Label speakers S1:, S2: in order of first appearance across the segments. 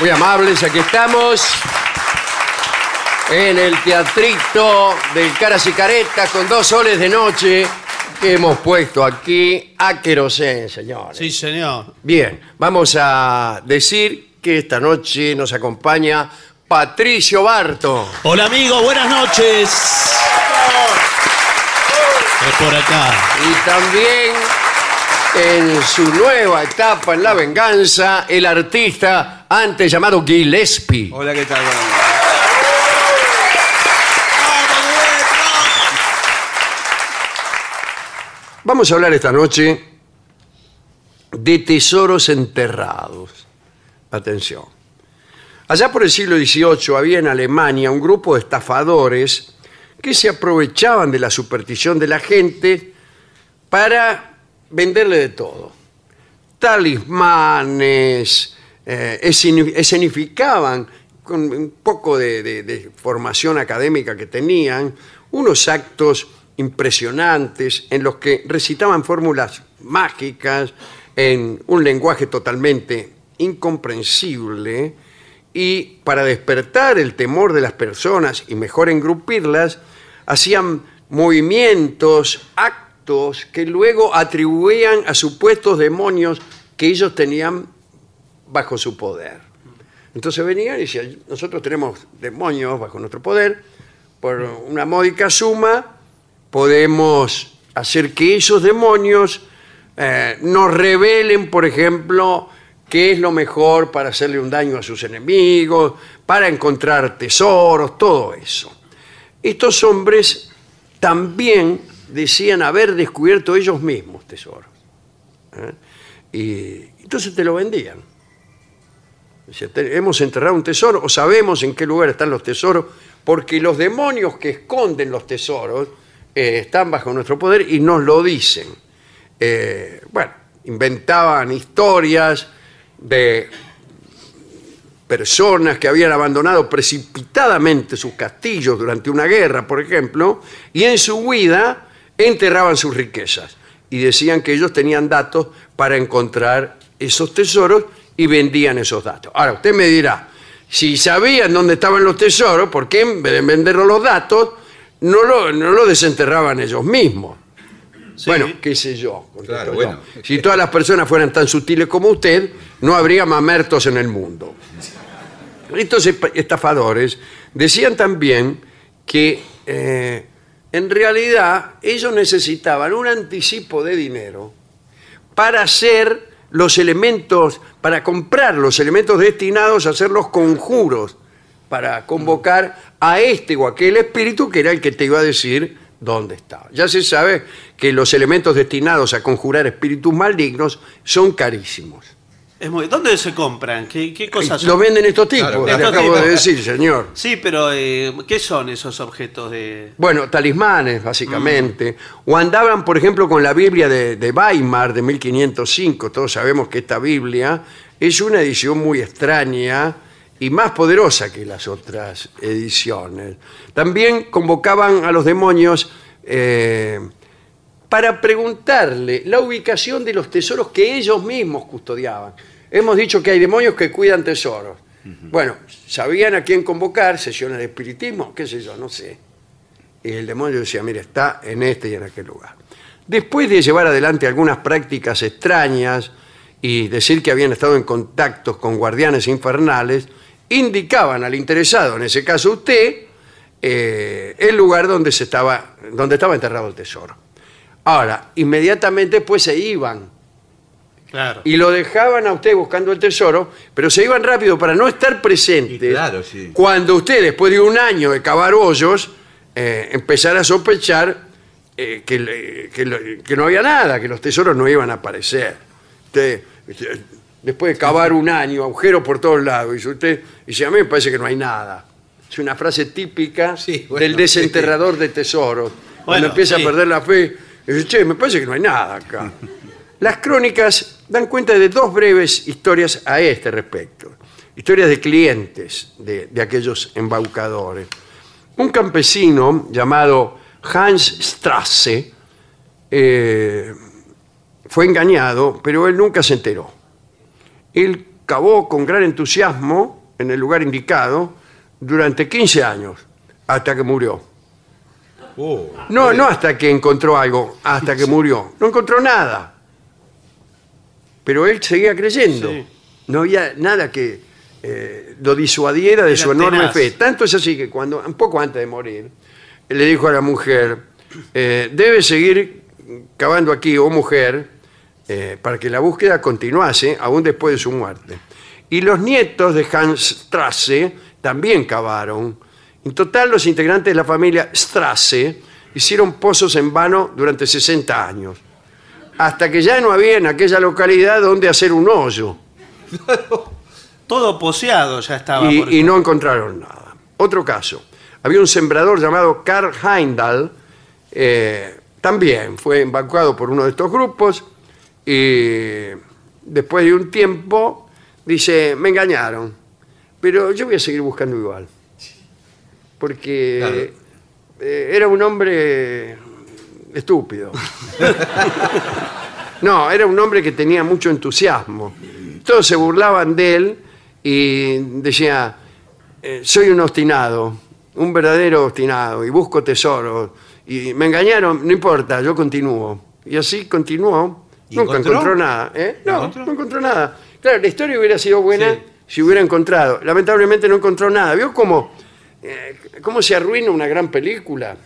S1: muy amables, aquí estamos en el teatrito del Caras y Caretas con dos soles de noche que hemos puesto aquí a querosén, señores.
S2: Sí, señor.
S1: Bien, vamos a decir que esta noche nos acompaña Patricio Barto.
S2: Hola, amigo, buenas noches. Es por acá.
S1: Y también en su nueva etapa en la venganza, el artista antes llamado Gillespie.
S3: Hola, ¿qué tal? Bueno,
S1: Vamos a hablar esta noche de tesoros enterrados. Atención. Allá por el siglo XVIII había en Alemania un grupo de estafadores que se aprovechaban de la superstición de la gente para venderle de todo. Talismanes, eh, esceni- escenificaban con un poco de, de- de formación académica que tenían, unos actos impresionantes en los que recitaban fórmulas mágicas en un lenguaje totalmente incomprensible y para despertar el temor de las personas y mejor engrupirlas, hacían movimientos, actos que luego atribuían a supuestos demonios que ellos tenían bajo su poder. Entonces venían y decían, nosotros tenemos demonios bajo nuestro poder, por una módica suma podemos hacer que esos demonios eh, nos revelen, por ejemplo, qué es lo mejor para hacerle un daño a sus enemigos, para encontrar tesoros, todo eso. Estos hombres también decían haber descubierto ellos mismos tesoros. ¿eh? Y entonces te lo vendían. Dice, "Te- hemos enterrado un tesoro o sabemos en qué lugar están los tesoros, porque los demonios que esconden los tesoros eh, están bajo nuestro poder y nos lo dicen. Eh, bueno, inventaban historias de personas que habían abandonado precipitadamente sus castillos durante una guerra, por ejemplo, y en su huida enterraban sus riquezas y decían que ellos tenían datos para encontrar esos tesoros y vendían esos datos. Ahora, usted me dirá, si sabían dónde estaban los tesoros, ¿por qué en vez de vendernos los datos, no lo, no lo desenterraban ellos mismos? Bueno, qué sé yo. contestó
S3: Claro,
S1: yo.
S3: bueno.
S1: Si todas las personas fueran tan sutiles como usted, no habría mamertos en el mundo. Estos esp- estafadores decían también que eh, en realidad ellos necesitaban un anticipo de dinero para hacer los elementos, para comprar los elementos destinados a hacer los conjuros, para convocar a este o aquel espíritu que era el que te iba a decir dónde estaba. Ya se sabe que los elementos destinados a conjurar espíritus malignos son carísimos.
S2: Es muy... ¿Dónde se compran? ¿Qué, qué cosas son?
S1: Lo venden estos tipos,
S3: Claro,
S1: le
S2: estos
S1: acabo de
S2: tipos.
S1: decir, señor.
S2: Sí, pero eh, ¿qué son esos objetos de...?
S1: Bueno, talismanes, básicamente. O andaban, por ejemplo, con la Biblia de, de Weimar de 1505. Todos sabemos que esta Biblia es una edición muy extraña y más poderosa que las otras ediciones. También convocaban a los demonios eh, para preguntarle la ubicación de los tesoros que ellos mismos custodiaban. Hemos dicho que hay demonios que cuidan tesoros. Bueno, sabían a quién convocar, sesiones de espiritismo, qué sé yo, no sé. Y el demonio decía, mira, está en este y en aquel lugar. Después de llevar adelante algunas prácticas extrañas y decir que habían estado en contactos con guardianes infernales, indicaban al interesado, en ese caso usted, eh, el lugar donde, se estaba, donde estaba enterrado el tesoro. Ahora, inmediatamente después se iban
S2: Claro.
S1: y lo dejaban a usted buscando el tesoro, pero se iban rápido para no estar presentes.
S3: Y claro, sí.
S1: Cuando usted, después de un año de cavar hoyos, eh, empezara a sospechar eh, que, le- que lo- que no había nada, que los tesoros no iban a aparecer. Usted, usted, después de cavar un año, agujeros por todos lados, y usted dice, a mí me parece que no hay nada. Es una frase típica
S3: Sí, bueno, este,
S1: del desenterrador de tesoros. Cuando
S2: Bueno,
S1: empieza
S2: sí.
S1: a perder la fe. Y dice, che, me parece que no hay nada acá. Las crónicas dan cuenta de dos breves historias a este respecto. Historias de clientes de, de aquellos embaucadores. Un campesino llamado Hans Strasse eh, fue engañado, pero él nunca se enteró. Él cavó con gran entusiasmo en el lugar indicado durante 15 años, hasta que murió.
S3: Oh,
S1: No, no hasta que encontró algo, hasta que murió. No encontró nada. Pero él seguía creyendo.
S2: Sí.
S1: No había nada que eh, lo disuadiera de
S2: Era
S1: su enorme
S2: tenaz.
S1: fe. Tanto es así que cuando, un poco antes de morir, le dijo a la mujer, eh, debe seguir cavando aquí, oh mujer, eh, para que la búsqueda continuase aún después de su muerte. Y los nietos de Hans Strasse también cavaron. En total, los integrantes de la familia Strasse hicieron pozos en vano durante 60 años, hasta que ya no había en aquella localidad donde hacer un hoyo.
S2: Todo poseado ya estaba.
S1: Y-
S2: por-
S1: y, no encontraron nada. Otro caso. Había un sembrador llamado Karl Heimdall, eh, también fue evacuado por uno de estos grupos y después de un tiempo dice, me engañaron, pero yo voy a seguir buscando igual. Porque eh, era un hombre estúpido. No, era un hombre que tenía mucho entusiasmo. Todos se burlaban de él y decía, eh, soy un obstinado, un verdadero obstinado y busco tesoros. Y me engañaron, no importa, yo continúo. Y así continuó.
S3: ¿Y
S1: Nunca encontró,
S3: encontró?
S1: nada. ¿eh? No,
S3: encontró?
S1: no encontró nada. Claro, la historia hubiera sido buena si hubiera encontrado. Lamentablemente no encontró nada. ¿Vio cómo, eh, cómo se arruina una gran película?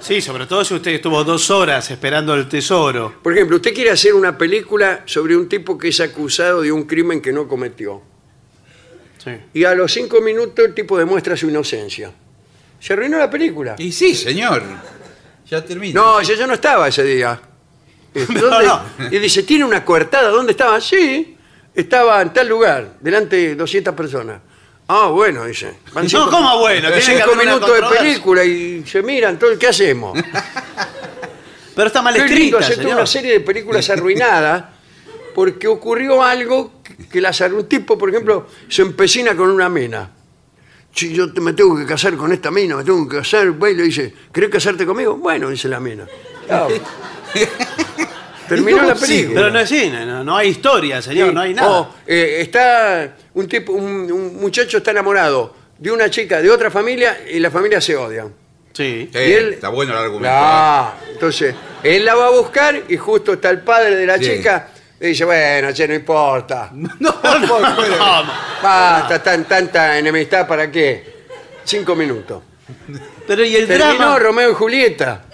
S2: Sí, sobre todo si usted estuvo dos horas esperando el tesoro.
S1: Por ejemplo, usted quiere hacer una película sobre un tipo que es acusado de un crimen que no cometió.
S2: Sí.
S1: Y a los cinco minutos el tipo demuestra su inocencia. Se arruinó la película.
S3: Y sí, señor. Ya termina.
S1: No, yo, yo no estaba ese día. Eh,
S2: No,
S1: ¿dónde?
S2: no.
S1: Y dice, ¿tiene una coartada? ¿Dónde estaba? Sí, estaba en tal lugar, delante de 200 personas. Ah, bueno, dice. Van
S2: No,
S1: cinco-
S2: ¿cómo bueno? Tiene que
S1: Cinco
S2: haber una
S1: minutos de
S2: controversia.
S1: película y se miran, entonces, ¿qué hacemos?
S2: Pero está mal
S1: Qué lindo
S2: escrita,
S1: hacer toda
S2: señor.
S1: una serie de películas arruinadas porque ocurrió algo que- que las arruinó. Un tipo, por ejemplo, se empecina con una mina. Si yo te- me tengo que casar con esta mina, me tengo que casar, va y le dice, ¿querés casarte conmigo? Bueno, dice la mina. Chao. Terminó
S3: cómo
S1: la
S3: sigue?
S1: película.
S2: Pero no es cine, no, no hay historia, señor,
S1: Sí.
S2: no hay nada.
S1: O, eh, está un tipo, un, un muchacho está enamorado de una chica de otra familia y la familia se odia.
S2: Sí.
S3: Sí,
S1: Y él-
S3: Está bueno el argumento.
S1: Ah, entonces, él la va a buscar y justo está el padre de la
S3: Sí.
S1: chica y dice, bueno, che, no importa.
S3: No, no, no.
S1: Basta, tan, tanta enemistad, ¿para qué? Cinco minutos.
S2: Pero y el
S1: Terminó
S2: drama.
S1: Romeo y Julieta.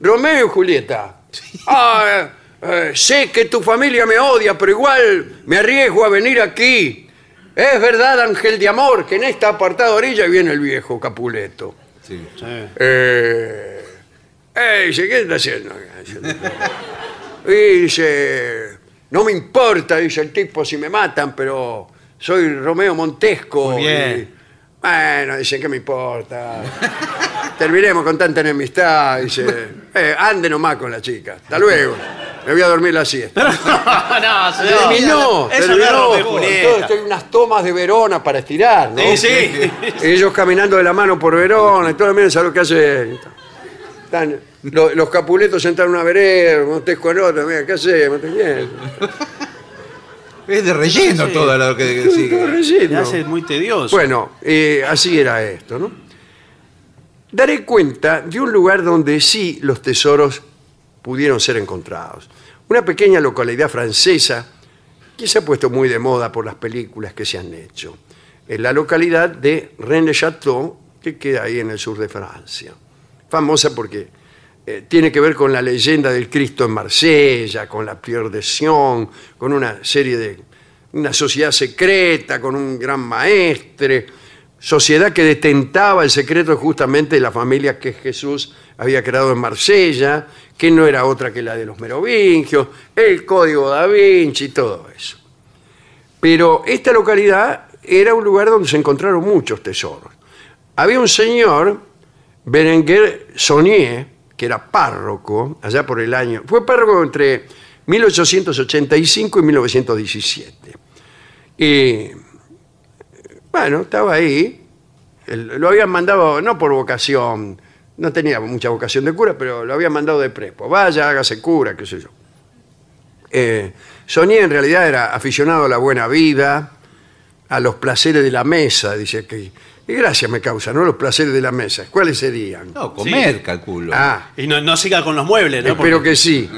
S1: Romeo y Julieta. Ah, eh, eh, sé que tu familia me odia, pero igual me arriesgo a venir aquí. Es verdad, Ángel de Amor, que en esta apartada orilla viene el viejo Capuleto.
S3: Sí.
S2: Sí.
S1: Eh, eh, dice, ¿qué está haciendo? Y dice, no me importa, dice el tipo, si me matan, pero soy Romeo Montesco.
S2: Muy bien.
S1: Y, bueno, dice, ¿qué me importa? Terminemos con tanta enemistad. Dice, eh, ande nomás con la chica. Hasta luego. Me voy a dormir la siesta.
S2: Pero no, no, señor.
S1: Terminó,
S2: Eso no es
S1: terminó.
S2: Romeo y Julieta.
S1: Entonces hay unas tomas de Verona para estirar, ¿no?
S2: Sí, sí.
S1: Ellos caminando de la mano por Verona, y todo, miren, ¿sabes lo que hace? Están lo- los, capuletos sentados en una vereda, Montesco en otra, mira, ¿qué hace? Montesco, bien.
S3: Es de relleno todo lo que
S1: Todo
S3: sigue.
S2: Me
S1: relleno.
S2: hace muy tedioso.
S1: Bueno, eh, así era esto, ¿no? Daré cuenta de un lugar donde sí los tesoros pudieron ser encontrados. Una pequeña localidad francesa que se ha puesto muy de moda por las películas que se han hecho. Es la localidad de Rennes-le-Château, que queda ahí en el sur de Francia. Famosa porque eh, tiene que ver con la leyenda del Cristo en Marsella, con la Pierre de Sion, con una serie de. una sociedad secreta, con un gran maestre, sociedad que detentaba el secreto justamente de la familia que Jesús había creado en Marsella, que no era otra que la de los merovingios, el código da Vinci, todo eso. Pero esta localidad era un lugar donde se encontraron muchos tesoros. Había un señor, Berenguer Saunier, que era párroco allá por el año. Fue párroco entre 1885 y 1917. Y bueno, estaba ahí. El- Lo habían mandado, no por vocación, no tenía mucha vocación de cura, pero lo habían mandado de prepo. Vaya, hágase cura, qué sé yo. Eh, Sonier en realidad era aficionado a la buena vida, a los placeres de la mesa, dice que. ¿Qué gracia me causan, no? Los placeres de la mesa. ¿Cuáles serían?
S3: No, comer, calculo.
S1: Ah,
S2: Y no, no siga con los muebles, ¿no?
S1: Espero
S2: Porque-
S1: que sí.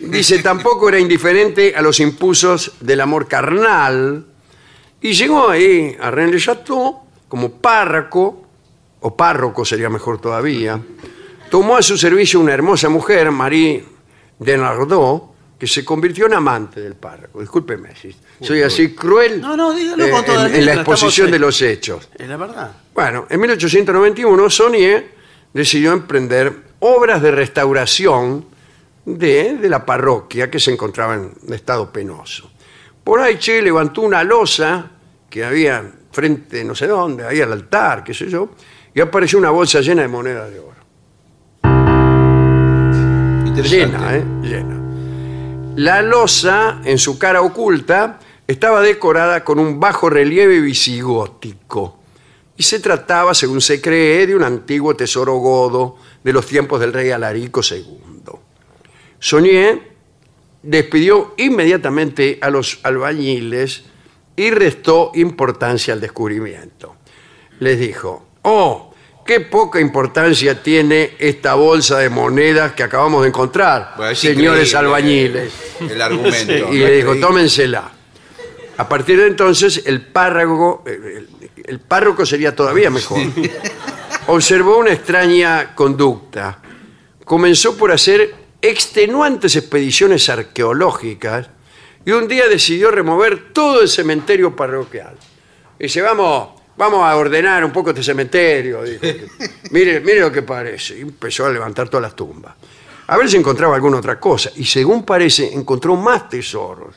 S1: Dice, tampoco era indiferente a los impulsos del amor carnal. Y llegó ahí a René Le Chateau como párroco, o párroco sería mejor todavía. Tomó a su servicio una hermosa mujer, Marie Denardot, que se convirtió en amante del párroco. Discúlpeme, si soy así cruel
S2: No, no, dígalo
S1: eh,
S2: con toda
S1: en, en la
S2: letra,
S1: exposición
S2: estamos-
S1: de los hechos.
S2: Es la verdad.
S1: Bueno, en 1891 Sonier eh, decidió emprender obras de restauración de, de la parroquia que se encontraba en estado penoso. Por ahí Che levantó una losa que había frente no sé dónde, ahí al altar, qué sé yo, y apareció una bolsa llena de monedas de oro.
S3: Interesante.
S1: Llena, ¿eh? Llena. La losa, en su cara oculta, estaba decorada con un bajo relieve visigótico. Y se trataba, según se cree, de un antiguo tesoro godo de los tiempos del rey Alarico II. Sonier E despidió inmediatamente a los albañiles y restó importancia al descubrimiento. Les dijo, oh, qué poca importancia tiene esta bolsa de monedas que acabamos de encontrar,
S3: Bueno, es
S1: señores
S3: increíble eh.
S1: albañiles.
S3: El argumento.
S1: Y le dijo, tómensela. A partir de entonces, el párroco, el, el párroco sería todavía mejor. Observó una extraña conducta. Comenzó por hacer extenuantes expediciones arqueológicas y un día decidió remover todo el cementerio parroquial. Dice, vamos, vamos a ordenar un poco este cementerio. dijo. mire, mire lo que parece. Y empezó a levantar todas las tumbas. A ver si encontraba alguna otra cosa. Y según parece, encontró más tesoros.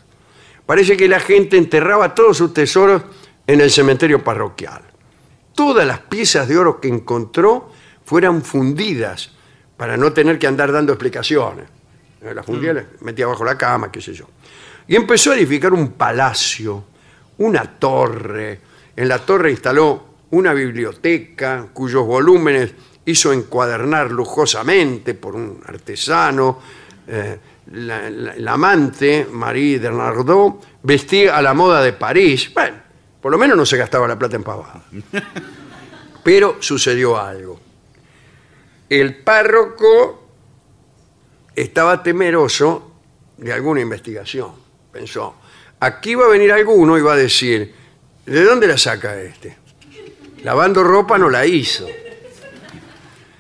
S1: Parece que la gente enterraba todos sus tesoros en el cementerio parroquial. Todas las piezas de oro que encontró fueran fundidas para no tener que andar dando explicaciones. Eh, Las fundía, las metía bajo la cama, qué sé yo. Y empezó a edificar un palacio, una torre. En la torre instaló una biblioteca cuyos volúmenes hizo encuadernar lujosamente por un artesano. Eh, la, la- la amante, Marie de Nardot, vestía a la moda de París. Bueno, por lo menos no se gastaba la plata en pavada. Pero sucedió algo. El párroco estaba temeroso de alguna investigación. Pensó, aquí va a venir alguno y va a decir, ¿de dónde la saca este? Lavando ropa no la hizo.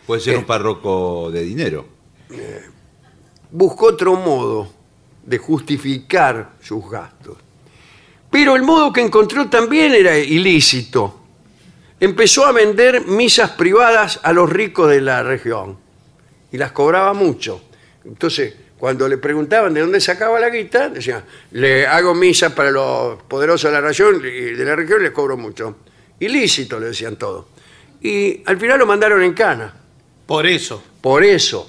S3: Puede
S1: Eh.
S3: ser un párroco de dinero.
S1: buscó otro modo de justificar sus gastos. Pero el modo que encontró también era ilícito. Empezó a vender misas privadas a los ricos de la región y las cobraba mucho. Entonces, cuando le preguntaban de dónde sacaba la guita, decían, le hago misa para los poderosos de la región y de la región les cobro mucho. Ilícito, le decían todo. Y al final lo mandaron en cana.
S2: Por eso.
S1: Por eso.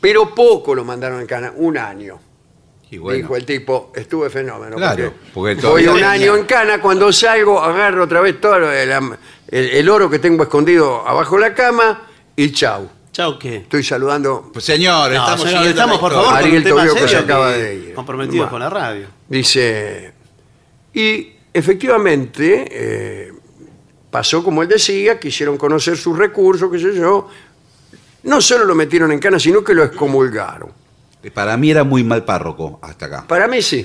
S1: Pero poco lo mandaron en cana, un año.
S3: Y bueno,
S1: Dijo el tipo, estuve fenómeno.
S3: Claro, porque
S1: voy
S3: todavía
S1: un
S3: tenía-
S1: año en cana, cuando salgo agarro otra vez todo lo- el, am- el- el oro que tengo escondido abajo de la cama y chau.
S2: Chao, ¿qué?
S1: Estoy saludando,
S3: pues, señor,
S2: No,
S3: estamos,
S2: señor,
S3: siguiendo la
S2: estamos, por
S3: historia.
S2: favor, con
S1: Ariel
S2: un tema
S1: Tobío que se
S2: serio
S1: acaba
S2: y
S1: de ir.
S2: Comprometidos
S1: Bueno.
S2: con la radio.
S1: dice. Y efectivamente eh, pasó como él decía, quisieron conocer sus recursos, qué sé yo. No solo lo metieron en cana, sino que lo excomulgaron.
S3: Para mí era muy mal párroco hasta acá.
S1: Para mí sí.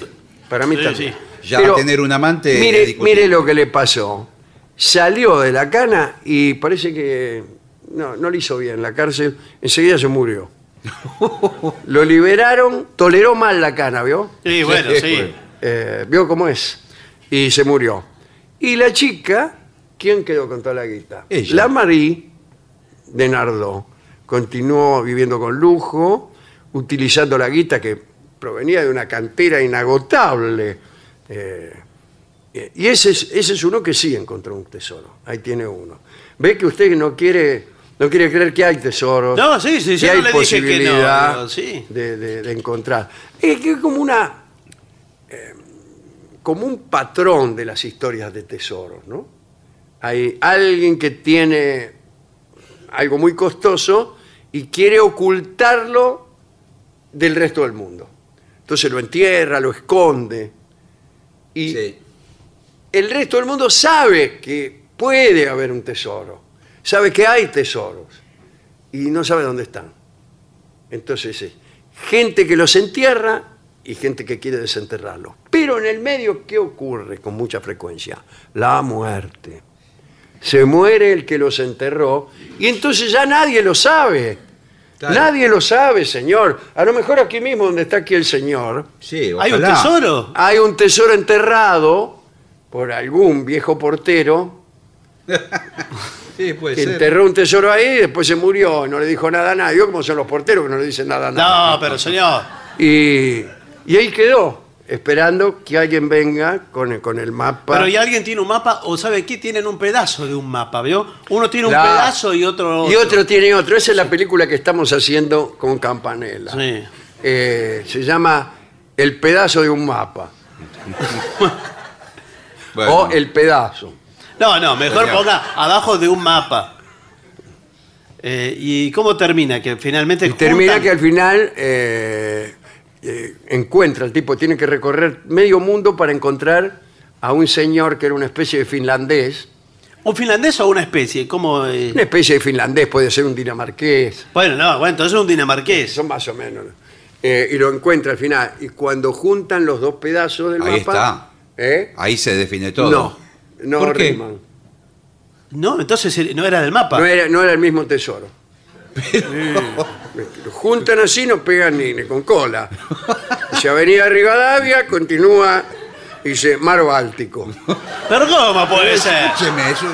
S1: Para mí
S2: Sí,
S1: también.
S3: sí. Ya tener un amante es
S1: Mire,
S3: discutible.
S1: mire lo que le pasó. Salió de la cana y parece que no, no le hizo bien la cárcel. Enseguida se murió. lo liberaron, toleró mal la cana, ¿vio?
S2: Sí, bueno,
S3: Sí,
S2: sí.
S3: bueno.
S1: Eh, ¿Vio cómo es? Y se murió. Y la chica, ¿quién quedó con toda la guita?
S3: Ella.
S1: La Marie de Nardó. Continuó viviendo con lujo, utilizando la guita que provenía de una cantera inagotable. Eh, eh, y ese es, ese es uno que sí encontró un tesoro. Ahí tiene uno. Ve que usted no quiere, no quiere creer que hay tesoros.
S2: No, sí, sí, yo
S1: que
S2: no
S1: hay
S2: le dije que no,
S1: posibilidad
S2: digo, sí.
S1: de, de- de encontrar. Es que es como una eh, como un patrón de las historias de tesoros, ¿no? Hay alguien que tiene algo muy costoso y quiere ocultarlo del resto del mundo. Entonces lo entierra, lo esconde. Y
S3: Sí.
S1: el resto del mundo sabe que puede haber un tesoro, sabe que hay tesoros y no sabe dónde están. Entonces, es gente que los entierra y gente que quiere desenterrarlos. Pero en el medio, ¿qué ocurre con mucha frecuencia? La muerte. Se muere el que los enterró y entonces ya nadie lo sabe.
S3: Claro.
S1: Nadie lo sabe, señor. A lo mejor aquí mismo, donde está aquí el señor,
S3: Sí,
S2: ¿Hay un
S3: ojalá.
S2: tesoro?
S1: hay un tesoro enterrado por algún viejo portero
S3: Sí, puede
S1: que
S3: ser.
S1: enterró un tesoro ahí y después se murió y no le dijo nada a nadie. Vio cómo son los porteros que no le dicen nada a nadie.
S2: No, pero señor.
S1: Y, y ahí quedó, esperando que alguien venga con el, con el mapa.
S2: Pero y alguien tiene un mapa, o sabe qué, tienen un pedazo de un mapa, ¿vio? Uno tiene un
S1: La-
S2: pedazo y otro.
S1: Y otro tiene otro. Esa es la película que estamos haciendo con Campanella.
S2: Sí.
S1: Eh, se llama El pedazo de un mapa.
S3: Bueno,
S1: O El pedazo.
S2: No, no, mejor
S3: Señor.
S2: ponga abajo de un mapa. Eh, ¿Y cómo termina? Que finalmente.
S1: Y termina
S2: juntan-
S1: que al final eh, eh, encuentra el tipo, tiene que recorrer medio mundo para encontrar a un señor que era una especie de finlandés.
S2: ¿Un finlandés o una especie? ¿Cómo, eh?
S1: Una especie de finlandés, puede ser un dinamarqués,
S2: Bueno, no, bueno, entonces es un dinamarqués.
S1: son más o menos. Eh, y lo encuentra al final. Y cuando juntan los dos pedazos del
S3: Ahí
S1: mapa. ¿eh?
S3: Ahí se define todo.
S1: No, no
S3: ¿Por qué?
S1: riman.
S2: No, entonces eh, no era del mapa.
S1: No era, no era el mismo tesoro. Lo juntan así, no pegan ni, ni con cola. Dice Avenida Rivadavia, continúa, dice Mar Báltico.
S2: Pero ¿cómo puede ser?
S3: Escúcheme, eso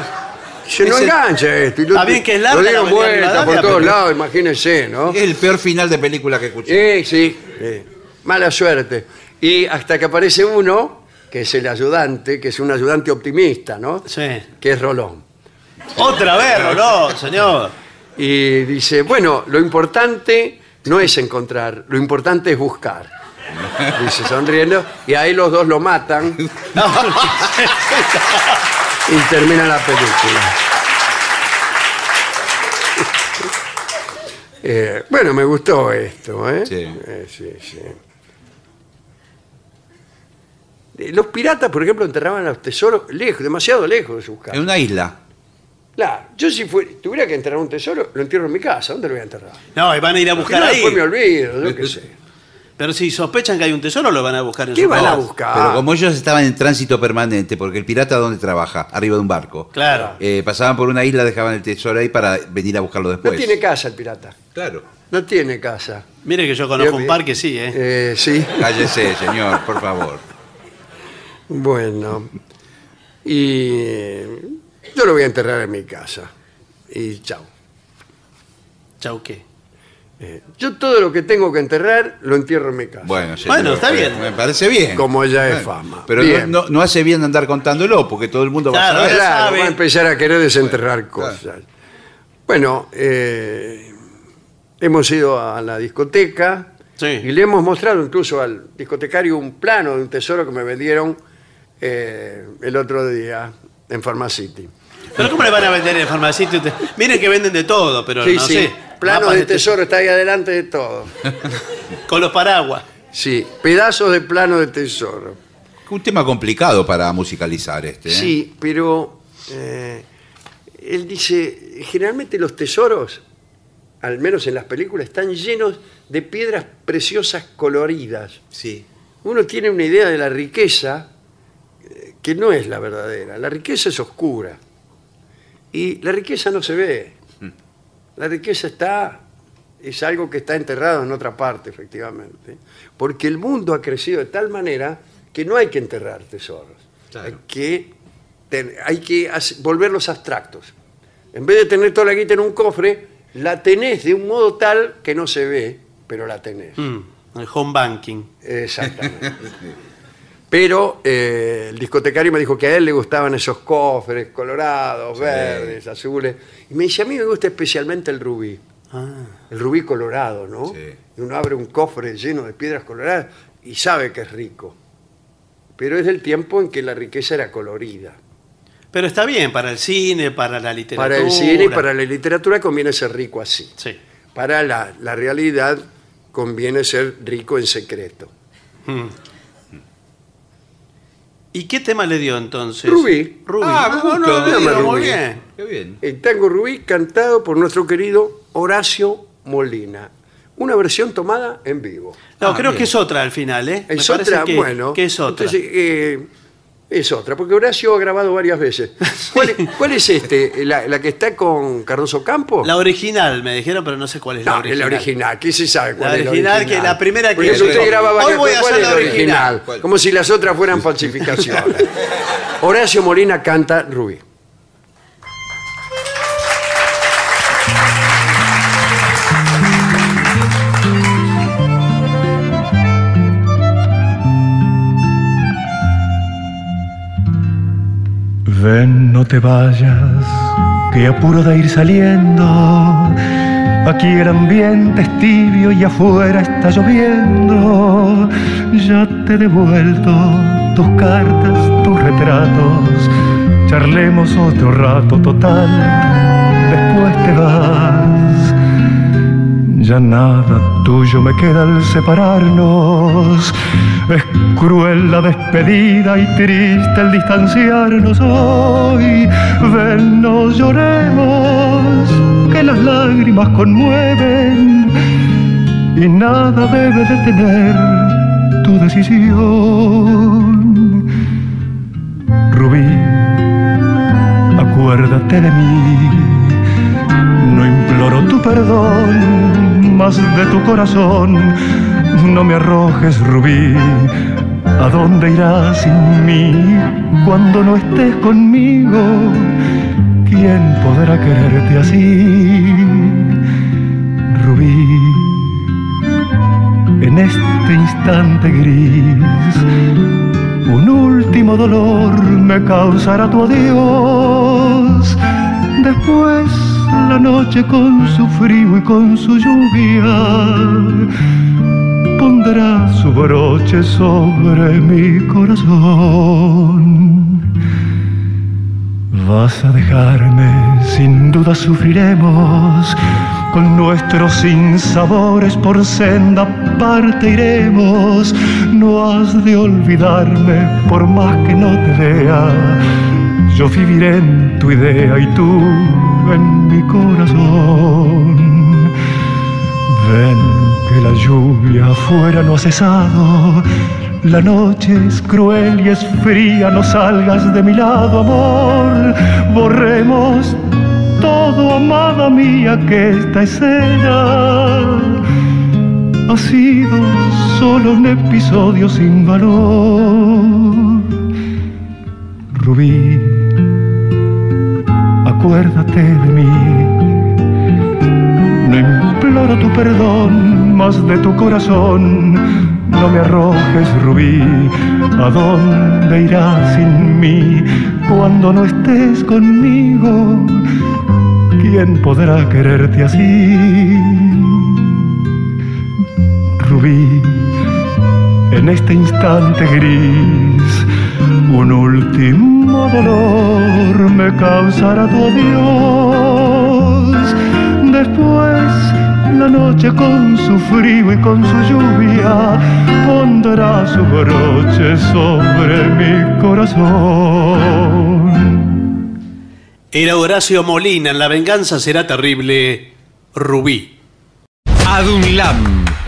S1: Se no
S3: Ese-
S1: engancha esto. y lo-
S2: Está bien que es larga
S1: Lo
S2: la
S1: dieron
S2: Avenida
S1: vuelta por
S2: Rivadavia,
S1: todos
S2: pero-
S1: lados, imagínense, ¿no?
S3: es el peor final de película que escuché.
S1: Sí, sí. sí. Mala suerte. Y hasta que aparece uno, que es el ayudante, que es un ayudante optimista, ¿no?
S2: Sí.
S1: Que es Rolón.
S2: Otra vez, no, señor.
S1: Y dice, bueno, lo importante no es encontrar, lo importante es buscar. Dice sonriendo, y ahí los dos lo matan y termina la película. Eh, bueno, me gustó esto, ¿eh?
S3: Sí.
S1: Eh, sí, sí. Eh, Los piratas, por ejemplo, enterraban los tesoros lejos, demasiado lejos de sus
S3: En
S1: casas.
S3: una isla.
S1: Claro, yo si fue- tuviera que enterrar un tesoro, lo entierro en mi casa. ¿Dónde lo voy a enterrar?
S2: No, y van a ir a buscar
S1: Porque no,
S2: ahí.
S1: después me olvido, yo qué sé.
S2: Pero si sospechan que hay un tesoro, lo van a buscar en
S1: ¿Qué
S2: su
S1: van a
S2: casa.
S1: buscar?
S3: Pero como ellos estaban en tránsito permanente, porque el pirata ¿dónde trabaja? Arriba de un barco.
S2: Claro.
S3: Eh, pasaban por una isla, dejaban el tesoro ahí para venir a buscarlo
S1: No
S3: después.
S1: tiene casa el pirata.
S3: Claro.
S1: No tiene casa.
S2: Mire que yo conozco un parque, sí, ¿eh?
S1: Eh, sí,
S3: Cállese, señor, por favor.
S1: bueno. Y eh, yo lo voy a enterrar en mi casa. Y chao.
S2: Chau, ¿qué?
S1: Yo todo lo que tengo que enterrar, lo entierro en mi casa.
S3: Bueno, señor,
S2: Bueno, está
S3: pero
S2: bien.
S3: Me parece bien.
S1: Como ya es
S3: Bueno,
S1: fama.
S3: Pero
S1: Bien.
S3: no, no- no hace bien andar contándolo, porque todo el mundo
S2: Claro,
S3: va a
S1: Claro,
S3: saber.
S2: ya sabe.
S1: va a empezar a querer desenterrar
S3: Claro.
S1: cosas. Bueno, eh, hemos ido a la discoteca
S2: Sí.
S1: y le hemos mostrado incluso al discotecario un plano de un tesoro que me vendieron eh, el otro día en Pharmacity.
S2: ¿Pero cómo le van a vender en farmacéutico? Miren que venden de todo, pero
S1: sí,
S2: no
S1: sí,
S2: sé.
S1: plano
S2: mapas
S1: de tesoro está ahí adelante de todo.
S2: tes- Con los paraguas.
S1: Sí, pedazos de plano de tesoro.
S3: Un tema complicado para musicalizar este. ¿eh?
S1: Sí, pero eh, él dice, generalmente los tesoros, al menos en las películas, están llenos de piedras preciosas coloridas.
S3: Sí.
S1: Uno tiene una idea de la riqueza eh, que no es la verdadera. La riqueza es oscura. Y la riqueza no se ve. La riqueza está, es algo que está enterrado en otra parte, efectivamente. Porque el mundo ha crecido de tal manera que no hay que enterrar tesoros.
S3: Claro.
S1: Hay que, ten- hay que hace- volverlos abstractos. En vez de tener toda la guita en un cofre, la tenés de un modo tal que no se ve, pero la tenés.
S2: Mm, el home banking.
S1: Exactamente. Pero eh, el discotecario me dijo que a él le gustaban esos cofres colorados, verdes, azules. Y me dice, a mí me gusta especialmente el rubí.
S2: Ah,
S1: El rubí colorado, ¿no?
S3: Sí.
S1: Y uno abre un cofre lleno de piedras coloradas y sabe que es rico. Pero es del tiempo en que la riqueza era colorida.
S2: Pero está bien para el cine, para la literatura.
S1: Para el cine y para la literatura conviene ser rico así.
S2: Sí.
S1: Para la, la realidad conviene ser rico en secreto.
S2: Mm. ¿Y qué tema le dio entonces?
S1: Rubí.
S2: Rubí.
S3: Ah,
S2: no,
S3: justo.
S2: no, le dio
S1: Llama
S2: muy
S1: Rubí.
S2: bien.
S3: Qué bien.
S1: El tango rubí cantado por nuestro querido Horacio Molina. Una versión tomada en vivo.
S2: No,
S3: Ah,
S2: creo
S3: bien.
S2: que es otra al final, ¿eh?
S1: Es
S2: Me parece
S1: otra,
S2: que,
S1: bueno.
S2: que es otra.
S1: entonces, eh, es otra, porque Horacio ha grabado varias veces. ¿Cuál, es- cuál es este? ¿La, la que está con Cardoso Campo?
S2: La original, me dijeron, pero no sé cuál es la
S1: no, es
S2: original.
S1: la original. ¿Qué se sabe cuál
S2: La
S1: es
S2: original, que la primera que-
S1: Porque si usted
S3: Hoy
S1: graba varias
S2: voy
S1: veces,
S2: a
S1: ¿cuál
S2: hacer
S1: es
S2: la original?
S3: ¿Cuál?
S1: Como si las otras fueran falsificaciones. Horacio Molina canta Rubí.
S4: Ven, no te vayas, que apuro de ir saliendo. Aquí el ambiente es tibio y afuera está lloviendo. Ya te he devuelto tus cartas, tus retratos. Charlemos otro rato total, después te vas. Ya nada tuyo me queda al separarnos. Es cruel la despedida y triste el distanciarnos hoy. Ven, no lloremos, que las lágrimas conmueven y nada debe detener tu decisión. Rubí, acuérdate de mí. No imploro tu perdón, más de tu corazón. No me arrojes, Rubí. ¿A dónde irás sin mí? Cuando no estés conmigo, ¿quién podrá quererte así? Rubí, en este instante gris, un último dolor me causará tu adiós. Después la noche con su frío y con su lluvia pondrá su broche sobre mi corazón. Vas a dejarme, sin duda sufriremos. con nuestros sinsabores por senda aparte iremos. No has de olvidarme por más que no te vea. Yo viviré en tu idea y tú en mi corazón. Ven que la lluvia afuera no ha cesado. La noche es cruel y es fría, no salgas de mi lado, amor. Borremos todo, amada mía, que esta escena ha sido solo un episodio sin valor. Rubí, acuérdate de mí. No imploro tu perdón, más de tu corazón. No me arrojes, Rubí, ¿a dónde irás sin mí? Cuando no estés conmigo, ¿quién podrá quererte así? Rubí, en este instante gris, un último dolor me causará tu adiós. Después, la noche con su frío y con su lluvia pondrá su broche sobre mi corazón.
S2: Era Horacio Molina, en La venganza será terrible, Rubí.
S5: ADUNLAM,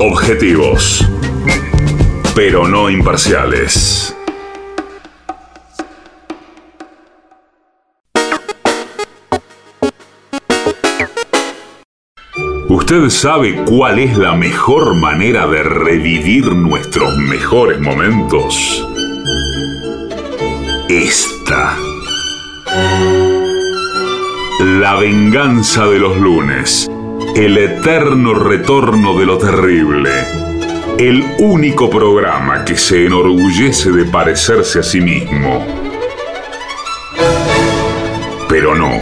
S6: Objetivos, pero no imparciales. ¿Usted sabe cuál es la mejor manera de revivir nuestros mejores momentos? Esta. La venganza de los lunes. El eterno retorno de lo terrible. El único programa que se enorgullece de parecerse a sí mismo. Pero no.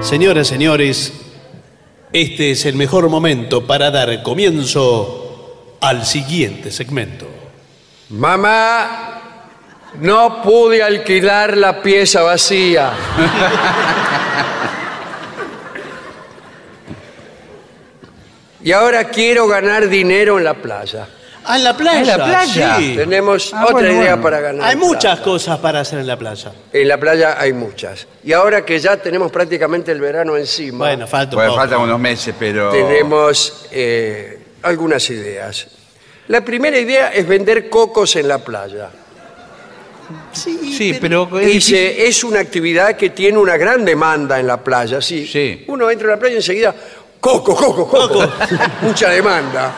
S2: Señoras, señores, este es el mejor momento para dar comienzo al siguiente segmento.
S1: Mamá, no pude alquilar la pieza vacía. y ahora quiero ganar dinero en la playa.
S2: Ah, en la playa.
S1: Ah, en la playa.
S2: sí.
S1: Tenemos
S2: Ah,
S1: otra
S2: bueno,
S1: idea
S2: bueno.
S1: para ganar.
S2: Hay muchas
S1: plata.
S2: cosas para hacer en la playa.
S1: En la playa hay muchas. Y ahora que ya tenemos prácticamente el verano encima,
S2: Bueno, falta un
S3: Bueno,
S2: poco.
S3: faltan unos meses, pero.
S1: tenemos eh, algunas ideas. La primera idea es vender cocos en la playa.
S3: Sí, pero. es difícil.
S1: Dice, es una actividad que tiene una gran demanda en la playa, sí.
S3: Sí.
S1: Uno entra a la playa y enseguida, coco, coco, coco. Mucha demanda.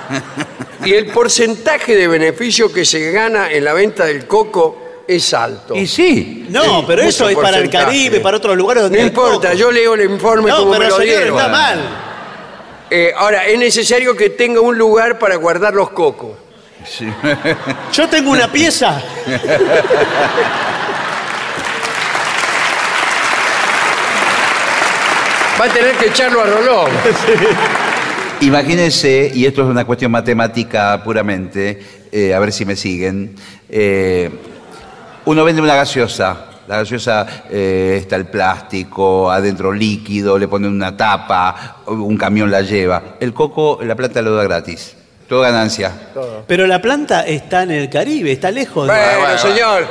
S1: Y el porcentaje de beneficio que se gana en la venta del coco es alto.
S3: Y sí.
S2: No,
S1: Sí,
S2: pero
S1: mucho
S2: eso es para el
S1: porcentaje.
S2: Caribe, para otros lugares donde
S1: No
S2: hay
S1: importa,
S2: poco.
S1: yo leo el informe
S2: No,
S1: como me
S2: pero
S1: lo
S2: señor,
S1: dieron.
S2: está mal.
S1: Eh, ahora, es necesario que tenga un lugar para guardar los cocos.
S2: Yo tengo una pieza.
S1: Va a tener que echarlo a Rolón.
S3: Imagínense, y esto es una cuestión matemática puramente, eh, a ver si me siguen. eh, uno vende una gaseosa. La gaseosa eh, está el plástico, adentro líquido, le ponen una tapa, un camión la lleva. El coco, la planta lo da gratis. Todo ganancia.
S2: Pero la planta está en el Caribe, está lejos. de-
S1: Bueno, señor.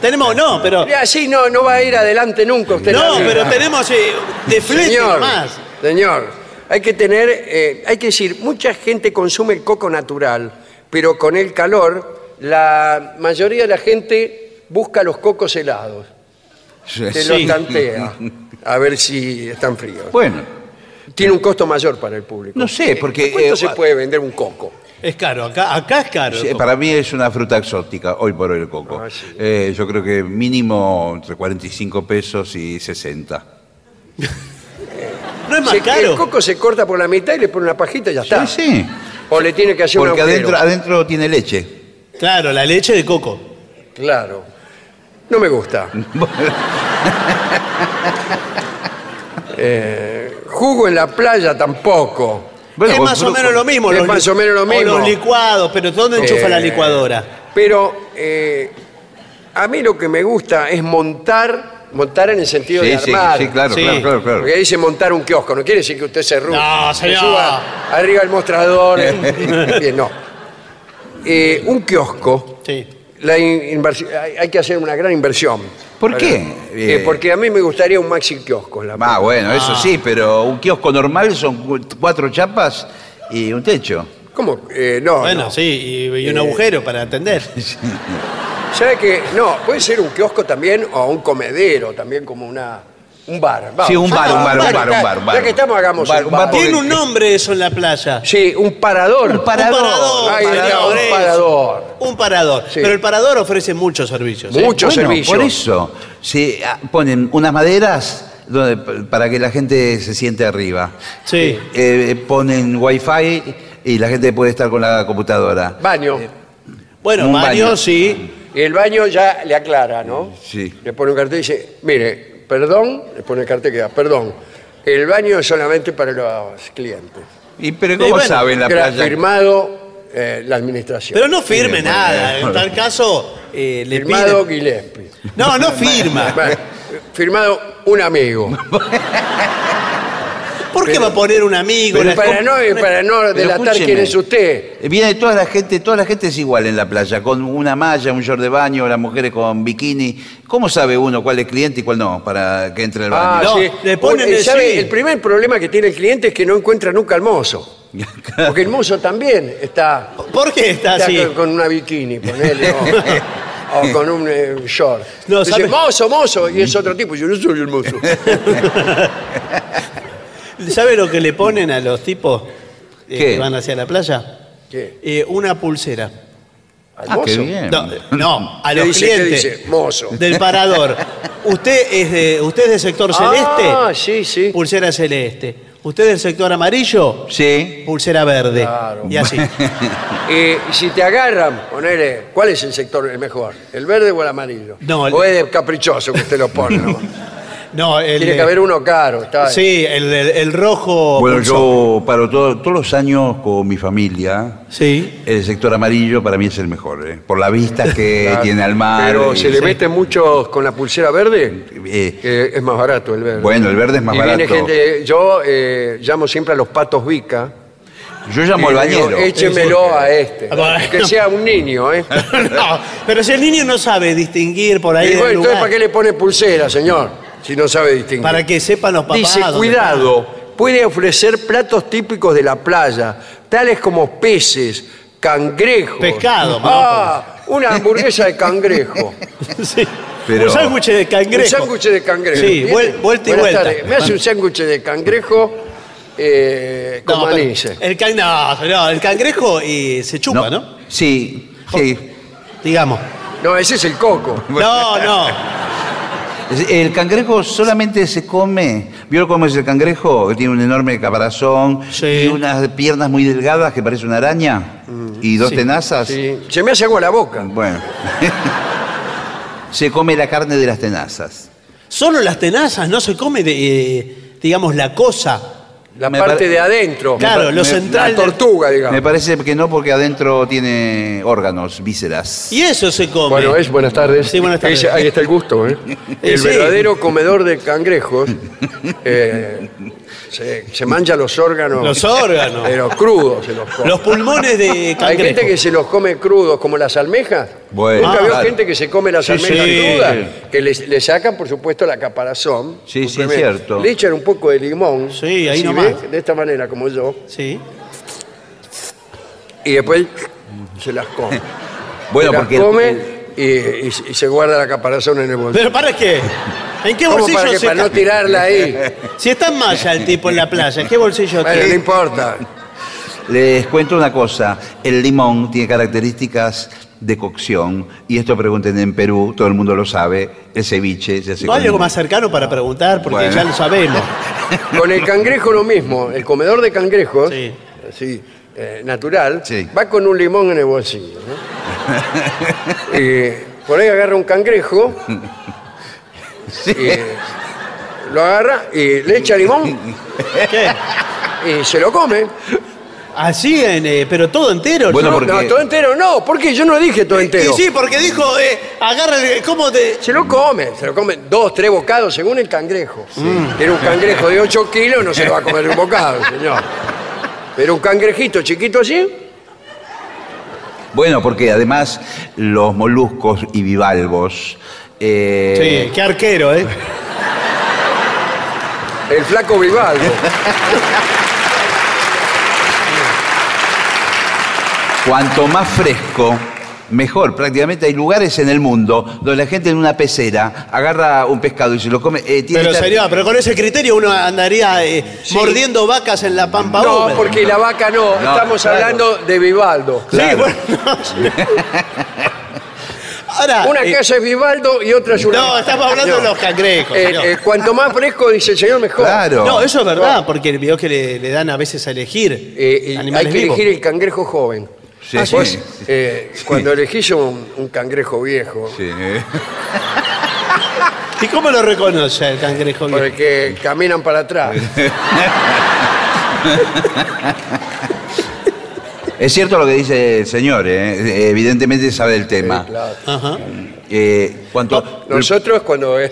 S2: Tenemos, no, pero.
S1: Así no, no va a ir adelante nunca usted. en la
S2: No,
S1: vida.
S2: pero tenemos eh, de flete
S1: Señor,
S2: más.
S1: señor, hay que tener, eh, hay que decir, mucha gente consume coco natural, pero con el calor, la mayoría de la gente busca los cocos helados. Se los
S2: Sí.
S1: tantea, a ver si están fríos.
S3: Bueno,
S1: Tiene un costo mayor para el público.
S3: No sé, porque,
S1: ¿A ¿Cuánto
S3: eh,
S1: se
S3: gua-
S1: puede vender un coco?
S2: Es caro, acá, acá es caro.
S3: Sí, Para mí es una fruta exótica, hoy por hoy el coco.
S1: Ah, sí.
S3: Eh, yo creo que mínimo entre 45 pesos y 60.
S2: no es más
S1: Se-
S2: caro.
S1: El coco se corta por la mitad y le pone una pajita y ya está.
S3: Sí, sí.
S1: O le tiene que hacer un
S3: Porque
S1: agujero.
S3: adentro, adentro tiene leche.
S2: Claro, la leche de coco.
S1: Claro. No me gusta. Eh, jugo en la playa tampoco.
S3: Bueno,
S2: es
S3: con
S2: más o
S3: fru-
S2: menos lo mismo.
S1: Es
S2: los li-
S1: más o menos lo mismo.
S2: los licuados, pero ¿dónde enchufa
S1: Eh,
S2: la licuadora?
S1: Pero eh, a mí lo que me gusta es montar, montar en el sentido de
S3: Sí, sí,
S1: armar.
S3: sí, claro,
S2: Sí.
S3: claro, claro, claro.
S1: Porque dice montar un kiosco, no quiere decir que usted se arrugue.
S2: No,
S1: se
S2: señor.
S1: suba arriba del mostrador. Bien, no. Eh, un kiosco,
S2: Sí.
S1: la in- inversi- hay hay que hacer una gran inversión.
S3: ¿Por
S1: Para-
S3: qué?
S1: Eh,
S3: Eh,
S1: porque a mí me gustaría un maxi kiosco. La
S3: Ah, bueno, eso sí, pero un kiosco normal son cu- cuatro chapas y un techo.
S1: ¿Cómo? Eh, no,
S2: Bueno,
S1: no. Eh,
S2: sí, y, y un agujero para atender.
S1: ¿Sabe que No, puede ser un kiosco también o un comedero, también como una, un bar. Vamos.
S3: Sí, un bar,
S1: Ah,
S3: un bar, un bar, un bar, un bar.
S1: Ya que estamos, hagamos
S3: Un bar,
S1: un
S3: un bar
S1: bar.
S3: porque-
S2: Tiene un nombre eso en la playa.
S1: Sí, un parador.
S3: Un parador.
S2: Un parador.
S1: Ahí está,
S2: señor,
S1: un
S2: eso.
S1: parador.
S2: Un parador.
S1: Sí.
S2: Pero el parador ofrece muchos servicios. ¿eh?
S1: Muchos
S3: Bueno,
S1: servicios.
S3: Por eso, se ah, ponen unas maderas donde- p- para que la gente se siente arriba.
S2: Sí.
S3: Eh, ponen wifi y la gente puede estar con la computadora.
S1: Baño.
S2: Bueno,
S3: Un baño.
S2: baño sí.
S1: Y el baño ya le aclara, ¿no?
S3: Sí.
S1: Le pone un cartel y dice, mire, perdón, le pone el cartel que da, perdón, el baño es solamente para los clientes.
S3: ¿Y pero
S2: Y
S3: cómo
S2: bueno,
S3: saben la
S1: Que era
S3: playa?
S1: firmado eh, la administración.
S2: Pero no firme
S3: Sí, bueno,
S2: nada.
S3: bueno.
S2: En tal caso, eh, le
S1: firmado
S2: piden-
S1: Gillespie.
S2: No, no firma.
S1: Bueno, firmado un amigo.
S2: ¿Por qué va a poner un amigo?
S1: Pero
S2: Una-
S1: para no, para no
S3: Pero
S1: delatar
S3: escúcheme.
S1: quién es usted.
S3: Eh, Viene toda la gente, toda la gente es igual en la playa, con una malla, un short de baño, las mujeres con bikini. ¿Cómo sabe uno cuál es cliente y cuál no para que entre al
S1: Ah,
S3: baño?
S2: No,
S1: sí.
S2: le ponen
S1: Porque,
S2: el
S1: ¿sabe?
S2: sí.
S1: El primer problema que tiene el cliente es que no encuentra nunca al mozo. Porque el mozo también está,
S2: ¿Por qué está
S1: está
S2: así?
S1: con- con una bikini, ponele, o, o con un eh, short.
S2: No,
S1: Dice,
S2: ¿sabe?
S1: mozo, mozo, y es otro tipo. Yo no soy el mozo.
S2: ¿Sabe lo que le ponen a los tipos eh,
S3: ¿Qué?
S2: que van hacia la playa?
S1: ¿Qué?
S2: Eh, una pulsera.
S1: ¿Al
S3: Ah, qué
S1: mozo?
S3: bien.
S2: No, no, a
S1: ¿Qué
S2: los
S1: Eh, dice? ¿Qué
S2: clientes
S1: dice? Mozo.
S2: del parador. Usted es de, usted es del sector celeste,
S1: Ah, sí, sí.
S2: pulsera celeste. Usted es del sector amarillo,
S3: Sí.
S2: pulsera verde.
S1: Claro.
S2: Y así.
S1: Eh, Y si te agarran, ponele, ¿cuál es el sector el mejor? ¿El verde o el amarillo?
S2: No, el-
S1: o es de caprichoso que usted lo pone. ¿no?
S2: No, el,
S1: Tiene que haber uno caro. Está
S2: Sí, el, el- el
S1: Oh,
S2: rojo.
S3: Bueno,
S2: pulsó.
S3: yo paro todo- todos los años con mi familia.
S2: Sí.
S3: El sector amarillo para mí es el mejor, ¿eh? por la vista que tiene al mar.
S1: Pero
S3: y-
S1: se le
S3: sí.
S1: mete muchos con la pulsera verde,
S3: Eh,
S1: que es más barato el verde.
S3: Bueno, el verde es más
S1: Y
S3: barato.
S1: Viene gente, yo eh, llamo siempre a los patos Vica.
S3: Yo llamo
S1: y
S3: al
S1: le
S3: bañero.
S1: digo, Échemelo a este.
S2: Ah, Bueno.
S1: Que sea un niño, ¿eh?
S2: no, pero si el niño no sabe distinguir por ahí.
S1: Y
S2: del
S1: bueno, entonces,
S2: lugar,
S1: ¿para qué le pone pulsera, señor? Si no sabe distinguir.
S2: para que sepan los papás.
S1: Dice,
S2: dónde
S1: cuidado, puede ofrecer platos típicos de la playa, tales como peces, cangrejos.
S2: Pescado,
S1: Ah, una hamburguesa de cangrejo.
S2: está. Sí.
S3: Pero-
S2: Un sándwich de cangrejo.
S1: Un sándwich de cangrejo.
S2: Sí,
S1: ¿Tiene?
S2: vuel- vuelta y
S1: Buenas
S2: vuelta.
S1: tardes. Me hace un sándwich de cangrejo eh, con
S2: No, pero
S1: manice.
S2: El, can- no, no, el cangrejo eh, se chupa, ¿no?
S3: Sí, sí.
S2: Digamos.
S1: No, ese es el coco.
S2: No, no.
S3: El cangrejo solamente se come. ¿Vio cómo es el cangrejo? Que tiene un enorme caparazón
S2: Sí.
S3: y unas piernas muy delgadas que parece una araña y dos
S2: Sí,
S3: tenazas.
S1: Sí. Se me hace agua la boca.
S3: Bueno. se come la carne de las tenazas.
S2: Solo las tenazas, no se come, de, eh, digamos, la cosa.
S1: La
S3: Me
S1: parte
S3: pare-
S1: de adentro.
S2: Claro,
S3: pa-
S2: lo
S3: me-
S2: central.
S1: La
S2: de-
S1: tortuga, digamos.
S3: Me parece que no porque adentro tiene órganos, vísceras.
S2: Y eso se come.
S1: Bueno, es buenas tardes.
S2: Sí, buenas tardes.
S1: Ese- ahí está el gusto, ¿eh? El
S2: sí.
S1: verdadero comedor de cangrejos eh, se, se mancha los órganos.
S2: Los órganos.
S1: Pero crudos se los come.
S2: Los pulmones de
S1: Hay
S2: cangrejo.
S1: gente que se los come crudos, como las almejas.
S3: Bueno,
S1: Nunca veo
S3: claro.
S1: gente que se come las
S2: Sí,
S1: almejas
S2: sí.
S1: crudas, que le, le sacan, por supuesto, la caparazón.
S3: Sí, sí, es
S1: Simplemente.
S3: cierto.
S1: Le echan un poco de limón.
S2: Sí, ahí
S1: así,
S2: nomás.
S1: ¿ves? De esta manera, como yo.
S2: Sí.
S1: Y después se las come.
S3: Bueno,
S1: se las
S3: porque el-
S1: come
S3: el-
S1: y, y- y se guarda la caparazón en el bolsillo.
S2: ¿Pero para qué? ¿En qué
S1: ¿Cómo
S2: Este bolsillo
S1: para, que,
S2: se
S1: para no
S2: ca-
S1: tirarla ahí?
S2: Si está en malla el tipo en la playa, ¿en qué bolsillo
S1: Bueno, no
S2: tiene?
S1: importa.
S3: Les cuento una cosa, el limón tiene características de cocción, y esto pregunten en Perú, todo el mundo lo sabe, el ceviche se hace
S2: No hay
S3: con-
S2: algo más cercano para preguntar, porque
S3: Bueno.
S2: ya lo sabemos.
S1: Con el cangrejo lo mismo. El comedor de cangrejos,
S2: Sí.
S1: así, eh, natural,
S3: Sí.
S1: va con un limón en el bolsillo. ¿no? Y por ahí agarra un cangrejo, y lo agarra y le echa limón
S2: ¿Qué?
S1: y se lo come.
S2: Así, en, eh, pero todo entero.
S3: Bueno,
S2: ¿no?
S3: porque-
S1: No, todo entero no, porque yo no dije todo entero.
S2: Y sí, porque dijo, eh, agarra el... ¿Cómo te...?
S1: Se lo come, se lo come dos, tres bocados según el cangrejo. Era un cangrejo de 8 kilos, no se lo va a comer de un bocado, señor. Pero un cangrejito chiquito así,
S3: Bueno, porque además los moluscos y bivalvos... eh,
S2: Sí, qué arquero, ¿eh?
S1: el flaco Vivaldo.
S3: Cuanto más fresco, mejor. Prácticamente hay lugares en el mundo donde la gente en una pecera agarra un pescado y se lo come. eh, tiene
S2: Pero
S3: esta-
S2: sería, pero con ese criterio uno andaría eh,
S1: Sí.
S2: mordiendo vacas en la pampa
S1: No,
S2: húmeda.
S1: porque la vaca no,
S3: No,
S1: estamos
S3: claro.
S1: hablando de Vivaldo.
S2: Sí,
S3: Claro.
S2: bueno. Ahora...
S1: Una
S2: eh,
S1: casa es Vivaldo y otra es una.
S2: No, estamos hablando de los cangrejos.
S1: Eh,
S2: señor.
S1: eh, cuanto más fresco, dice el señor, mejor.
S3: Claro.
S2: No, eso es verdad, porque el video que le, le dan a veces a elegir
S1: Eh, y hay
S2: animales
S1: que
S2: vivos.
S1: elegir el cangrejo joven.
S3: Sí.
S1: Ah, vos, eh,
S3: Sí.
S1: Cuando elegís un, un cangrejo viejo,
S3: Sí.
S2: ¿Y cómo lo reconoce el cangrejo viejo?
S1: porque caminan para atrás.
S3: Es cierto lo que dice el señor, eh, evidentemente sabe del tema.
S1: Claro.
S2: Ajá.
S3: Eh, cuanto-
S1: Nosotros cuando eh,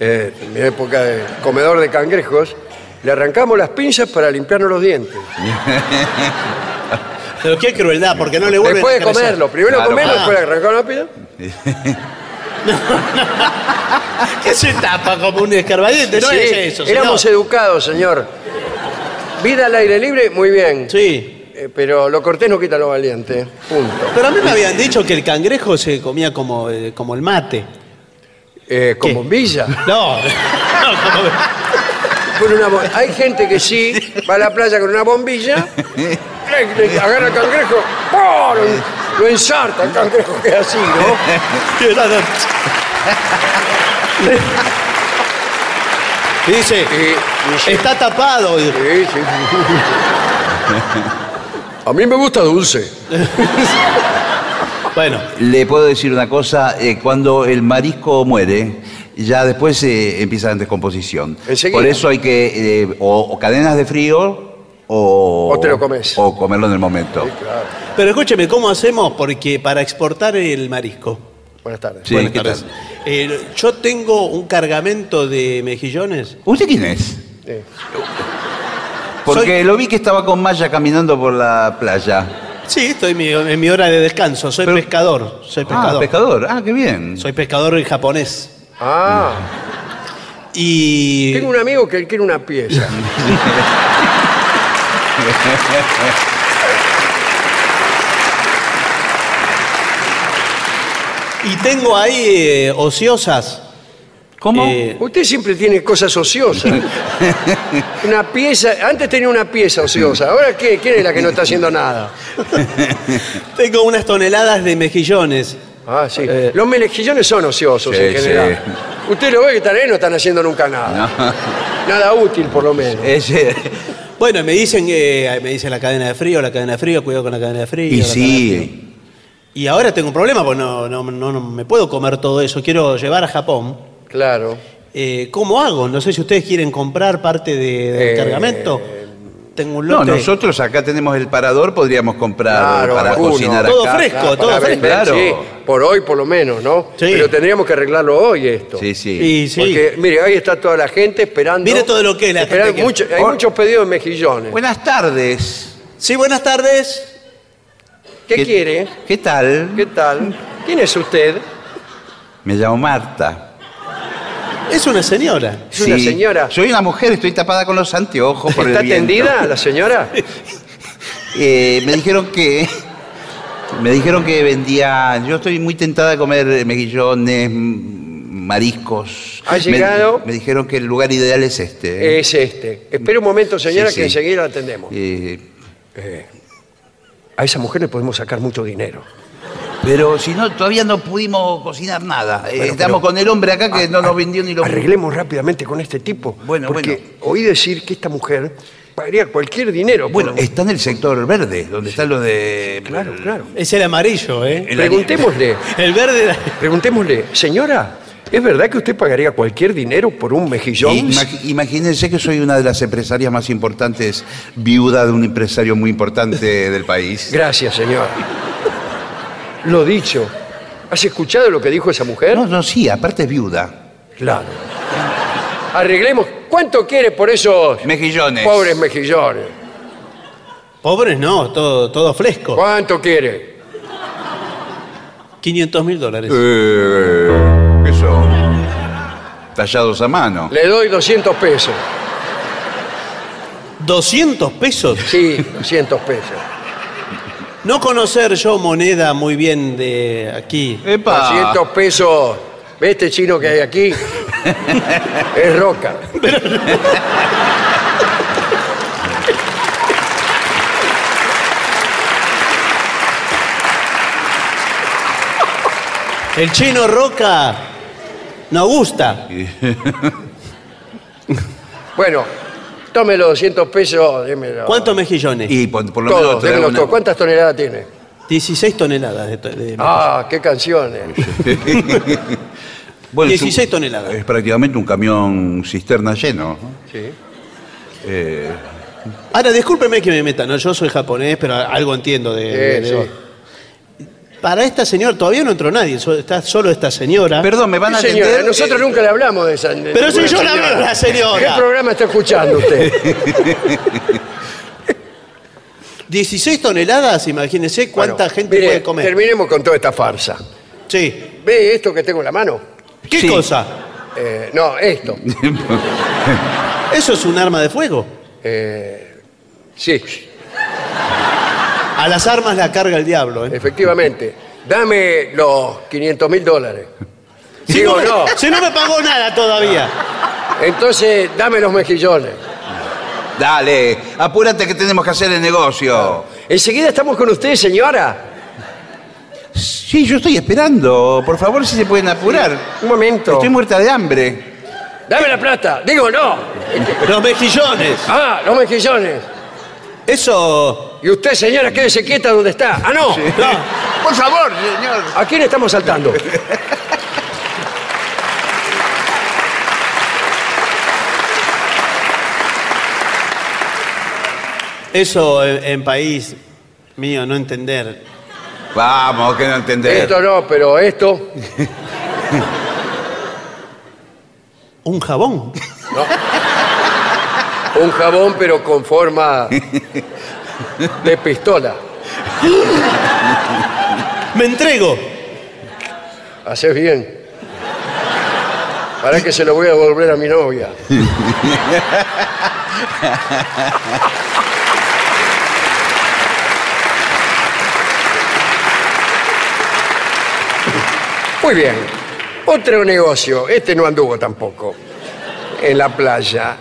S1: eh, en mi época de comedor de cangrejos, le arrancamos las pinzas para limpiarnos los dientes.
S2: Pero qué crueldad, porque no le vuelven
S1: Después
S2: a
S1: de
S2: crecer.
S1: comerlo, primero
S3: Claro,
S1: comerlo,
S2: claro.
S1: después arrancamos las pinzas.
S2: ¿Qué se tapa como un escarbadiente? No
S1: Sí,
S2: es eso, señor.
S1: éramos educados, señor. Vida al aire libre, muy bien.
S2: Sí.
S1: Eh, pero lo cortés no quita lo valiente. Punto.
S2: Pero a mí me habían dicho que el cangrejo se comía como, eh, como el mate.
S1: Eh, como
S2: ¿Qué?
S1: en Villa.
S2: No, no, como-
S1: Con una bo- Hay gente que sí va a la playa con una bombilla, crac, le agarra el cangrejo, ¡pum! lo, lo ensarta el cangrejo que así, ¿no?
S2: que no, no. Y Dice,
S1: Y- y sí,
S2: está tapado. dijo.
S1: sí, sí. A mí me gusta dulce.
S2: Bueno,
S3: le puedo decir una cosa, eh, cuando el marisco muere, ya después eh, empieza la descomposición.
S1: Enseguida.
S3: Por eso hay que eh, o, o cadenas de frío o...
S1: O te lo comes.
S3: O comerlo en el momento.
S2: pero escúcheme, ¿cómo hacemos? Porque para exportar el marisco.
S1: Buenas tardes.
S3: Sí,
S2: Buenas
S3: ¿qué
S2: tardes.
S3: tal?
S2: Eh, yo tengo un cargamento de mejillones.
S3: ¿Usted quién es?
S1: Sí.
S3: Porque lo vi que estaba con Maya caminando por la playa.
S2: Sí, estoy en mi, en mi hora de descanso. Soy
S3: Pero-
S2: pescador. Soy pescador.
S3: Ah, pescador. Ah, qué bien.
S2: Soy pescador japonés.
S1: Ah,
S2: Y.
S1: tengo un amigo que quiere una pieza.
S2: Y tengo ahí eh, ociosas.
S3: ¿Cómo?
S2: Eh,
S1: Usted siempre tiene cosas ociosas. Una pieza, antes tenía una pieza ociosa, ahora qué, ¿quién es la que no está haciendo nada?
S2: tengo unas toneladas de mejillones.
S1: Ah, sí. Los menejillones son ociosos
S3: Sí,
S1: en general. Usted lo ve que tal vez no están haciendo nunca nada. Nada útil, por lo menos.
S3: Ese-
S2: Bueno, me dicen eh, me dicen la cadena de frío, la cadena de frío, cuidado con la cadena de frío.
S3: y
S2: la cadena de frío.
S3: sí.
S2: Y ahora tengo un problema, porque no, no, no- no me puedo comer todo eso. Quiero llevar a Japón.
S1: Claro.
S2: Eh, ¿Cómo hago? No sé si ustedes quieren comprar parte de- del
S1: Eh,
S2: cargamento. Tengo un
S3: No,
S2: lote.
S3: nosotros acá tenemos el parador, podríamos comprar
S1: Claro,
S3: para
S1: alguno.
S3: cocinar
S2: Todo
S3: acá.
S2: fresco,
S1: Ah,
S2: todo
S1: para
S2: fresco.
S1: vender,
S3: Claro.
S1: sí, por hoy, por lo menos, ¿no?
S2: Sí.
S1: Pero tendríamos que arreglarlo hoy esto.
S3: Sí, sí.
S2: Y sí.
S1: Porque, mire, hoy está toda la gente esperando.
S2: Mire todo lo que es la
S1: Esperan
S2: gente que-
S1: mucho- Hay
S3: Hoy-
S1: muchos pedidos de mejillones.
S3: Eh, Buenas tardes.
S2: Sí, buenas tardes.
S1: ¿Qué, quiere?
S3: ¿Qué tal?
S1: ¿Qué tal? ¿Quién es usted?
S3: Me llamo Marta.
S2: Es una señora.
S1: Es una señora.
S3: Soy una mujer, estoy tapada con los anteojos por el
S1: ¿Está
S3: viento.
S1: atendida la señora?
S3: Eh, me dijeron que Me dijeron que vendía. Yo estoy muy tentada de comer mejillones, mm, mariscos.
S1: Ha
S3: Me-
S1: llegado-
S3: Me, dijeron que el lugar ideal es este. ¿eh?
S1: Es este. Espere un momento, señora,
S3: Sí,
S1: que
S3: sí.
S1: enseguida la atendemos.
S3: Eh,
S1: Eh, a esa mujer le podemos sacar mucho dinero.
S3: pero si no, todavía no pudimos cocinar nada. Eh,
S1: Bueno,
S3: Estamos
S1: pero-
S3: con el hombre acá que
S1: Ah,
S3: no
S1: ah,
S3: nos vendió ni lo.
S1: Arreglemos rápidamente con este tipo.
S3: Bueno,
S1: porque
S3: bueno.
S1: oí decir que esta mujer pagaría cualquier dinero. por-
S3: Bueno, está en el sector verde, donde está lo de.
S1: claro, claro.
S2: Es el amarillo, ¿eh?
S3: El-
S1: Preguntémosle,
S2: El verde. era-
S1: preguntémosle, señora, ¿es verdad que usted pagaría cualquier dinero por un mejillón?
S3: Ima- Imagínense que soy una de las empresarias más importantes, viuda de un empresario muy importante del país.
S1: Gracias, señor. Lo dicho. ¿Has escuchado lo que dijo esa mujer?
S3: No, no, sí, aparte es viuda.
S1: Claro. Arreglemos. ¿Cuánto quiere por esos
S3: Mejillones.
S1: pobres mejillones?
S2: Pobres no, todo, todo fresco.
S1: ¿Cuánto quiere?
S2: 500 mil dólares.
S3: Eh, eso. Tallados a mano.
S1: Le doy 200 pesos.
S2: 200 pesos.
S1: Sí, 200 pesos.
S2: No conocer yo moneda muy bien de aquí.
S3: Epa.
S1: 200 pesos. ¿Ve este chino que hay aquí? es roca.
S2: El chino Roca nos gusta.
S1: Bueno, tome los 200 pesos. démelo.
S2: ¿Cuántos mejillones?
S3: Y por, por lo
S1: Todos,
S3: menos traer
S1: démelo
S3: una-
S1: todo. ¿Cuántas toneladas tiene?
S2: 16 toneladas de, to- de-
S1: Ah, qué canciones.
S3: Bueno, es
S2: 16 toneladas.
S3: Es prácticamente un camión cisterna lleno.
S1: Sí.
S3: Eh,
S1: Ah.
S2: Ahora, discúlpeme que me meta, ¿no? Yo soy japonés, pero algo entiendo de, de-
S1: Sí,
S2: de-
S1: sí.
S2: Para esta señora todavía no entró nadie, so- está solo esta señora.
S3: perdón, ¿me van a
S1: Sí, señora,
S3: atender? eh,
S1: nosotros nunca le hablamos de esa. de
S2: Pero si
S1: ninguna
S2: yo le hablo
S1: señora.
S2: a la señora.
S1: ¿Qué programa está escuchando usted?
S2: 16 toneladas, imagínese cuánta
S1: Bueno,
S2: gente
S1: mire,
S2: puede comer.
S1: Terminemos con toda esta farsa.
S2: Sí.
S1: ¿Ve esto que tengo en la mano?
S2: ¿Qué
S3: Sí.
S2: cosa?
S1: Eh, no, esto.
S2: Eso es un arma de fuego.
S1: Eh, sí,
S2: A las armas la carga el diablo, ¿eh?
S1: efectivamente. Dame los 500 mil dólares.
S2: si,
S1: Digo,
S2: me-
S1: no. Ah.
S2: si no me pagó nada todavía.
S1: Entonces, dame los mejillones.
S3: Eh, Dale, apúrate que tenemos que hacer el negocio.
S1: Enseguida estamos con usted, señora.
S3: Sí, yo estoy esperando. Por favor, si se pueden apurar.
S1: Un momento.
S3: Estoy muerta de hambre.
S1: Dame la plata. Digo, no.
S2: Los mejillones.
S1: Ah, los mejillones.
S2: Eso.
S1: Y usted, señora, quédese quieta donde está. Ah, no.
S2: No.
S3: Por favor, señor.
S1: ¿A quién estamos saltando?
S2: Este. Eso en, en país mío, no entender.
S3: Vamos, que no entender.
S1: Esto no, pero esto.
S2: Un jabón.
S1: Un jabón, pero con forma de pistola.
S2: Me entrego.
S1: Haces bien. Para que se lo voy a devolver a mi novia. Muy bien. Otro negocio. Este no anduvo tampoco. En la playa.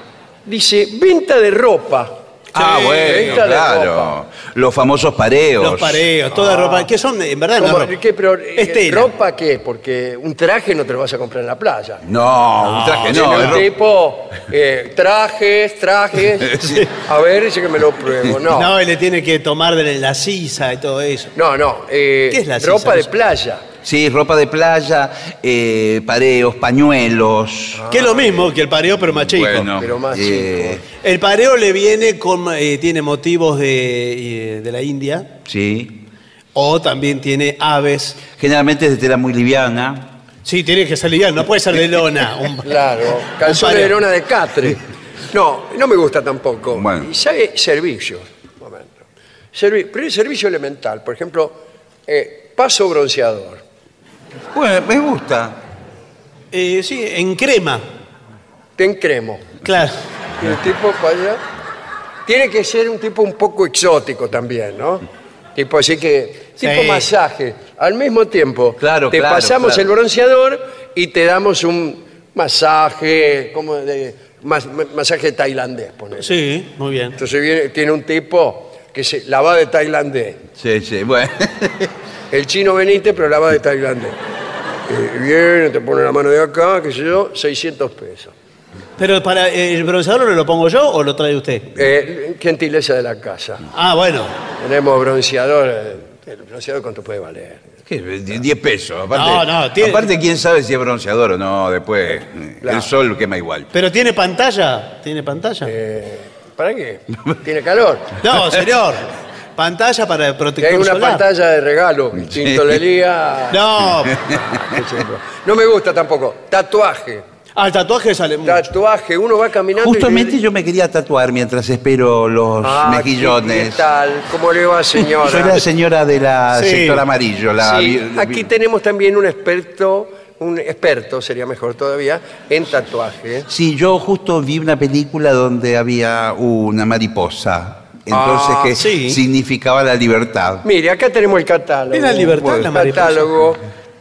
S1: Dice, venta de ropa.
S3: Ah,
S1: Sí,
S3: bueno,
S1: venta de ropa.
S3: claro. Los famosos pareos.
S2: Los pareos, toda ropa. Que son, en verdad,
S1: Ah. ¿Cómo?
S2: no ropa.
S1: ¿Qué, pero, eh,
S2: Es tela.
S1: ¿Ropa qué? Porque un traje no te lo vas a comprar en la playa.
S3: No, un traje Eh, no.
S1: Tiene
S3: es
S1: un
S3: ro-
S1: tipo, eh, trajes, trajes.
S3: Sí.
S1: A ver, dice que me lo pruebo. No, no,
S2: No, y le tiene que tomar de la sisa y todo eso.
S1: no. eh,
S2: ¿Qué es la
S1: ropa
S2: sisa?
S1: de playa.
S3: Sí, ropa de playa, eh, pareos, pañuelos.
S1: Ah,
S2: Que es lo mismo que el pareo, pero más chico.
S3: Bueno,
S1: Pero más
S3: eh,
S2: El pareo le viene con. eh, tiene motivos de, eh, de la India.
S3: sí.
S2: O también tiene aves.
S3: Generalmente es de tela muy liviana.
S2: Sí, tiene que ser liviano, no puede ser de lona. Un-
S1: Claro. Calzones
S2: pareo.
S1: de lona de catre. No, no me gusta tampoco.
S3: Bueno.
S1: Y sabe servicios. Un momento. Servi- pero es servicio elemental. Por ejemplo, eh, paso bronceador.
S3: Bueno, me gusta.
S2: Eh, sí, en crema.
S1: Te encremo.
S2: Claro.
S1: Y el tipo para allá. Tiene que ser un tipo un poco exótico también, ¿no? Tipo, así que, tipo
S5: Sí.
S1: masaje. Al mismo tiempo,
S3: Claro,
S1: te
S3: claro,
S1: pasamos
S3: claro.
S1: el bronceador y te damos un masaje, como de, mas- masaje tailandés, ponele.
S2: Sí, muy bien.
S1: Entonces viene- tiene un tipo que se la va de tailandés.
S3: Sí, sí, bueno.
S1: El chino veniste, pero la va de tailandés. Eh, viene, te pone la mano de acá, qué sé yo, 600 pesos.
S2: Pero para eh, el bronceador lo pongo yo o lo trae usted.
S1: Eh, gentileza de la casa.
S2: Ah, bueno.
S1: Tenemos bronceador. eh, El bronceador cuánto puede valer.
S3: ¿Qué? 10 pesos. Aparte,
S2: No, no, tiene-
S3: aparte, quién sabe si es bronceador o no. Después, eh,
S1: Claro.
S3: el sol quema igual.
S2: Pero tiene pantalla. ¿Tiene pantalla?
S1: Eh, ¿Para qué? Tiene calor.
S2: No, señor. Pantalla para
S1: Que hay
S2: protector
S1: una
S2: solar.
S1: pantalla de regalo. Tinto de lía.
S2: No.
S1: qué sé yo. No me gusta tampoco. Tatuaje.
S2: Al tatuaje sale mucho.
S1: Tatuaje. Uno va caminando. y-
S3: Justamente yo me quería tatuar mientras espero los
S1: Ah, ¿qué- ¿Qué
S3: mejillones.
S1: tal? ¿Cómo le va, señora?
S3: Soy la señora de la
S2: Sí.
S3: sector amarillo. La
S1: Sí,
S3: vi-
S1: aquí tenemos también un experto, un experto sería mejor todavía, en tatuaje.
S3: Sí, yo justo vi una película donde había una mariposa. Entonces,
S1: Ah,
S3: que
S2: sí.
S3: significaba la libertad.
S1: Mire, acá tenemos el catálogo.
S2: Es la libertad, la mariposa.
S1: catálogo.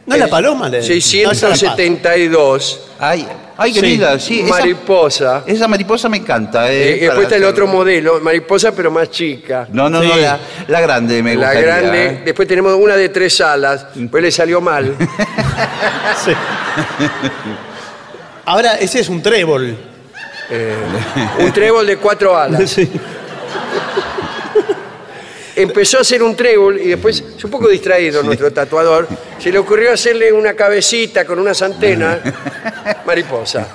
S2: No es la paloma, le- no
S1: 672,
S3: Ay, ay
S2: Sí.
S3: querida, sí. esa-
S1: mariposa.
S3: Esa, mariposa me encanta. eh,
S1: Eh,
S3: para
S1: después está el
S3: hacer-
S1: otro modelo, mariposa pero más chica.
S3: No, no, no,
S2: Sí.
S3: la, la grande me
S1: la
S3: gustaría.
S1: grande.
S3: eh.
S1: Después tenemos una de tres alas, pues le salió mal.
S2: Sí. Ahora, ese es un trébol.
S1: Eh, un trébol de cuatro alas.
S2: Sí.
S1: empezó a hacer un trébol y después, es un poco distraído nuestro tatuador, se le ocurrió hacerle una cabecita con unas antenas, mariposa,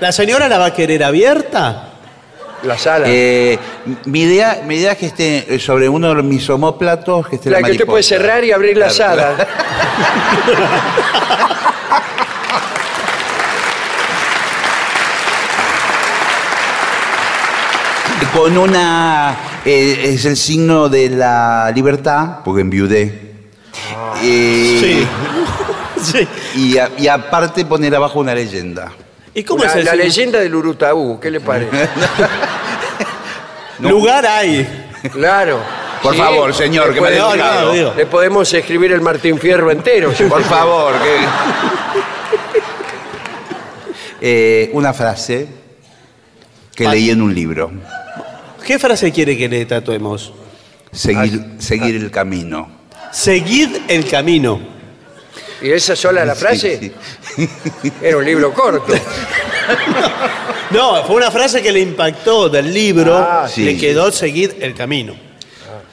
S2: ¿La señora la va a querer abierta?
S1: las alas.
S3: Eh, mi, idea, mi idea es que esté eh, sobre uno de mis omóplatos, que esté
S1: la
S3: la,
S1: que usted
S3: mariposa.
S1: puede cerrar y abrir las
S3: Claro,
S1: alas.
S3: Con una... eh, es el signo de la libertad, porque enviudé.
S1: Ah.
S3: Eh,
S2: sí.
S3: y, a- y aparte poner abajo una leyenda.
S2: ¿Y cómo
S1: la
S2: es el
S1: la
S2: signo?
S1: leyenda del Urutaú, ¿qué le parece?
S2: Lugar hay.
S1: Claro.
S3: Por favor, señor,
S1: le
S3: que me dé
S1: podemos-
S3: un lado.
S2: digo.
S1: Le podemos escribir el Martín Fierro entero. si
S3: Por
S1: usted-
S3: favor, que... Eh, una frase que
S2: Ah.
S3: leí en un libro.
S2: ¿Qué frase quiere que le tatuemos?
S1: Ah.
S3: Seguir, seguir el camino.
S2: Seguid el camino.
S1: ¿Y esa sola la frase?
S3: Sí,
S1: Era un libro corto.
S2: No, fue una frase que le impactó del libro.
S1: Ah,
S3: sí.
S2: Le quedó seguid el camino.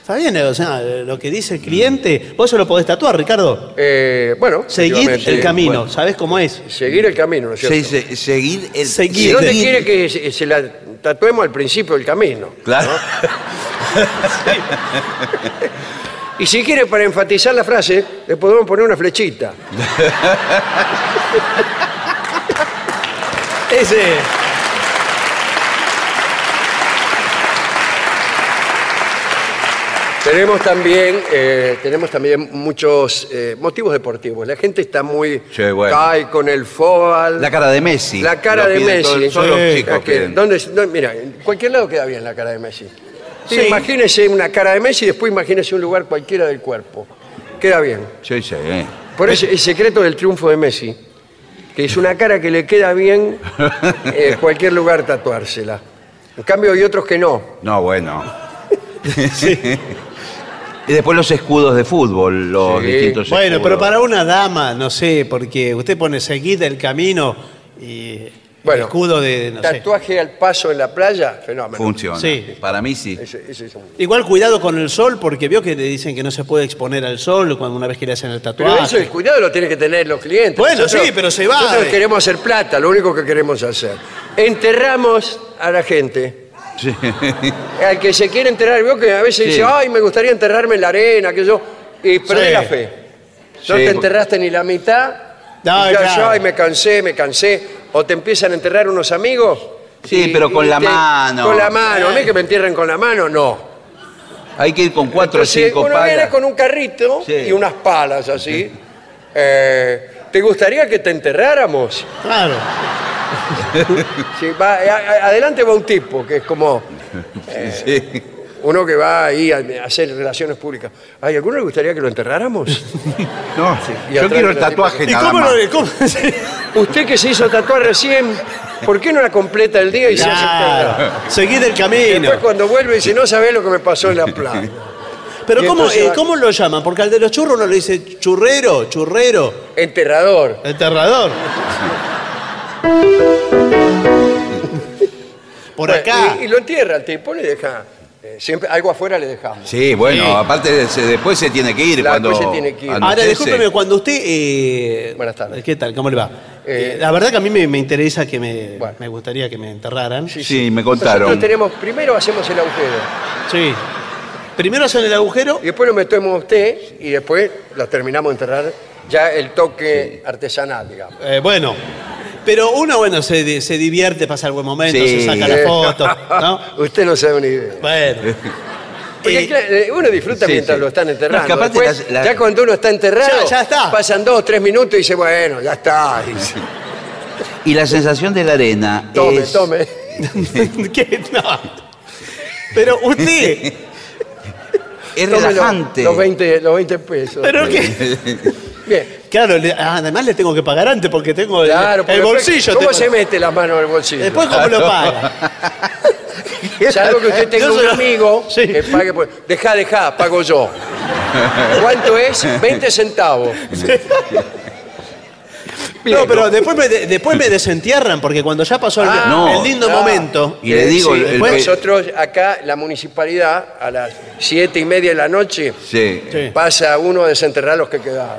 S2: Está bien, o sea, lo que dice el cliente. Vos se lo podés tatuar, Ricardo.
S1: Eh, bueno.
S2: Seguid
S1: efectivamente,
S2: el camino.
S1: bueno,
S2: ¿Sabés cómo es?
S1: seguir el camino, ¿no es
S3: sí.
S1: cierto?
S3: Sí, se- seguir el
S2: Seguir.
S1: ¿Y dónde
S3: seguir-
S1: quiere que se, se la tatuemos al principio del camino?
S3: Claro.
S1: Y si quiere, para enfatizar la frase, le podemos poner una flechita.
S2: Ese.
S1: Tenemos también, eh, tenemos también muchos eh, motivos deportivos. La gente está muy...
S3: Sí, bueno.
S1: Cae con el fóbal.
S3: La cara de Messi.
S1: La cara
S3: Lo
S1: de
S3: piden todo-
S1: Messi.
S3: Son los
S2: Sí.
S3: chicos
S1: Ok,
S3: que...
S1: ¿dónde- dónde- mira, en cualquier lado queda bien la cara de Messi. Sí,
S2: Sí.
S1: Imagínese una cara de Messi y después imagínese un lugar cualquiera del cuerpo. Queda bien.
S3: Sí, sí, eh.
S1: Por eso el secreto del triunfo de Messi, que es una cara que le queda bien eh, en cualquier lugar tatuársela. En cambio hay otros que no.
S3: No, bueno. y después los escudos de fútbol, los
S1: Sí.
S3: distintos
S2: Bueno,
S3: escudos.
S2: pero para una dama, no sé, porque usted pone seguid el camino y el
S1: Bueno,
S2: escudo de. No sé.
S1: Tatuaje al paso en la playa, fenómeno.
S3: Funciona.
S2: Sí.
S3: Para mí sí.
S1: Ese- ese es un-
S2: Igual cuidado con el sol, porque vio que le dicen que no se puede exponer al sol cuando una vez que le hacen el
S1: Pero
S2: tatuaje.
S1: eso el cuidado lo tienen que tener los clientes.
S2: Bueno, sí, pero se va.
S1: Nosotros queremos hacer plata, lo único que queremos hacer. Enterramos a la gente. Al que se quiere enterrar, veo que a veces
S3: Sí.
S1: dice, ay, me gustaría enterrarme en la arena, que yo. Y perdí
S2: Sí.
S1: la fe. No
S3: Sí,
S1: te
S3: porque-
S1: enterraste ni la mitad.
S2: No,
S1: y ya,
S2: claro.
S1: yo, ay, me cansé, me cansé. O te empiezan a enterrar unos amigos.
S3: Sí, pero con la mano.
S1: Con la mano. A mí que me entierren con la mano, no.
S3: Hay que ir con cuatro o
S1: Entonces,
S3: cinco
S1: uno viene
S3: palas.
S1: con un carrito
S3: Sí.
S1: y unas palas así. Eh, ¿Te gustaría que te enterráramos? eh,
S2: Claro.
S1: Sí, va- a- a- adelante va un tipo que es como
S3: Sí.
S1: eh, uno que va ahí a a hacer relaciones públicas. ¿Ay, alguno le gustaría que lo enterráramos?
S3: No,
S1: y
S3: yo
S1: atrás
S3: quiero
S1: de
S3: el
S1: la
S3: tatuaje
S2: ¿Y
S3: nada
S2: cómo
S3: más.
S2: lo.? Cómo, sí.
S1: Usted que se hizo tatuar recién, ¿por qué no la completa el día y se hace tatuar?
S2: Claro, seguid el camino.
S1: Después cuando vuelve dice, no sabés lo que me pasó en la playa. y
S2: Pero ¿cómo,
S1: entonces
S2: eh,
S1: va-
S2: ¿cómo lo llaman? Porque al de los churros uno le dice churrero, churrero,
S1: Enterrador.
S2: enterrador. Por
S1: Bueno,
S2: acá.
S1: Y, y lo entierra el tipo, le deja. eh, siempre algo afuera le dejamos.
S3: Sí, bueno,
S2: Sí.
S3: aparte se- después se tiene que ir
S1: Claro,
S3: cuando.
S1: después se tiene que ir.
S3: anochece.
S2: Ahora, discúlpeme, cuando usted... eh,
S1: Buenas tardes.
S2: ¿Qué tal? ¿Cómo le va?
S1: Eh,
S2: Eh, la verdad que a mí me, me interesa que me...
S1: Bueno.
S2: Me gustaría que me enterraran. Sí.
S3: Sí, me
S1: Nosotros
S3: contaron.
S1: tenemos, primero hacemos el agujero,
S2: Primero hacen el agujero.
S1: y después lo metemos a usted, y después lo terminamos de enterrar ya el toque artesanal, digamos.
S2: eh, bueno. Pero uno, bueno, se, di- se divierte, pasa el buen momento,
S3: Sí.
S2: se saca la foto, ¿no?
S1: Usted no sabe una idea.
S2: Bueno.
S1: Porque
S2: Eh,
S1: claro, eh, uno disfruta
S3: sí,
S1: mientras
S3: sí.
S1: lo están
S3: No, es que
S1: enterrando.
S3: aparte
S1: Después,
S3: las- las-
S1: Ya cuando uno está enterrado,
S2: Ya- ya está.
S1: pasan dos, tres minutos y dice, bueno, ya está. Y dice,
S3: Y la sensación de la arena
S1: tome,
S3: es.
S1: tome.
S2: ¿Qué? No. Pero usted,
S3: Es
S1: Tome los-
S3: relajante.
S1: Los 20, los 20 pesos.
S2: pero que.
S1: Bien.
S2: Claro, le- ah, además le tengo que pagar antes porque tengo el,
S1: Claro,
S2: el
S1: porque
S2: bolsillo.
S1: ¿Cómo
S2: tengo-
S1: se mete la mano en el bolsillo?
S2: Después, ¿cómo lo paga?
S1: Salvo que usted tenga
S2: Yo
S1: un
S2: se lo-
S1: amigo
S2: Sí.
S1: que pague por... Dejá, dejá, pago yo. ¿Cuánto es? 20 centavos.
S2: Ah,
S1: Bien.
S2: No, pero después me, de- después me desentierran porque cuando ya pasó el,
S1: Ah,
S3: no.
S2: el lindo
S1: Ah.
S2: momento.
S3: Y le digo,
S1: Sí,
S3: el-
S1: después
S3: el-
S1: nosotros acá, la municipalidad, a las siete y media de la noche,
S3: Sí. sí.
S2: Sí.
S1: pasa uno a desenterrar los que quedaron.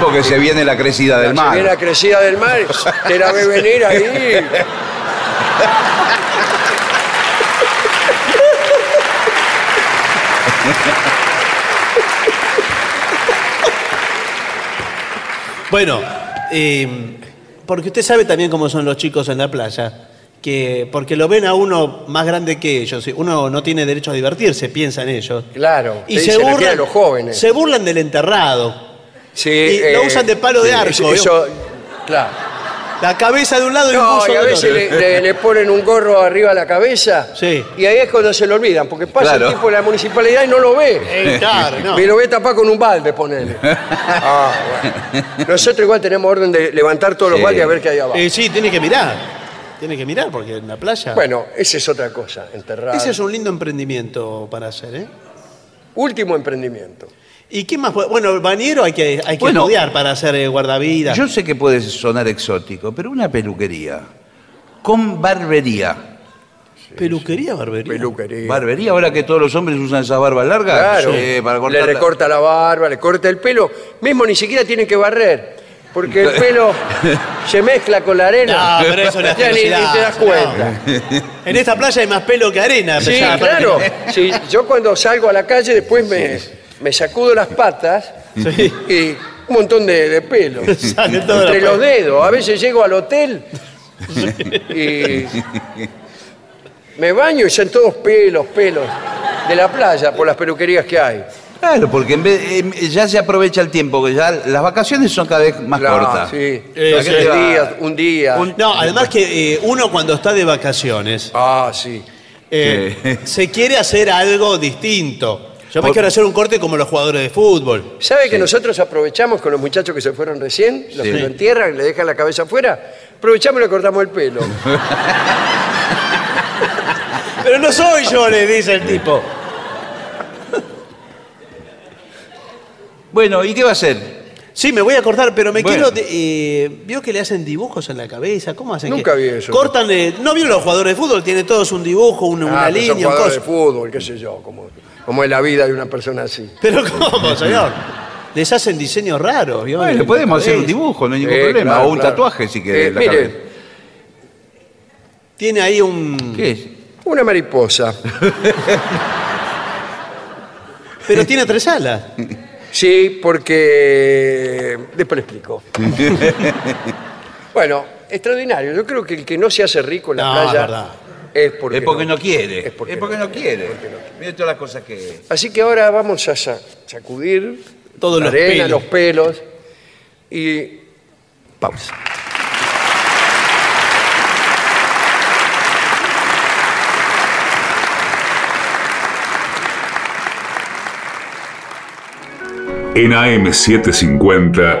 S3: porque se viene la crecida del
S1: Si viene la
S3: mar.
S1: crecida del mar, te la ve venir ahí.
S2: Bueno, eh, porque usted sabe también cómo son los chicos en la playa. Que porque lo ven a uno más grande que ellos. y Uno no tiene derecho a divertirse, piensan ellos.
S1: Claro,
S2: Y
S1: se dice,
S2: se
S1: refiere
S2: burlan,
S1: a los jóvenes.
S2: se burlan del enterrado.
S1: Sí, eh,
S2: Y lo usan de palo de arco,
S1: Eso,
S2: ¿eh?
S1: eso- claro.
S2: La cabeza de un lado y el
S1: No,
S2: buzo
S1: y a
S2: del
S1: veces
S2: otro.
S1: le, le- le ponen un gorro arriba a la cabeza.
S2: Sí.
S1: Y ahí es cuando se lo olvidan, porque pasa
S3: Claro.
S1: el tipo de la municipalidad y no lo ve.
S2: Eh, claro, no.
S1: Me lo ve tapar con un balde, ponele. Ah, bueno. Nosotros igual tenemos orden de levantar todos los
S3: Sí.
S1: baldes a ver qué hay abajo.
S2: Eh, sí, tiene que mirar. Tiene que mirar porque en la playa.
S1: Bueno, esa es otra cosa, enterrar.
S2: Ese es un lindo emprendimiento para hacer, ¿eh?
S1: Último emprendimiento.
S2: ¿Y qué más? puede- Bueno, el bañero hay que, hay que
S3: Bueno,
S2: estudiar para hacer eh, guardavidas.
S3: Yo sé que puede sonar exótico, pero una peluquería. Con barbería.
S2: Peluquería, barbería.
S1: Peluquería.
S3: Barbería, ahora que todos los hombres usan esas barbas largas.
S1: Claro.
S3: eh, para
S1: le
S3: cortar.
S1: recorta la barba, le corta el pelo. Mismo ni siquiera tienen que barrer. Porque el pelo se mezcla con la arena.
S2: No, pero eso no es
S1: Ya ni, ni
S2: asquerosidad,
S1: te das
S2: no.
S1: cuenta.
S2: En esta playa hay más pelo que arena.
S1: Sí,
S2: pensaba, para
S1: claro.
S2: que-
S1: Sí, yo cuando salgo a la calle después me, me sacudo las patas
S2: Sí.
S1: y un montón de, de pelo.
S2: Sale todo
S1: Entre
S2: la-
S1: los dedos. A veces llego al hotel y me baño y son todos pelos, pelos de la playa por las peluquerías que hay.
S3: Claro, porque en vez- eh, ya se aprovecha el tiempo, que ya las vacaciones son cada vez más
S1: Claro,
S3: cortas.
S1: Sí.
S2: Eh,
S1: Tres
S2: sí.
S1: días, un día.
S2: No, además que eh, uno cuando está de vacaciones
S1: Ah, sí.
S2: eh, se quiere hacer algo distinto. Yo me
S3: Por-
S2: quiero hacer un corte como los jugadores de fútbol.
S1: ¿Sabe que nosotros aprovechamos con los muchachos que se fueron recién, los
S3: Sí.
S1: que lo entierran, le dejan la cabeza afuera? Aprovechamos y le cortamos el pelo.
S2: Pero no soy yo, le dice el tipo.
S3: Bueno, ¿y qué va a hacer?
S2: Sí, me voy a cortar, pero me quiero.
S3: Bueno.
S2: de- eh, ¿Vio que le hacen dibujos en la cabeza? ¿Cómo hacen?
S1: Nunca
S2: que-
S1: vi eso.
S2: Cortan. eh, ¿No vieron los jugadores de fútbol? Tiene todos un dibujo, una, una
S1: Ah, pero son
S2: línea, un
S1: jugadores
S2: coso.
S1: de fútbol, qué sé yo, como, como es la vida de una persona así.
S2: Pero ¿cómo, señor? Les hacen diseños raros, ¿vio? En
S3: Bueno,
S2: la
S3: podemos
S2: cabeza.
S3: hacer un dibujo, no hay ningún
S1: Eh,
S3: problema.
S1: claro,
S3: o un
S1: claro.
S3: tatuaje, si
S1: Eh,
S3: querés. en la
S1: mire,
S3: cabeza.
S2: Tiene ahí un.
S3: ¿Qué es?
S1: una mariposa.
S2: Pero tiene tres alas.
S1: Sí, porque... Después le explico. bueno, extraordinario. Yo creo que el que no se hace rico en la
S2: No,
S1: playa
S2: es verdad.
S1: es porque,
S3: es porque no, quiere.
S1: Es porque no.
S3: quiere. Mira todas las cosas que.
S1: Así que ahora vamos a sa- sacudir
S2: Todos
S1: la
S2: los
S1: arena,
S2: pelos.
S1: los pelos y pausa.
S6: En AM750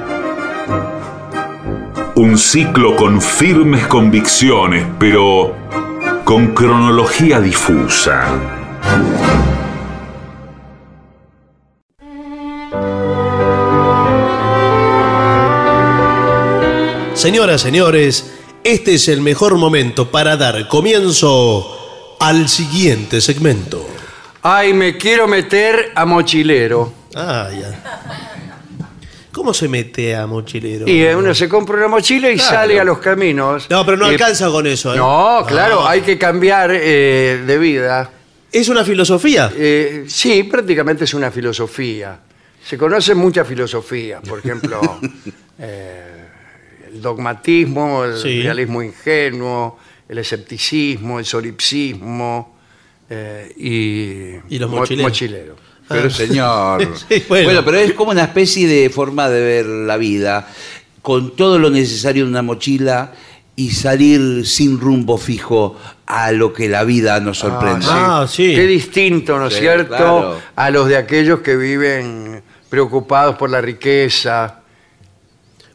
S6: Un ciclo con firmes convicciones, pero con cronología difusa.
S2: Señoras, señores, este es el mejor momento para dar comienzo al siguiente segmento.
S1: Ay, me quiero meter a mochilero.
S2: Ah, ya. ¿Cómo se mete a mochilero?
S1: Y eh, uno se compra una mochila y
S2: Claro.
S1: sale a los caminos.
S2: No, pero no
S1: Eh,
S2: alcanza con eso. ¿eh?
S1: No, claro, hay que cambiar eh, de vida.
S2: Es una filosofía.
S1: Eh, sí, prácticamente es una filosofía. Se conocen muchas filosofías, por ejemplo, eh, el dogmatismo, el
S2: Sí.
S1: realismo ingenuo, el escepticismo, el solipsismo eh, y,
S2: Y los
S1: mo-
S2: mochileros.
S3: Pero señor.
S2: Sí, bueno.
S3: bueno. pero es como una especie de forma de ver la vida, con todo lo necesario en una mochila y salir sin rumbo fijo a lo que la vida nos sorprende.
S2: Ah, sí.
S1: Qué distinto, ¿no es
S3: Sí,
S1: cierto?,
S3: claro.
S1: a los de aquellos que viven preocupados por la riqueza,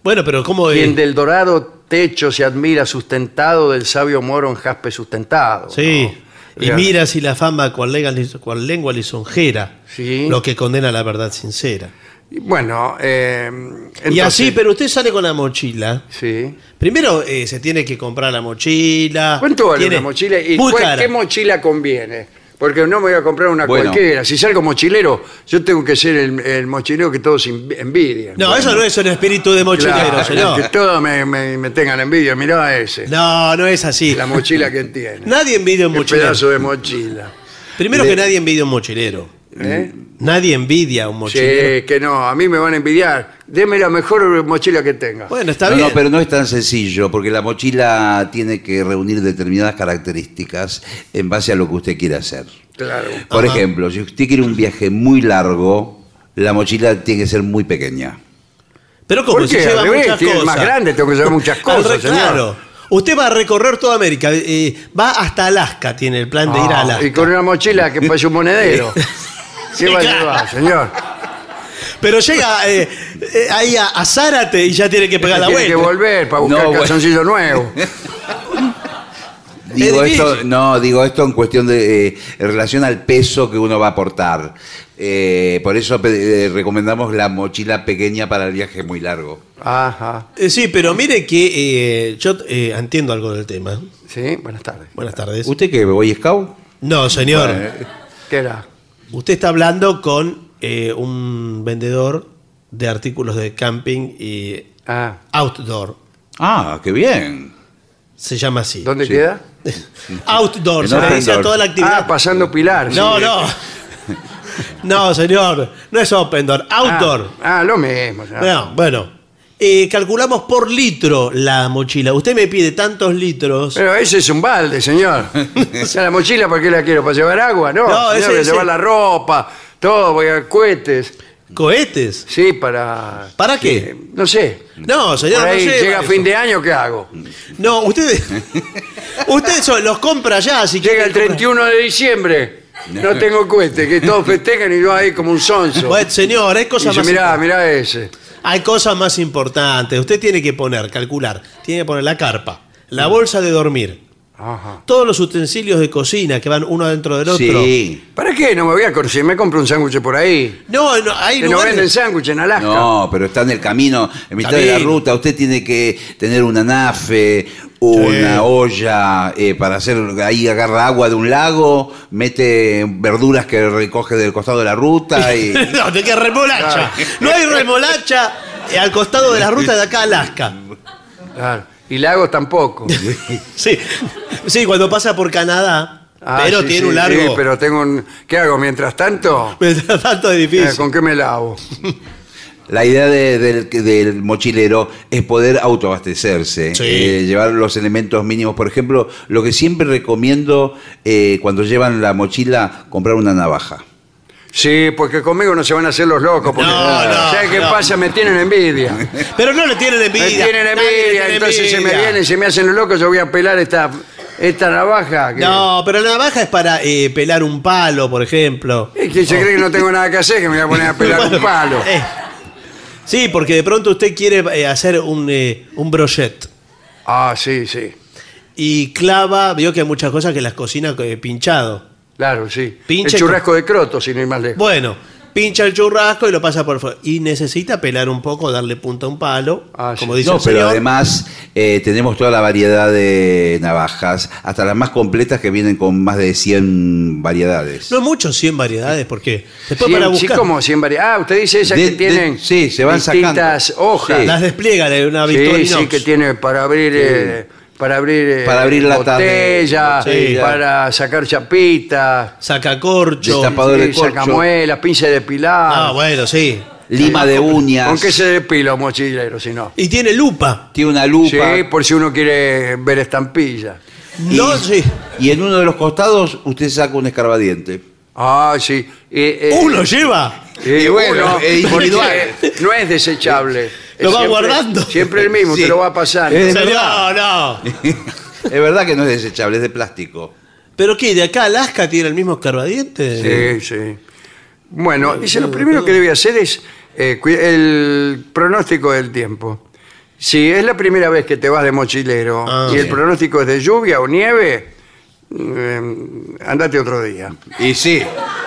S2: Bueno, pero ¿cómo es?
S1: quien del dorado techo se admira sustentado del sabio moro en jaspe sustentado.
S2: Sí.
S1: ¿no?
S2: Y
S1: Bien.
S2: mira si la fama cual lega- cual lengua, lisonjera,
S1: Sí.
S2: lo que condena la verdad sincera.
S1: Y Bueno, eh,
S2: y
S1: entonces-
S2: así, pero usted sale con la mochila.
S1: Sí.
S2: Primero eh, se tiene que comprar la mochila.
S1: ¿Cuánto vale
S2: tiene-
S1: una mochila? ¿Y
S2: Muy
S1: cuál-
S2: cara.
S1: qué mochila conviene? Porque no me voy a comprar una
S3: Bueno.
S1: cualquiera. Si salgo mochilero, yo tengo que ser el, el mochilero que todos envi- envidian.
S2: No, eso no es un espíritu de mochilero,
S1: Claro, Que
S2: señor.
S1: todos me, me- me tengan envidia. Mirá a ese.
S2: No, no es así.
S1: La mochila que tiene.
S2: Nadie envidia un
S1: Qué
S2: mochilero.
S1: pedazo de mochila.
S2: Primero que nadie envidia un mochilero.
S1: ¿eh?
S2: Nadie envidia a un mochilero.
S1: Sí, que no, a mí me van a envidiar. Deme la mejor mochila que tenga.
S2: Bueno, está
S3: no,
S2: bien.
S3: no, pero no es tan sencillo, porque la mochila tiene que reunir determinadas características en base a lo que usted quiere hacer.
S1: claro.
S3: Por
S2: Ajá.
S3: ejemplo, si usted quiere un viaje muy largo, la mochila tiene que ser muy pequeña.
S2: Pero como
S1: ¿Por
S2: si
S1: qué?
S2: lleva
S1: Al revés,
S2: muchas
S1: tiene el
S2: cosas.
S1: más grande, tengo que llevar muchas
S2: Claro,
S1: cosas, señor.
S2: claro. Usted va a recorrer toda América. eh, va hasta Alaska, tiene el plan de ir a
S1: Ah,
S2: Alaska.
S1: Y con una mochila que parece un monedero. ¿Qué va a
S2: claro.
S1: llevar, señor?
S2: Pero llega eh, eh, ahí a, a Zárate y ya tiene que pegar la
S1: Tiene que
S2: vuelta.
S1: volver para buscar
S3: No, bueno.
S1: calzoncillo nuevo.
S3: Digo
S2: Es
S3: esto,
S2: difícil.
S3: no, digo esto en cuestión de eh, en relación al peso que uno va a aportar. Eh, por eso pe- eh, recomendamos la mochila pequeña para el viaje muy largo.
S1: Ajá.
S2: Eh, sí, pero mire que eh, yo eh, entiendo algo del tema.
S1: Sí, buenas tardes.
S2: Buenas tardes.
S3: ¿Usted qué, Boy Scout?
S2: No, señor.
S1: ¿Qué era?
S2: Usted está hablando con eh, un vendedor de artículos de camping y
S1: Ah,
S2: outdoor.
S3: Ah, qué bien.
S2: Se llama así.
S1: ¿Dónde queda?
S2: Outdoor,
S3: En
S2: se le dice a
S3: outdoor.
S2: toda la actividad.
S1: Ah, pasando Pilar.
S2: no,
S1: sí.
S2: no. no, señor. No es open door.
S1: Ah,
S2: Outdoor.
S1: Ah, lo mismo. señor.
S2: Bueno, bueno. Eh, calculamos por litro la mochila. Usted me pide tantos litros.
S1: Pero ese es un balde, señor. O sea, la mochila, ¿para qué la quiero? ¿Para llevar agua? No,
S2: No,
S1: señor,
S2: ese-
S1: voy a
S2: ese-
S1: llevar la ropa, todo, voy a cohetes.
S2: ¿Cohetes?
S1: Sí, para...
S2: ¿Para
S1: Eh,
S2: qué?
S1: No sé.
S2: No, señor,
S1: Por ahí
S2: no lleva
S1: llega
S2: eso.
S1: fin de año, ¿qué hago?
S2: No, usted. usted so- los compra ya, si
S1: Llega
S2: quiere
S1: el
S2: comprar.
S1: 31 de diciembre. No tengo cohete, que todos festejan y yo ahí como un sonso.
S2: Bueno, señor, hay
S1: Y
S2: cosas,
S1: dice,
S2: más,
S1: mirá, mirá ese.
S2: hay cosas más importantes. Usted tiene que poner, calcular. Tiene que poner la carpa,
S1: Mm.
S2: la bolsa de dormir,
S1: Ajá.
S2: todos los utensilios de cocina que van uno dentro del otro.
S3: Sí.
S1: ¿Para qué? No me voy a correr, me compro un sándwich por ahí.
S2: No, no, hay
S1: Que no venden
S2: lugares.
S1: sándwich en Alaska.
S3: No, pero está en el camino, en mitad de la
S2: Camino.
S3: ruta. Usted tiene que tener una nafe, una olla eh, para hacer. Ahí agarra agua de un lago, mete verduras que recoge del costado de la ruta y.
S2: no, de que remolacha. No hay remolacha eh, al costado de la ruta de acá a Alaska.
S1: Claro. Y lagos tampoco.
S2: Sí, sí cuando pasa por Canadá,
S1: Ah,
S2: pero
S1: sí,
S2: tiene
S1: sí,
S2: un largo.
S1: sí, pero tengo un... ¿Qué hago? Mientras tanto,
S2: Mientras tanto es difícil.
S1: eh, ¿con qué me lavo?
S3: La idea de- del, del mochilero es poder autoabastecerse,
S2: Sí.
S3: eh, llevar los elementos mínimos. Por ejemplo, lo que siempre recomiendo eh, cuando llevan la mochila, comprar una navaja.
S1: Sí, porque conmigo no se van a hacer los locos. Porque,
S2: No, no,
S1: ¿Sabes qué
S2: no.
S1: pasa? Me tienen envidia.
S2: Pero no le tienen envidia.
S1: Me tienen
S2: nadie le
S1: envidia,
S2: tiene
S1: entonces se me
S2: envidia.
S1: vienen, se me hacen los locos, yo voy a pelar esta, esta navaja. que-
S2: No, pero la navaja es para eh, pelar un palo, por ejemplo.
S1: Es que se cree que no tengo nada que hacer, que me voy a poner a pelar un palo.
S2: Eh, Sí, porque de pronto usted quiere eh, hacer un, eh, un brochet.
S1: Ah, sí, sí.
S2: Y clava, vio que hay muchas cosas que las cocina eh, pinchado.
S1: Claro, sí.
S2: Pinche
S1: el churrasco de croto, sin ir más lejos.
S2: Bueno, pincha el churrasco y lo pasa por fuera. Y necesita pelar un poco, darle punta a un palo,
S1: Ah, sí.
S2: como dice
S3: No,
S2: el
S3: pero
S2: señor.
S3: además eh, tenemos toda la variedad de navajas, hasta las más completas que vienen con más de 100 variedades.
S2: No mucho, 100 variedades, porque después para
S1: Cien- sí,
S2: buscar
S1: como cien vari- Ah, usted dice esas
S3: De-
S1: que
S3: de-
S1: tienen
S3: sí, se van sacando.
S1: distintas hojas.
S3: Sí.
S2: las despliega de una
S1: Sí,
S2: Victorinox.
S1: sí, que tiene para abrir... eh, para abrir, eh,
S3: Para abrir la
S1: botella,
S3: tarde.
S1: Sí, para sacar chapitas,
S2: Sacacorcho.
S3: Destapado. Tapador de corcho.
S1: sacamuelas, pinza de pilar.
S2: Ah, bueno, sí.
S3: Lima de uñas,
S1: ¿Con qué se depila un mochilero si no?
S2: Y tiene lupa.
S3: tiene una lupa.
S1: Sí, por si uno quiere ver estampillas.
S3: y,
S2: No, sí.
S3: y en uno de los costados usted saca un escarbadiente.
S1: Ah, sí. Eh, eh,
S2: Uno lleva.
S1: eh,
S3: Y bueno,
S1: uno,
S3: eh,
S1: porque
S3: individual.
S1: no es desechable.
S2: Lo
S1: Es
S2: va
S1: siempre-
S2: guardando.
S1: Siempre el mismo,
S3: Sí.
S1: te lo va pasando.
S3: Es
S2: O sea,
S3: verdad.
S2: no, no.
S3: es verdad que no es desechable, es de plástico.
S2: ¿Pero qué? ¿De acá a Alaska tiene el mismo escarbadiente?
S1: Sí, sí. Bueno, dice, lo primero que debe hacer es eh, cui- el pronóstico del tiempo. Si es la primera vez que te vas de mochilero
S2: Ah,
S1: y el
S2: sí.
S1: pronóstico es de lluvia o nieve, eh, andate otro día.
S3: Y sí,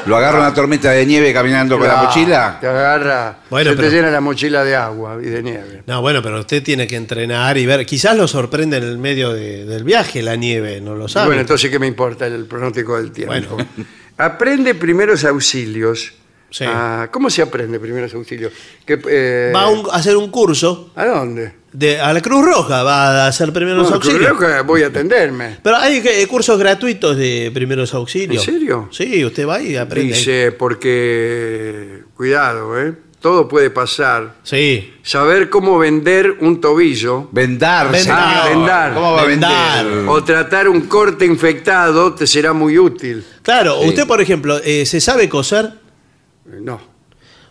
S3: lo agarra una tormenta de nieve caminando con la
S1: Claro,
S3: mochila.
S1: Ah, Te agarra,
S2: Bueno,
S1: se
S2: pero-
S1: te llena la mochila de agua y de nieve.
S2: No, bueno, pero usted tiene que entrenar y ver. Quizás lo sorprende en el medio de- del viaje la nieve, no lo sabe.
S1: Bueno, entonces, ¿qué me importa el pronóstico del tiempo?
S2: Bueno.
S1: Aprende primeros auxilios.
S2: Sí.
S1: Ah, ¿Cómo se aprende primeros auxilios? Que, eh,
S2: Va a, un- a hacer un curso
S1: ¿A dónde?
S2: de, a la Cruz Roja, va a hacer primeros
S1: Bueno,
S2: auxilios.
S1: creo que voy a atenderme.
S2: Pero hay eh, cursos gratuitos de primeros auxilios.
S1: ¿En serio?
S2: Sí, usted va y aprende. ahí.
S1: Dice, porque, cuidado, ¿eh? todo puede pasar.
S2: Sí.
S1: Saber cómo vender un tobillo
S3: Vendar,
S2: Vendar.
S3: señor.
S1: Vendar.
S3: ¿Cómo va a
S2: Vendar.
S3: vender?
S1: o tratar un corte infectado te será muy útil.
S2: Claro, usted, por ejemplo, eh, ¿se sabe coser?
S1: Eh, No.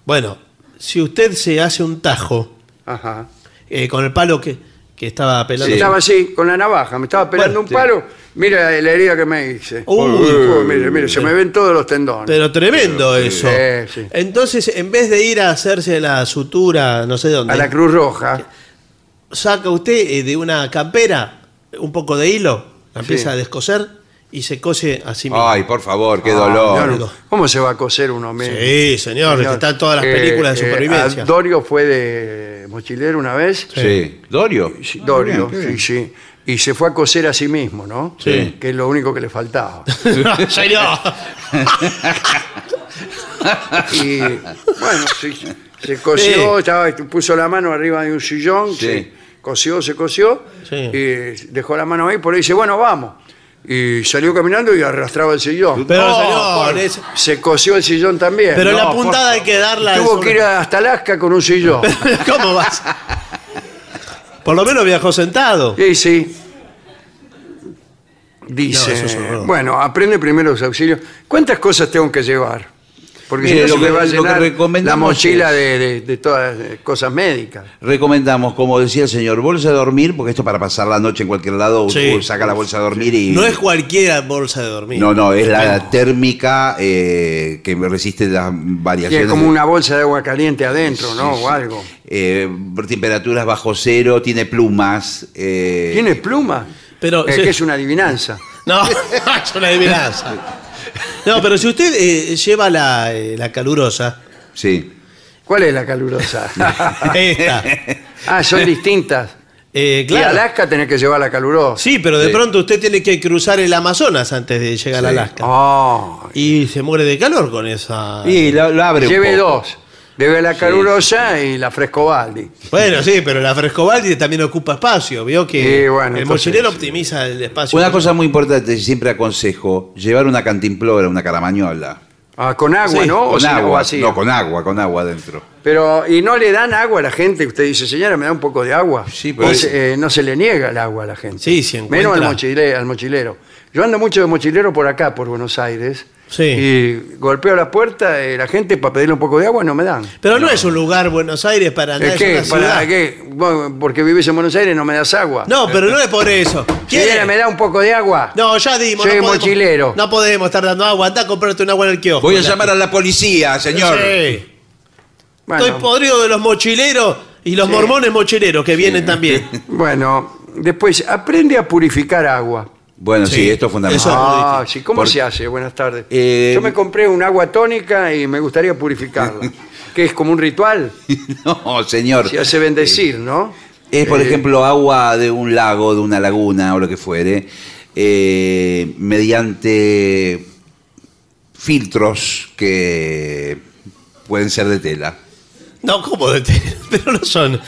S2: Bueno, si usted se hace un tajo
S1: Ajá.
S2: eh, con el palo que, que estaba pelando.
S1: Estaba así, con la navaja, me estaba pelando
S2: Bueno,
S1: un
S2: sí.
S1: palo. Mira la herida que me hice.
S2: Uy.
S1: Uy, mire, mire, se me ven todos los tendones.
S2: Pero tremendo eso.
S1: Eh, sí.
S2: Entonces, en vez de ir a hacerse la sutura, no sé dónde,
S1: a la Cruz Roja.
S2: saca usted eh, de una campera un poco de hilo, la empieza
S1: Sí.
S2: a descoser y se cose así mismo.
S3: Ay, por favor, qué
S1: Ah,
S3: dolor.
S1: no, ¿Cómo se va a coser uno mismo?
S2: sí, señor, que está en todas las
S1: Eh,
S2: películas de
S1: eh,
S2: supervivencia.
S1: a Dorio fue de mochilero una vez.
S3: sí. ¿Dorio?
S1: Sí,
S2: Ah,
S1: Dorio, sí, sí. Y se fue a coser a sí mismo, ¿no?
S2: Sí.
S1: Que es lo único que le faltaba.
S2: Señor.
S1: Y bueno, sí, se cosió, estaba- puso la mano arriba de un sillón,
S3: Sí.
S1: se cosió, se cosió,
S2: Sí.
S1: y dejó la mano ahí, por ahí dice, bueno, vamos. Y salió caminando y arrastraba el sillón.
S2: Pero,
S3: No,
S2: señor,
S3: por-
S2: es-
S1: se cosió el sillón también.
S2: pero
S3: No,
S2: la
S3: por
S2: puntada hay que darla. en
S1: Tuvo
S2: su-
S1: que ir hasta Alaska con un sillón.
S2: ¿Cómo vas? Por lo menos viajó sentado.
S1: Sí, sí. Dice,
S2: No, eso es horror.
S1: bueno, aprende primero los auxilios. ¿Cuántas cosas tengo que llevar? Porque si no
S3: Mire, lo
S1: se me
S3: que-
S1: va a
S3: lo que
S1: llenar la
S3: recomendamos
S1: mochila
S3: es-
S1: de, de- de todas las eh, cosas médicas.
S3: Recomendamos, como decía el señor, bolsa de dormir, porque esto para pasar la noche en cualquier lado,
S2: Sí.
S3: u- saca la bolsa de dormir y...
S2: No es cualquiera bolsa de dormir.
S3: no, no, es la
S2: Bueno,
S3: térmica eh, que resiste las
S1: Tiene
S3: variaciones.
S1: como una bolsa de agua caliente adentro, ¿no?
S3: Sí,
S1: O algo.
S3: eh, temperaturas bajo cero, tiene plumas. eh,
S1: ¿Tiene pluma?
S2: Pero,
S1: Eh,
S2: sí.
S1: que es una adivinanza.
S2: No, es una adivinanza. No, pero si usted eh, lleva la, eh, la calurosa,
S3: Sí.
S1: ¿Cuál es la calurosa?
S2: esta,
S1: ah, son distintas.
S2: eh,
S1: Y
S2: claro.
S1: Alaska tenés que llevar la calurosa.
S2: Sí, pero de
S3: Sí.
S2: pronto usted tiene que cruzar el Amazonas antes de llegar a
S3: Sí.
S2: Alaska.
S3: Ah,
S1: Oh,
S2: Y se muere de calor con esa.
S3: Y lo, lo abre un
S1: Ah, lleve
S3: poco.
S1: dos. Lleve la calurosa y la frescobaldi.
S2: Bueno, sí, pero la Frescobaldi también ocupa espacio. Vio que
S1: Sí, bueno,
S2: el
S1: entonces,
S2: mochilero
S1: sí.
S2: optimiza el espacio.
S3: Una cosa muy importante, siempre aconsejo, llevar una cantimplora, una caramañola.
S1: Ah, con agua,
S3: Sí,
S1: ¿no? O
S3: Con
S1: sin
S3: agua,
S1: vacía.
S3: no, con agua, con agua adentro.
S1: Pero, y no le dan agua a la gente. Usted dice, señora, me da un poco de agua.
S3: Sí, pero
S1: No
S3: es-
S1: se- eh, no se le niega el agua a la gente.
S5: pues, Sí, si encuentra-
S1: Menos al, mochile- al mochilero. Yo ando mucho de mochilero por acá, por Buenos Aires.
S5: Sí.
S1: Y golpeo la puerta de la gente para pedirle un poco de agua y no me dan.
S5: Pero no, es un lugar Buenos Aires para andar,
S1: ¿Es
S5: es,
S1: que,
S5: una
S1: ¿Para
S5: ciudad.
S1: qué? Vos, Porque vivís en Buenos Aires no me das agua.
S5: No, pero no es por eso.
S1: Señora,
S5: ¿Quiere?
S1: ¿me da un poco de agua?
S5: No, ya dimos.
S1: Soy
S5: no podemos-
S1: mochilero.
S5: No podemos estar dando agua. Andá a comprarte un agua en el kiosco.
S3: Voy a llamar a la policía, señor.
S5: Sí.
S1: Bueno,
S5: Estoy podrido de los mochileros y los mormones mochileros que vienen también.
S1: bueno, después, aprende a purificar agua.
S3: Bueno, sí,
S5: Sí.
S3: esto es fundamental.
S5: Eso-
S1: Ah, sí, ¿cómo
S3: Por-
S1: se hace? Buenas tardes.
S3: Eh,
S1: Yo me compré un agua tónica y me gustaría purificarla. que es como un ritual,
S3: No, señor.
S1: se hace eh, bendecir, ¿no?
S3: Es, por ejemplo, agua de un lago, de una laguna o lo que fuere, eh, mediante filtros que pueden ser de tela.
S5: No, ¿cómo? de té? Pero no son.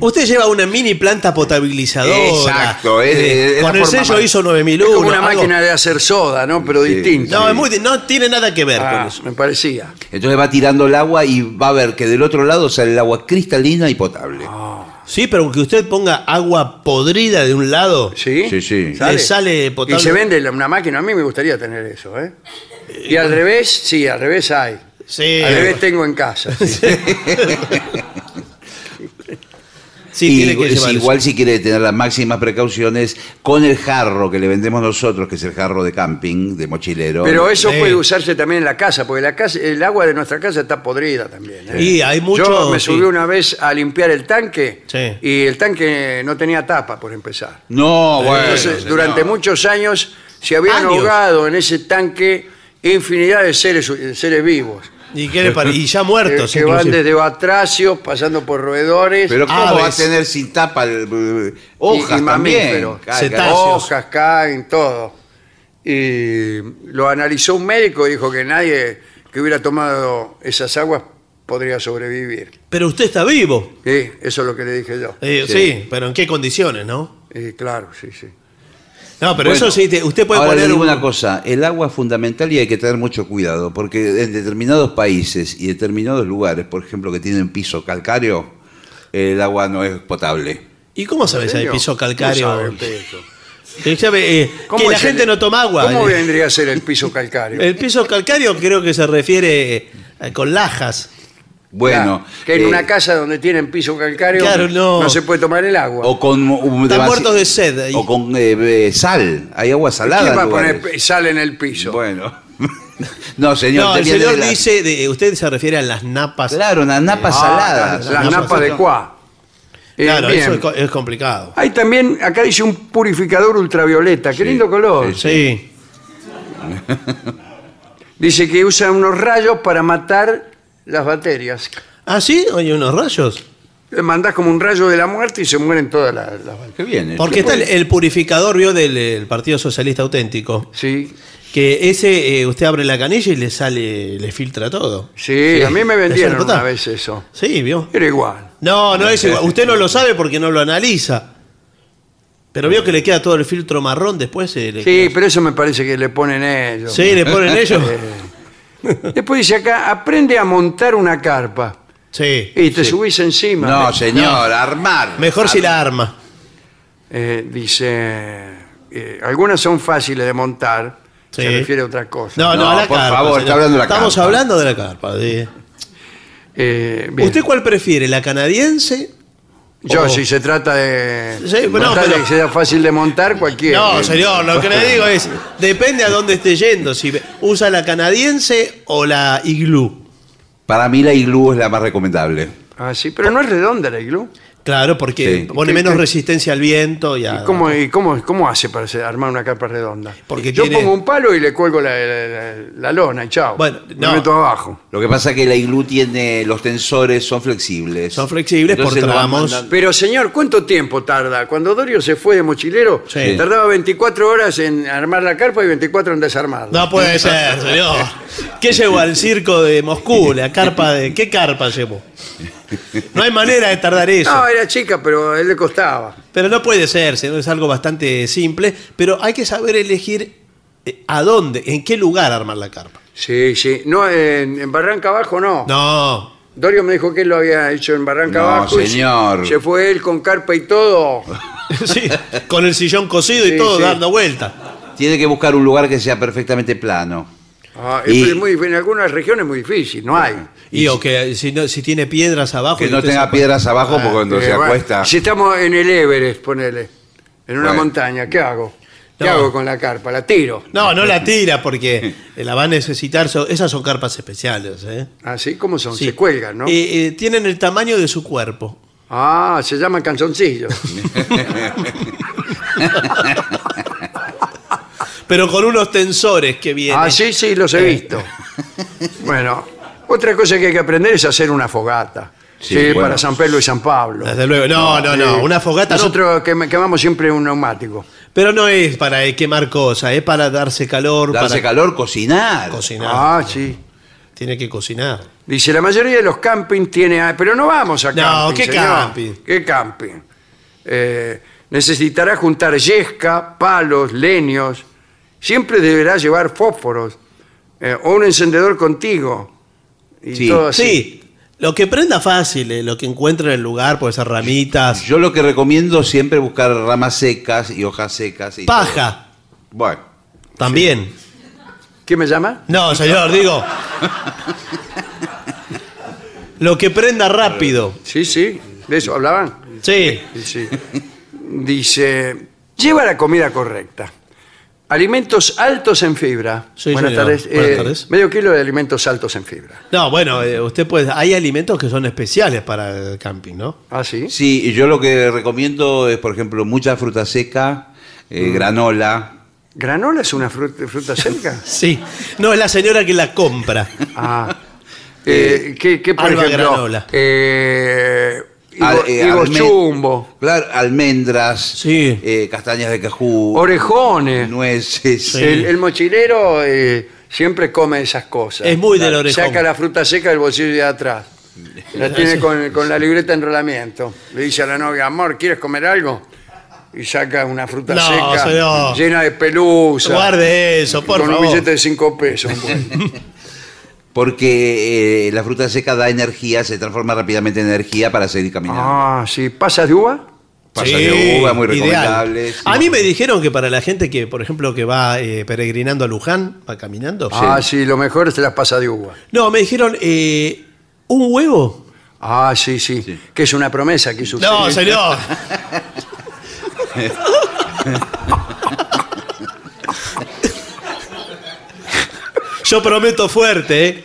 S5: Usted lleva una mini planta potabilizadora.
S3: Exacto, es-
S5: Eh,
S3: es la
S5: con el
S3: forma
S5: sello
S3: más-
S5: ISO
S1: Es
S5: 9001.
S1: como una
S5: algo-
S1: máquina de hacer soda, ¿no? Pero
S3: Sí,
S1: distinta.
S5: No, es muy di- no tiene nada que ver
S1: Ah,
S5: con eso.
S1: me parecía.
S3: Entonces va tirando el agua y va a ver que del otro lado sale el agua cristalina y potable.
S5: Ah. Sí, pero que usted ponga agua podrida de un lado.
S1: ¿Sí?
S3: Sí, sí.
S5: Le sale potable.
S1: Y se vende la- una máquina. A mí me gustaría tener eso, ¿eh? Y al revés, sí, al revés hay.
S5: Sí.
S1: al revés tengo en casa. sí.
S5: Sí,
S3: Y
S5: tiene que
S3: es
S5: llevar eso.
S3: igual si quiere tener las máximas precauciones con el jarro que le vendemos nosotros, que es el jarro de camping, de mochilero.
S1: Pero eso
S5: Sí.
S1: puede usarse también en la casa, porque la casa, el agua de nuestra casa está podrida también. ¿eh?
S5: Y hay mucho-
S1: Yo me
S5: sí.
S1: subí una vez a limpiar el tanque
S5: Sí.
S1: y el tanque no tenía tapa, por empezar.
S3: No, bueno.
S1: Entonces,
S3: señor.
S1: durante muchos años se habían
S5: Años.
S1: ahogado en ese tanque infinidad de seres, de seres vivos.
S5: ¿Y, qué le pare- y ya
S1: que-
S5: muertos.
S1: que van
S5: inclusive.
S1: desde batracios, pasando por roedores,
S3: Pero ¿cómo va a
S5: Aves.
S3: tener sin tapa el- eh,
S1: y-
S3: hojas
S1: y
S3: también?
S1: mamíferos.
S3: Ca- ca-
S5: Cetáceos.
S1: hojas caen, todo. Y lo analizó un médico y dijo que nadie que hubiera tomado esas aguas podría sobrevivir.
S5: Pero usted está vivo.
S1: Sí, eso es lo que le dije yo.
S5: Eh,
S3: Sí.
S5: sí. pero ¿en qué condiciones, no?
S1: Y claro, sí, sí.
S5: No, pero
S3: Bueno,
S5: eso sí, te- usted puede
S3: ahora le
S5: poner
S3: digo
S5: un-
S3: una cosa, el agua es fundamental y hay que tener mucho cuidado, porque en determinados países y determinados lugares, por ejemplo, que tienen piso calcáreo, el agua no es potable.
S5: ¿Y cómo sabes
S1: ¿En
S5: el
S1: serio?
S5: piso
S1: No sabe
S5: calcáreo?
S1: usted eso.
S5: Eh, sabe, eh,
S1: ¿Cómo
S5: que la
S1: es el-
S5: gente no toma agua.
S1: ¿Cómo
S5: Eh,
S1: vendría a ser el piso calcáreo?
S5: El piso calcáreo creo que se refiere eh, con lajas.
S3: Bueno,
S1: Claro, que en
S3: eh,
S1: una casa donde tienen piso calcáreo
S5: Claro, no.
S1: se puede tomar el agua.
S3: o con un
S5: Están
S3: demasi-
S5: muertos de sed ahí.
S3: o con eh, eh, sal, hay agua salada.
S1: ¿Quién va a
S3: en
S1: poner
S3: lugares.
S1: pe- sal en el piso?
S3: Bueno, no señor,
S5: No, el
S3: tenía
S5: señor
S3: de la-
S5: dice, de- usted se refiere a las napas.
S3: claro, una napa
S1: Ah,
S3: salada.
S1: las-
S5: la-
S1: las
S5: no,
S1: napas de
S5: no.
S1: cuá. Eh,
S5: Claro,
S1: bien.
S5: eso es, co- es complicado.
S1: Hay también, acá dice un purificador ultravioleta. Qué lindo color.
S5: Sí.
S1: Dice que usa unos rayos para matar las bacterias.
S5: ¿Ah, sí? Oye, unos rayos.
S1: Le mandás como un rayo de la muerte y se mueren todas las, las bacterias.
S3: Qué bien.
S5: Porque está el, el purificador, vio, del el Partido Socialista Auténtico.
S1: Sí,
S5: Que ese, eh, usted abre la canilla y le sale, le filtra todo.
S1: sí, a mí me
S5: le
S1: vendieron
S5: sale potable.
S1: una vez eso.
S5: Sí, vio.
S1: Era igual.
S5: No, no es igual. Usted no lo sabe porque no lo analiza. Pero vio que le queda todo el filtro marrón después. eh, le-
S1: Sí, pero eso me parece que le ponen ellos.
S5: Sí, le ponen ellos.
S1: Después dice acá, aprende a montar una carpa.
S5: Sí.
S1: Y te subís encima.
S3: No, señor, armar.
S5: ¿eh? Mejor si la arma.
S1: Eh, dice, eh, algunas son fáciles de montar. Se
S5: Sí.
S1: refiere a otra cosa.
S5: No, no,
S3: No,
S5: a la
S3: por
S5: carpa.
S3: favor,
S5: señor.
S3: está hablando de la
S5: Estamos
S3: carpa.
S5: hablando de la carpa. sí.
S1: Eh, bien.
S5: ¿Usted cuál prefiere? ¿La canadiense?
S1: Yo,
S5: o-
S1: si se trata de.
S5: Oh. Sí, pero no,
S1: montar
S5: pero-
S1: que sea fácil de montar, cualquiera.
S5: No, señor, lo que le digo es, depende a dónde esté yendo, si usa la canadiense o la iglú.
S3: Para mí la iglú es la más recomendable.
S1: Ah, sí, pero no es redonda la iglú.
S5: Claro, porque
S3: Sí.
S5: pone menos resistencia al viento y a...
S1: ¿Y cómo, y cómo, cómo hace para hacer- armar una carpa redonda?
S5: Porque
S1: Yo
S5: tiene-
S1: pongo un palo y le cuelgo la, la- la- la lona y chao.
S5: Bueno,
S1: Me
S5: no.
S1: meto abajo.
S3: Lo que pasa es que la iglú tiene, los tensores son flexibles.
S5: Son flexibles por
S3: lo van
S5: tramos.
S3: mandando-
S1: Pero señor, ¿cuánto tiempo tarda? Cuando Dorio se fue de mochilero,
S5: Sí.
S1: tardaba 24 horas en armar la carpa y 24 en desarmarla.
S5: No puede ser, señor. ¿Qué llevó al circo de Moscú? ¿La carpa de... ¿Qué carpa llevó? No hay manera de tardar eso.
S1: No, era chica, pero a él le costaba.
S5: Pero no puede ser, señor, es algo bastante simple, pero hay que saber elegir eh, a dónde, en qué lugar armar la carpa.
S1: Sí, sí. No, en, en Barranca Abajo no.
S2: No.
S1: Dorio me dijo que él lo había hecho en Barranca
S3: No,
S1: Abajo. y se-
S3: señor.
S1: Se fue él con carpa y todo.
S2: Sí, con el sillón cosido
S1: Sí,
S2: y todo
S1: sí.
S2: dando vuelta.
S3: Tiene que buscar un lugar que sea perfectamente plano.
S1: Ah,
S3: Y-
S1: pero es muy- en algunas regiones es muy difícil, no hay.
S2: Y, o que si, no- si tiene piedras abajo.
S3: Que
S2: y
S3: no
S2: usted
S3: tenga
S2: se-
S3: piedras abajo porque cuando
S1: Eh,
S3: se
S1: bueno,
S3: acuesta.
S1: Si estamos en el Everest, ponele, en una
S3: Bueno.
S1: montaña, ¿qué hago? ¿Qué
S2: No.
S1: hago con la carpa? ¿La tiro?
S2: No, no la tira porque la va a necesitar. so- Esas son carpas especiales. ¿eh?
S1: ¿Así? ¿Cómo son?
S2: Sí.
S1: Se cuelgan, ¿no?
S2: Eh, eh, tienen el tamaño de su cuerpo.
S1: Ah, se llaman canzoncillos.
S2: Pero con unos tensores que vienen.
S1: ah, sí, sí,
S2: Eh.
S1: los he visto. bueno, otra cosa que hay que aprender es hacer una fogata. Sí,
S3: Sí, bueno.
S1: para San Pedro y San Pablo.
S2: Desde luego. No, no, no.
S1: Sí.
S2: Una fogata no.
S1: Nosotros quem- quemamos siempre un neumático.
S2: Pero no es para eh, quemar cosas, es para darse calor,
S3: Darse
S2: para
S3: calor, cocinar.
S2: cocinar.
S1: Ah, sí.
S2: Tiene que cocinar.
S1: Dice, la mayoría de los campings tiene... ah, Pero no vamos a
S2: No,
S1: camping,
S2: ¿qué
S1: señor.
S2: camping?
S1: ¿Qué camping? Eh, necesitará juntar yesca, palos, leños. Siempre deberá llevar fósforos eh, o un encendedor contigo. Y
S3: Sí.
S1: todo así.
S2: Sí, lo que prenda fácil, eh, lo que encuentra en el lugar, puede ser ramitas,
S3: Yo lo que recomiendo siempre es buscar ramas secas y hojas secas. Y
S2: paja,
S3: todo. Bueno,
S2: también.
S1: ¿Quién me llama?
S2: No, señor, digo. Lo que prenda rápido.
S1: Sí, sí. De eso hablaban.
S2: Sí,
S1: Sí, sí. Dice, lleva la comida correcta. Alimentos altos en fibra.
S2: Sí,
S1: Buenas,
S2: señor.
S1: tardes. Eh,
S2: Buenas tardes.
S1: Medio kilo de alimentos altos en fibra.
S2: no, bueno, eh, usted puede. Hay alimentos que son especiales para el camping, ¿no?
S1: ¿Ah, sí?
S3: sí, y yo lo que recomiendo es, por ejemplo, mucha fruta seca, eh, granola.
S1: ¿Granola es una fruta, fruta seca?
S2: Sí, no, es la señora que la compra.
S1: Ah. Eh, ¿qué, qué, por
S2: Alba
S1: ejemplo?
S2: granola. Ah,
S1: Eh, higo-
S3: al- eh,
S1: higo
S3: almen-
S1: chumbo,
S3: Claro, almendras,
S2: Sí.
S3: eh, castañas de cajú,
S1: orejones.
S3: nueces.
S2: Sí.
S1: El, el mochilero eh, siempre come esas cosas.
S2: Es muy del orejón.
S1: Saca la fruta seca del bolsillo de atrás. La tiene con, con la libreta de enrolamiento. Le dice a la novia, amor, ¿quieres comer algo? Y saca una fruta
S2: No,
S1: seca
S2: señor.
S1: llena de pelusa.
S2: Guarde eso, por
S1: con
S2: favor.
S1: un billete de cinco pesos. Bueno,
S3: Porque eh, la fruta seca da energía, se transforma rápidamente en energía para seguir caminando.
S1: ah, sí. ¿Pasas de uva?
S3: Pasas
S2: Sí,
S3: de uva, muy
S2: ideal.
S3: recomendables.
S2: A mí me dijeron que para la gente que, por ejemplo, que va eh, peregrinando a Luján, va caminando.
S1: Ah, sí, lo mejor es las pasas de uva.
S2: No, me dijeron, eh, ¿un huevo?
S1: Ah, sí, sí, Que es una promesa que sucede.
S2: No, señor. Yo prometo fuerte, ¿eh?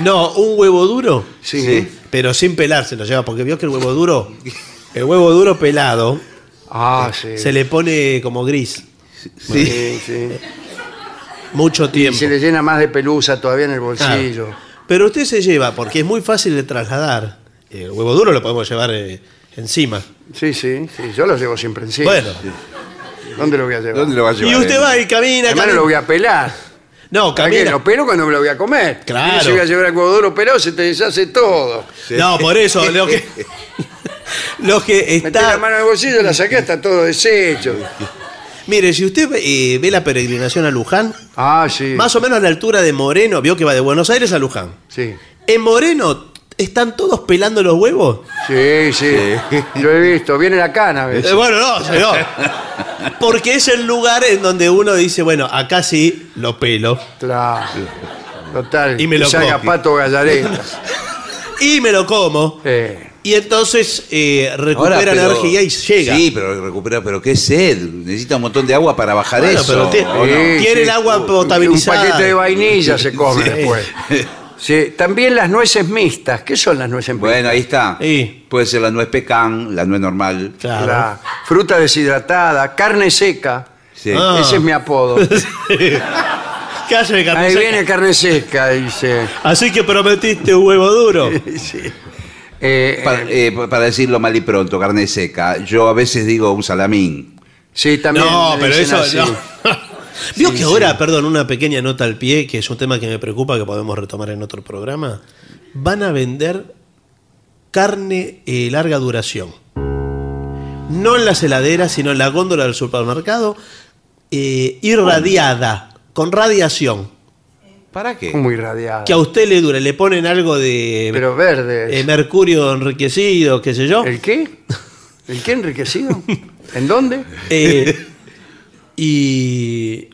S2: No, un huevo duro,
S1: ¿eh? Sí.
S2: pero sin pelarse lo lleva, porque vio que el huevo duro, el huevo duro pelado,
S1: Ah, sí.
S2: se le pone como gris
S3: Sí.
S1: Sí, sí.
S2: mucho
S1: Y
S2: tiempo.
S1: se le llena más de pelusa todavía en el
S2: Claro.
S1: bolsillo.
S2: Pero usted se lleva, porque es muy fácil de trasladar. Eh, El huevo duro lo podemos llevar eh, encima.
S1: Sí, sí, sí, yo los llevo siempre encima.
S2: Bueno,
S1: ¿Dónde lo voy a llevar?
S3: ¿Dónde lo vas a llevar?
S2: y usted
S3: eh?
S2: va y camina,
S1: Además no
S2: camina.
S1: lo voy a pelar.
S2: No,
S1: ¿Para qué?
S2: camina.
S1: Lo pelo cuando me lo voy a comer.
S2: Claro.
S1: Y Si voy a llevar el duro pelado, se te deshace todo.
S2: No, por eso, lo que, lo que
S1: Metí la
S2: está...
S1: mano en el bolsillo, la saqué, está todo deshecho.
S2: Mire, si usted eh, ve la peregrinación a Luján,
S1: Ah, sí.
S2: más o menos a la altura de Moreno, vio que va de Buenos Aires a Luján.
S1: Sí,
S2: En Moreno están todos pelando los huevos.
S1: sí, sí. Lo he visto. Viene la cana a
S2: Eh,
S1: veces.
S2: bueno, no, señor. Porque es el lugar en donde uno dice, bueno, acá sí lo pelo.
S1: Claro. Total.
S2: Y me lo
S1: salga
S2: como.
S1: pato gallareta.
S2: Y me lo como.
S1: Eh,
S2: Y entonces eh, recupera
S3: Ahora, pero-
S2: energía y llega.
S3: Sí, pero recupera, pero qué sed. Necesita un montón de agua para bajar
S2: Bueno,
S3: eso.
S2: pero tiene-
S3: ¿o no?
S2: Sí. Quiere el agua
S1: Un
S2: potabilizada.
S1: paquete de vainilla se come
S2: Sí.
S1: después. Sí, también las nueces mixtas. ¿Qué son las nueces mixtas?
S3: Bueno, ahí está.
S2: Sí.
S3: Puede ser la nuez pecan, la nuez normal.
S2: Claro.
S1: La fruta deshidratada, carne seca.
S3: Sí.
S2: Ah.
S1: Ese es mi apodo.
S2: ¿Qué hace de carne
S1: Ahí
S2: seca?
S1: viene carne seca, dice.
S2: Así que prometiste un huevo duro.
S1: Sí. Eh,
S3: Para, eh, para decirlo mal y pronto, carne seca. Yo a veces digo un salamín.
S1: sí, también.
S2: No,
S1: le
S2: pero
S1: dicen
S2: eso
S1: así.
S2: no. Vio que ahora, perdón, una pequeña nota al pie, que es un tema que me preocupa, que podemos retomar en otro programa. Van a vender carne eh, larga duración. No en las heladeras, sino en la góndola del supermercado. eh, irradiada, con radiación,
S3: ¿Para qué?
S1: Muy radiada.
S2: que a usted le dure, le ponen algo de
S1: Pero verde.
S2: eh, mercurio enriquecido, qué sé yo.
S1: ¿El qué? ¿El qué enriquecido? ¿En dónde?
S2: eh, y.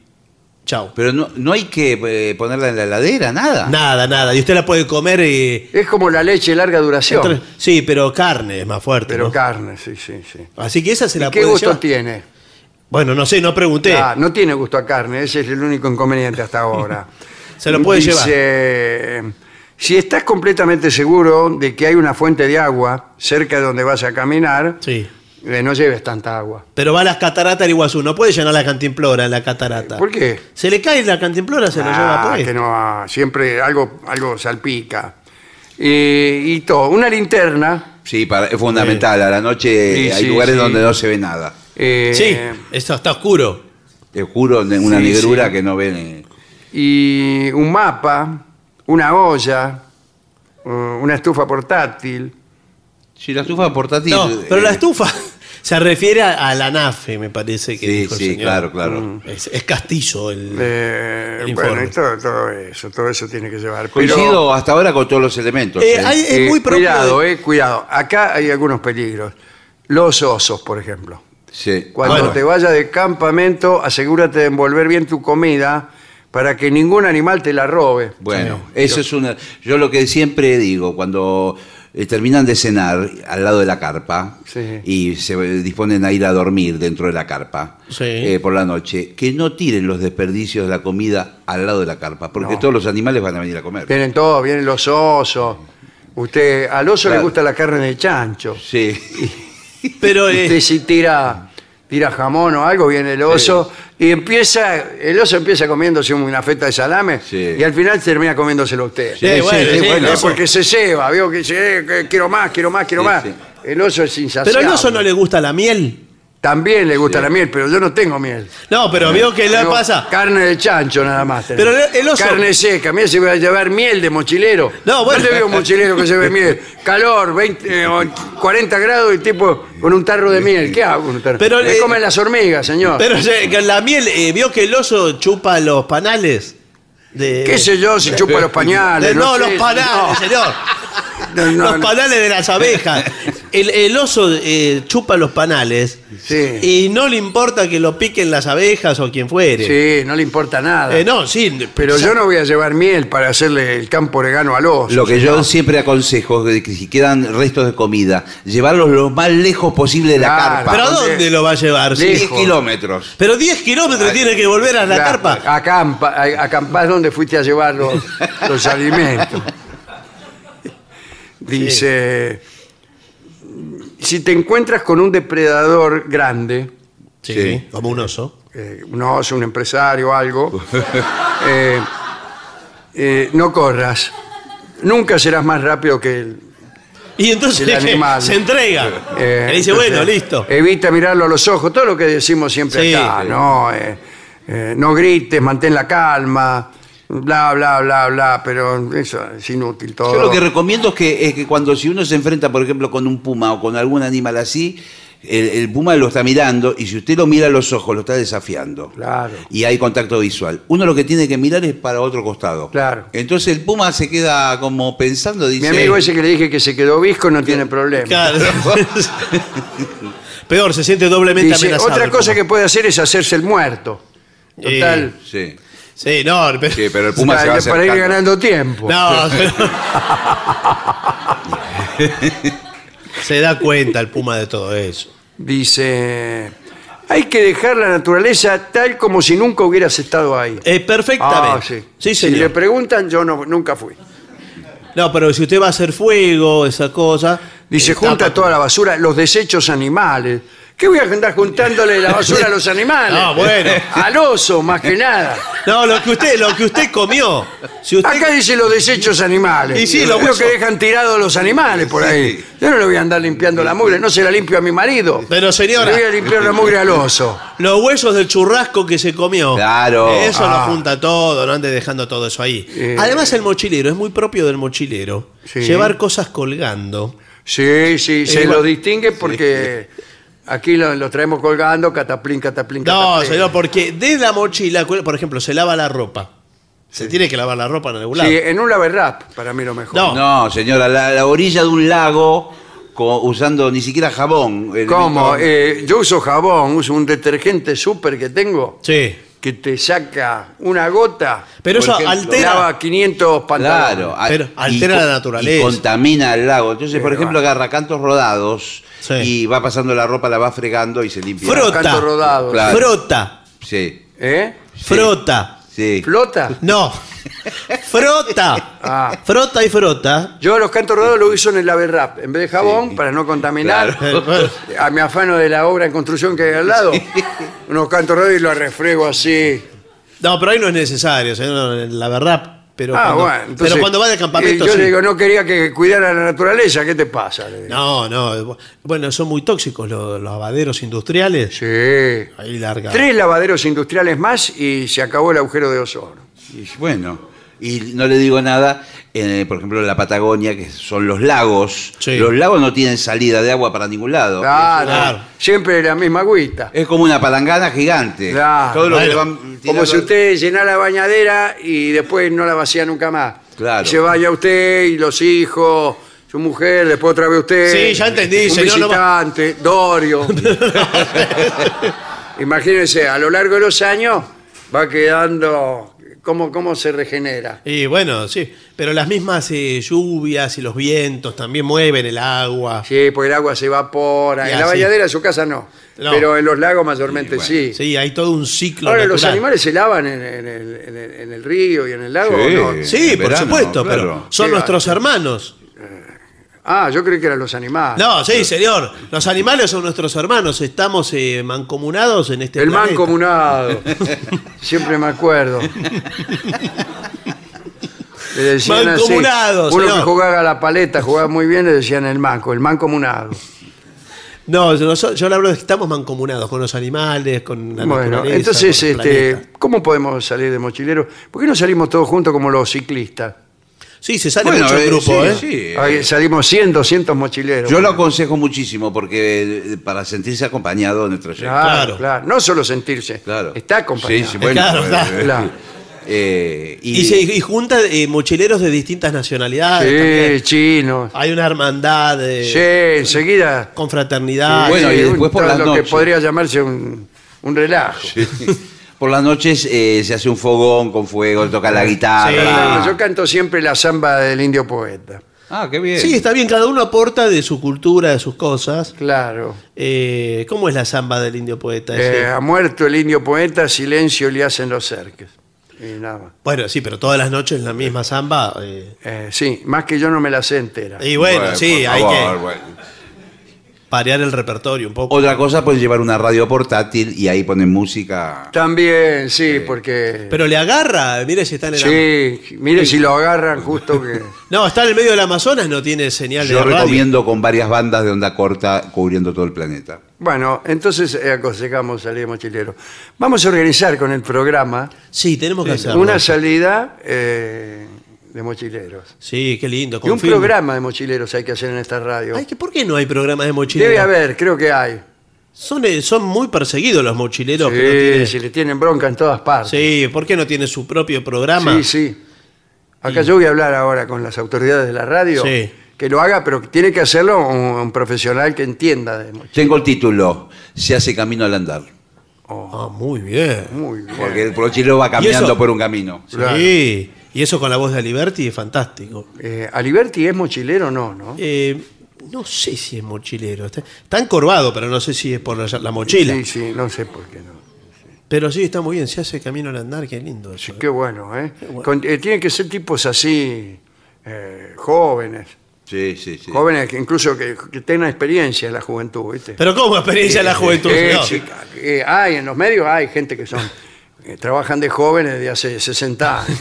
S2: Chao.
S3: Pero no, no hay que eh, ponerla en la heladera, nada.
S2: Nada, nada. Y usted la puede comer. eh,
S1: Es como la leche de larga duración.
S2: entre- sí, pero carne es más fuerte.
S1: Pero
S2: ¿no?
S1: carne, sí, sí, sí.
S2: Así que esa se la
S1: ¿Qué
S2: puede
S1: gusto
S2: llevar.
S1: tiene?
S2: Bueno, no sé, no pregunté.
S1: Ah, no tiene gusto a carne, ese es el único inconveniente hasta ahora.
S2: Se lo puede
S1: Dice, Si estás completamente seguro de que hay una fuente de agua cerca de donde vas a caminar,
S2: Sí.
S1: eh, no lleves tanta agua.
S2: Pero va a las cataratas del Iguazú. No puede llenar la cantimplora en la catarata.
S1: ¿Por qué?
S2: Se le cae la cantimplora, se la
S1: Ah,
S2: lleva
S1: que
S2: pues.
S1: no, ah, siempre algo, algo salpica. Eh, y todo, una linterna.
S3: Sí, para- es fundamental. A la noche
S1: Sí,
S3: hay
S1: sí,
S3: lugares
S1: sí.
S3: donde no se ve nada.
S1: eh,
S2: Sí, eso está oscuro.
S3: Te juro, ne- una
S1: Sí,
S3: negrura
S1: sí.
S3: que no eh. ven.
S1: Y un mapa, una olla, eh, una estufa portátil.
S3: Si la estufa portátil.
S2: No, pero la
S3: eh,
S2: estufa se refiere a, a la NAFE, me parece que
S3: Sí,
S2: dijo el
S3: sí,
S2: señor.
S3: claro, claro.
S5: Mm.
S2: Es, es castillo el.
S1: Eh,
S2: El
S1: bueno,
S2: informe.
S1: y todo, todo eso, todo eso tiene que llevar. Pero,
S3: Coincido hasta ahora con todos los elementos.
S2: Eh,
S3: ¿eh?
S2: hay- es
S1: eh,
S2: muy propio
S1: Cuidado,
S2: de-
S1: eh, cuidado. Acá hay algunos peligros. Los osos, por ejemplo.
S3: Sí.
S1: Cuando
S2: Bueno.
S1: te vayas de campamento, asegúrate de envolver bien tu comida para que ningún animal te la robe.
S3: Bueno, eso es una. Yo lo que siempre digo, cuando eh, terminan de cenar al lado de la carpa
S1: Sí.
S3: y se eh, disponen a ir a dormir dentro de la carpa
S2: Sí.
S3: eh, por la noche, que no tiren los desperdicios de la comida al lado de la carpa, porque
S1: No.
S3: todos los animales van a venir a comer.
S1: Vienen todos, vienen los osos. Usted, al oso le
S3: Claro.
S1: gusta la carne de chancho.
S3: Sí.
S2: Pero eh,
S1: Usted si tira, tira jamón o algo, viene el oso y empieza, el oso empieza comiéndose una feta de salame
S3: Sí.
S1: y al final termina comiéndoselo usted.
S3: Sí,
S2: Eh, bueno,
S3: sí,
S2: sí,
S3: bueno.
S1: Es porque se lleva, veo que dice, eh, que quiero más, quiero más, quiero
S3: Sí,
S1: más.
S3: sí.
S1: El oso es insaciable.
S2: pero al oso no le gusta la miel.
S1: También le gusta la miel, pero yo no tengo miel.
S2: No, pero vio que le
S1: Tengo
S2: pasa.
S1: Carne de chancho nada más. tengo.
S2: Pero el- el oso-
S1: Carne seca, mira si voy a llevar miel de mochilero.
S2: No, bueno.
S1: te veo un mochilero que lleve miel. Calor, 20, eh, o 40 grados y tipo con un tarro de miel. ¿Qué hago con un tarro?
S2: Pero,
S1: Me
S2: eh,
S1: comen las hormigas, señor.
S2: Pero eh, que la miel, eh, vio que el oso chupa los panales. De,
S1: ¿Qué sé yo si chupa los pañales?
S2: de- no, los
S1: sé,
S2: panales,
S1: no.
S2: señor.
S1: No, no,
S2: los
S1: no.
S2: panales de las abejas. El, el oso eh, chupa los panales
S1: Sí.
S2: y no le importa que lo piquen las abejas o quien fuere.
S1: Sí, no le importa nada.
S2: Eh, no, sí.
S1: Pero yo no voy a llevar miel para hacerle el campo oregano al oso.
S3: Lo que yo siempre aconsejo es que si quedan restos de comida, llevarlos lo más lejos posible de la
S1: Claro.
S3: carpa.
S2: ¿Pero a dónde lo va a llevar? Sí.
S3: 10
S1: lejos.
S3: kilómetros.
S2: Pero 10 kilómetros tiene que volver a la
S1: Claro,
S2: carpa.
S1: Acampa, a- acampás donde fuiste a llevar los, los alimentos. Dice, si te encuentras con un depredador grande,
S2: Sí,
S3: Sí.
S2: como un oso.
S1: eh, un oso, un empresario, algo, eh, eh, no corras. Nunca serás más rápido que él.
S2: Y entonces
S1: El animal.
S2: se entrega.
S1: Eh,
S2: Le dice,
S1: entonces,
S2: bueno, listo.
S1: Evita mirarlo a los ojos, todo lo que decimos siempre
S2: Sí.
S1: acá, ¿no? Eh, eh, no grites, mantén la calma, bla, bla, bla, bla, pero eso es inútil todo.
S3: Yo lo que recomiendo es que, es que cuando si uno se enfrenta, por ejemplo, con un puma o con algún animal así, el, el puma lo está mirando y si usted lo mira a los ojos, lo está desafiando.
S1: Claro.
S3: Y hay contacto visual. Uno lo que tiene que mirar es para otro costado.
S1: Claro.
S3: Entonces el puma se queda como pensando,
S1: Mi
S3: dice...
S1: amigo ese que le dije que se quedó visco no tiene problema.
S2: Claro. Peor, se siente doblemente
S1: Dice,
S2: amenazado.
S1: otra
S2: el
S1: cosa
S2: puma.
S1: que puede hacer es hacerse el muerto. Total.
S3: Sí,
S2: Sí, no, pero...
S3: sí, pero el puma se va
S1: para- para ir
S3: acercando.
S1: ganando tiempo.
S2: No, pero- Se da cuenta el puma de todo eso.
S1: Dice, hay que dejar la naturaleza tal como si nunca hubieras estado ahí.
S2: Eh,
S1: Ah,
S2: perfectamente.
S1: sí. si
S2: sí. señor.
S1: le preguntan, yo no, nunca fui.
S2: No, pero si usted va a hacer fuego, esa cosa...
S1: Dice,
S2: eh,
S1: junta
S2: tapa-
S1: toda la basura, los desechos animales. ¿Qué voy a andar juntándole la basura a los animales?
S2: Ah, bueno.
S1: Al oso, más que nada.
S2: No, lo que usted, lo que usted comió. Si usted...
S1: Acá dice los desechos animales.
S2: Y sí, los
S1: Creo que
S2: huesos.
S1: dejan tirados los animales por ahí. Yo no le voy a andar limpiando la mugre, no se la limpio a mi marido.
S2: Pero señora,
S1: Le voy a limpiar la mugre al oso.
S2: los huesos del churrasco que se comió.
S3: Claro.
S2: Eso
S1: Ah.
S2: lo junta todo, no ande dejando todo eso ahí.
S1: Eh.
S2: Además, el mochilero, es muy propio del mochilero.
S1: Sí.
S2: Llevar cosas colgando.
S1: Sí, sí, se
S2: Igual-
S1: lo distingue porque Aquí lo, lo traemos colgando, cataplín, cataplín,
S2: No,
S1: cataplín.
S2: señor, porque de la mochila, cu- por ejemplo, se lava la ropa. Se tiene que lavar la ropa en algún lado.
S1: Sí, en un laverrap, para mí lo mejor.
S2: No.
S3: No, señora, la, la orilla de un lago co- usando ni siquiera jabón. El-
S1: ¿Cómo?
S3: el-
S1: Eh, yo uso jabón, uso un detergente súper que tengo
S2: Sí.
S1: que te saca una gota,
S2: Pero eso
S3: Por ejemplo,
S2: altera.
S1: lava 500 pantalones.
S3: Claro, a-
S2: Pero
S3: y
S2: altera
S3: co-
S2: la naturaleza.
S3: Y contamina el lago. Entonces, por
S1: Pero
S3: ejemplo,
S1: va.
S3: agarra cantos rodados
S2: Sí.
S3: y va pasando la ropa, la va fregando y se limpia.
S2: Frota.
S1: Canto rodado.
S3: Claro.
S2: Frota.
S3: Sí,
S1: ¿Eh?
S2: Frota.
S3: sí.
S1: ¿Flota?
S2: No. frota.
S1: Ah.
S2: Frota y frota.
S1: Yo los cantos rodados los uso en el laverrap, en vez de jabón,
S3: Sí.
S1: para no contaminar.
S2: Claro.
S1: A mi afano de la obra en construcción que hay al lado, unos cantos rodados y los refrego así.
S2: No, pero ahí no es necesario, señor, la verdad. Pero,
S1: ah,
S2: cuando,
S1: bueno. entonces,
S2: pero cuando va de campamento.
S1: eh, yo
S2: sí.
S1: le digo, no quería que cuidara la naturaleza, ¿qué te pasa? Le digo.
S2: no, no. Bueno, son muy tóxicos los, los lavaderos industriales.
S1: Sí.
S2: Ahí larga.
S1: Tres lavaderos industriales más y se acabó el agujero de ozono.
S3: Y bueno, y no le digo nada, eh, por ejemplo, en la Patagonia, que son los lagos.
S2: Sí.
S3: Los lagos no tienen salida de agua para ningún lado.
S1: Claro.
S2: Claro.
S1: Siempre la misma agüita.
S3: Es como una palangana gigante.
S1: Claro.
S3: Todo lo que le
S2: Bueno,
S3: van tirando-
S1: Como si usted llenara la bañadera y después no la vacía nunca más.
S3: Claro.
S1: Y se vaya usted y los hijos, su mujer, después otra vez usted.
S2: Sí, ya entendí,
S1: Un
S2: señor, no va-
S1: visitante, Dorio. Imagínense, a lo largo de los años va quedando... ¿Cómo, cómo se regenera?
S2: Y bueno, sí. Pero las mismas eh, lluvias y los vientos también mueven el agua.
S1: Sí, porque el agua se evapora.
S2: Y
S1: en la
S2: así.
S1: bañadera de su casa no.
S2: No.
S1: Pero en los lagos mayormente sí.
S2: Sí, hay todo un ciclo.
S1: Ahora, ¿los
S2: natural.
S1: animales se lavan en, en el, en el- en el río y en el lago?
S3: Sí.
S1: ¿o no?
S2: Sí,
S3: En
S2: por
S3: verano,
S2: supuesto,
S3: claro.
S2: pero son
S1: Sí,
S2: nuestros hermanos.
S1: Ah, yo creí que eran los animales.
S2: No, sí, señor. Los animales son nuestros hermanos. Estamos eh, mancomunados en este
S1: el
S2: planeta.
S1: mancomunado. Siempre me acuerdo. Le decían así,
S2: Mancomunado,
S1: Uno
S2: señor.
S1: que jugaba a la paleta, jugaba muy bien, le decían el manco, el mancomunado.
S2: No, yo, no so- yo le hablo de que estamos mancomunados con los animales, con la
S1: Bueno,
S2: naturaleza,
S1: entonces,
S2: con el
S1: este,
S2: planeta.
S1: ¿cómo podemos salir de mochilero? ¿Por qué no salimos todos juntos como los ciclistas?
S2: Sí, se sale
S3: Bueno,
S2: mucho el
S3: eh,
S2: grupo,
S3: sí,
S2: ¿eh?
S3: sí.
S1: Ahí salimos 100, 200 mochileros.
S3: Yo lo aconsejo muchísimo porque eh, para sentirse acompañado en el trayecto.
S1: Claro,
S2: Claro.
S1: claro. No solo sentirse,
S3: Claro.
S1: está acompañado.
S3: Sí, sí, bueno,
S2: Claro,
S3: eh,
S2: claro.
S3: eh,
S1: Claro.
S3: eh, y,
S2: Y, se, y junta eh, mochileros de distintas nacionalidades.
S1: Sí,
S2: Ah, también. Ah,
S1: chinos.
S2: Hay una hermandad, eh,
S1: Sí, enseguida.
S2: confraternidad.
S3: Bueno,
S1: Sí,
S3: y después
S1: un-
S3: por las
S1: lo que
S3: noches.
S1: podría llamarse un, un relajo.
S3: por las noches eh, se hace un fogón con fuego, toca la guitarra.
S1: Ah, Yo canto siempre la samba del indio poeta.
S3: Ah, qué bien.
S2: Sí, está bien, cada uno aporta de su cultura, de sus cosas.
S1: Claro.
S2: Eh, ¿Cómo es la samba del indio poeta?
S1: Eh,
S2: Sí.
S1: ha muerto el indio poeta, silencio le hacen los cerques. Y nada más.
S2: Bueno, sí, pero todas las noches la misma samba. eh.
S1: Eh, sí, más que yo no me la sé entera.
S2: Y bueno,
S3: Bueno,
S2: sí,
S3: por
S2: hay
S3: favor,
S2: que
S3: bueno.
S2: parear el repertorio un poco.
S3: Otra cosa, pueden llevar una radio portátil y ahí ponen música.
S1: También, sí, porque...
S2: Pero le agarra, mire si está en el...
S1: sí, mire si lo agarran justo que...
S2: No, está en el medio del Amazonas, no tiene señal de
S3: Yo
S2: radio.
S3: recomiendo con varias bandas de onda corta cubriendo todo el planeta.
S1: Bueno, entonces eh, aconsejamos salir de mochilero. Vamos a organizar con el programa
S2: Sí, tenemos que hacerlo.
S1: una salida eh, de mochileros.
S2: Sí, qué lindo.
S1: Y un
S2: confirmo.
S1: programa de mochileros hay que hacer en esta radio.
S2: Ay, que ¿Por qué no hay programas de mochileros?
S1: Debe haber, creo que hay.
S2: Son, eh, son muy perseguidos los mochileros. que no
S1: Sí,
S2: tienen-
S1: si le tienen bronca en todas partes.
S2: Sí, ¿por qué no tiene su propio programa?
S1: sí. sí. Acá yo voy a hablar ahora con las autoridades de la radio.
S2: Sí.
S1: Que lo haga, pero tiene que hacerlo un, un profesional que entienda de mochileros.
S3: Tengo el título, Se hace camino al andar.
S2: Ah, muy bien.
S1: Muy bien.
S3: Porque el prochilo va caminando
S2: eso?
S3: por un camino.
S1: Claro.
S2: Sí. Y eso con la voz de Aliberti es fantástico.
S1: Eh, ¿Aliberti es mochilero o no, no?
S2: Eh, no sé si es mochilero. Está, está encorvado, pero no sé si es por la, la mochila.
S1: Sí, sí, no sé por qué no.
S2: Pero sí, está muy bien. Se hace camino al andar, qué lindo. eso,
S1: Sí,
S2: eh.
S1: qué bueno, ¿eh? Con- eh, tienen que ser tipos así, eh, jóvenes.
S3: Sí, sí, sí.
S1: Jóvenes que incluso que, que tengan experiencia en la juventud, ¿viste?
S2: Pero ¿cómo experiencia la juventud?
S1: Eh,
S2: señor?
S1: chica, eh, hay, en los medios hay gente que son... que trabajan de jóvenes de hace 60 años.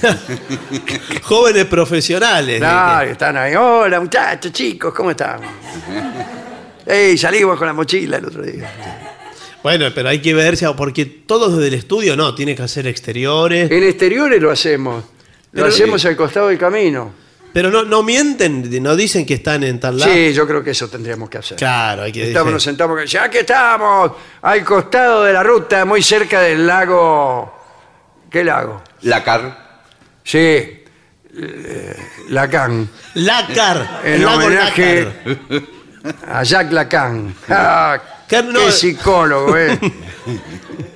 S2: Jóvenes profesionales.
S1: Claro, están ahí. Hola, muchachos, chicos, ¿cómo están? Ey, salimos con la mochila el otro día.
S2: Bueno, pero hay que verse, porque todos desde el estudio no, tiene que hacer exteriores.
S1: En exteriores lo hacemos. Lo
S2: Pero-
S1: hacemos al costado del camino.
S2: Pero no, no mienten, no dicen que están en tal lado.
S1: Sí, yo creo que eso tendríamos que hacer.
S2: Claro, hay que
S1: Estamos, nos
S2: decir.
S1: sentamos, acá, ya que estamos al costado de la ruta, muy cerca del lago. ¿Qué lago?
S3: La car.
S1: Sí, eh, Lacan.
S2: Lácar.
S1: En
S2: lago
S1: homenaje
S2: Lácar.
S1: a Jacques Lacan. Ah,
S2: Que no-
S1: qué psicólogo, ¿eh?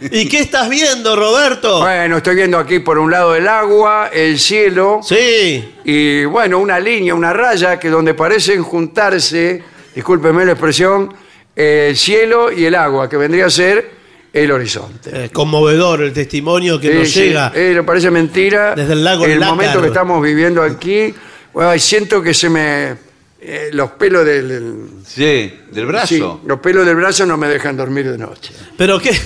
S2: ¿Y qué estás viendo, Roberto?
S1: bueno, estoy viendo aquí por un lado el agua, el cielo
S2: Sí.
S1: y, bueno, una línea, una raya que donde parecen juntarse, discúlpeme la expresión, el cielo y el agua, que vendría a ser el horizonte.
S2: Eh, conmovedor el testimonio que
S1: Sí,
S2: nos
S1: sí,
S2: llega.
S1: eh, me parece mentira.
S2: Desde el lago Lácar.
S1: momento que estamos viviendo aquí, bueno, siento que se me... eh, los pelos del... del-
S3: Sí, del brazo.
S1: Sí, los pelos del brazo no me dejan dormir de noche.
S2: Pero qué.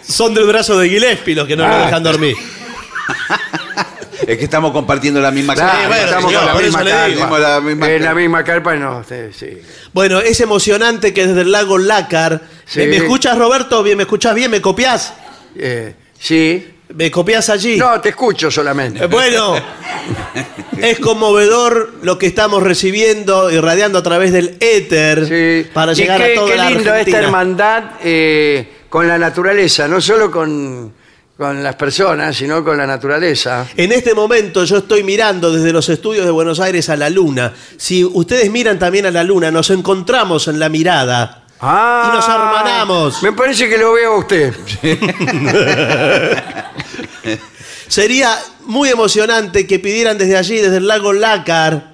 S2: Son del brazo de Gillespie los que no
S1: Ah.
S2: lo dejan dormir.
S3: Es que estamos compartiendo la misma
S1: Claro,
S3: carne.
S2: Ah, bueno,
S1: estamos
S2: señor,
S1: con la
S2: por
S1: misma Eh,
S2: eso le
S1: carpa.
S2: digo.
S3: Tenemos la misma
S1: en la
S3: carpa.
S1: misma carpa no, sí, sí.
S2: Bueno, es emocionante que desde el lago Lácar.
S1: Sí.
S2: ¿Me, me escuchas, Roberto? ¿Bien? ¿Me escuchas bien? ¿Me copias?
S1: Eh, sí.
S2: ¿Me copias allí?
S1: No, te escucho
S2: Eh,
S1: solamente.
S2: Bueno, es conmovedor lo que estamos recibiendo y radiando a través del éter
S1: Sí.
S2: para
S1: Y
S2: llegar
S1: qué,
S2: a toda
S1: qué
S2: la
S1: lindo este esta
S2: Argentina.
S1: hermandad eh, con la naturaleza, no solo con, con las personas, sino con la naturaleza.
S2: En este momento yo estoy mirando desde los estudios de Buenos Aires a la luna. Si ustedes miran también a la luna, nos encontramos en la mirada.
S1: Ah,
S2: Y nos hermanamos.
S1: Me parece que lo veo a usted.
S2: Sería muy emocionante que pidieran desde allí, desde el lago Lácar,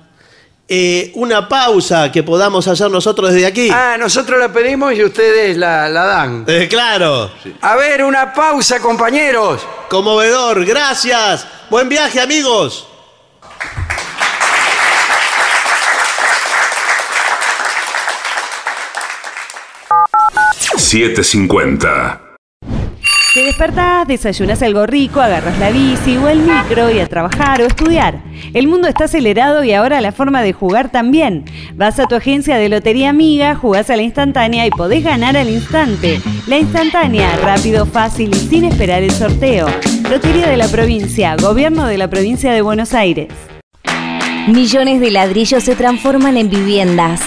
S2: eh, una pausa que podamos hacer nosotros desde aquí.
S1: Ah, nosotros la pedimos y ustedes la, la dan.
S2: Eh, claro,
S1: A ver, una pausa, compañeros.
S2: conmovedor, gracias. Buen viaje, amigos.
S7: Te despertás, desayunas algo rico, agarras la bici o el micro y a trabajar o estudiar. El mundo está acelerado y ahora la forma de jugar también. Vas a tu agencia de lotería amiga, jugás a la instantánea y podés ganar al instante. La instantánea, rápido, fácil y sin esperar el sorteo. Lotería de la provincia, gobierno de la provincia de Buenos Aires.
S8: Millones de ladrillos se transforman en viviendas.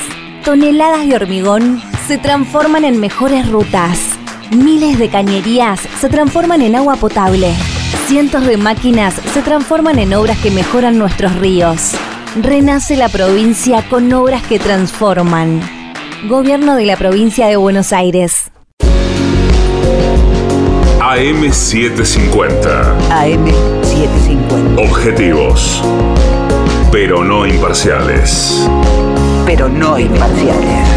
S8: Toneladas de hormigón se transforman en mejores rutas. Miles de cañerías se transforman en agua potable. Cientos de máquinas se transforman en obras que mejoran nuestros ríos. Renace la provincia con obras que transforman. Gobierno de la provincia de Buenos Aires.
S6: AM750.
S9: AM750.
S6: Objetivos, pero no imparciales.
S9: Pero no imparciales.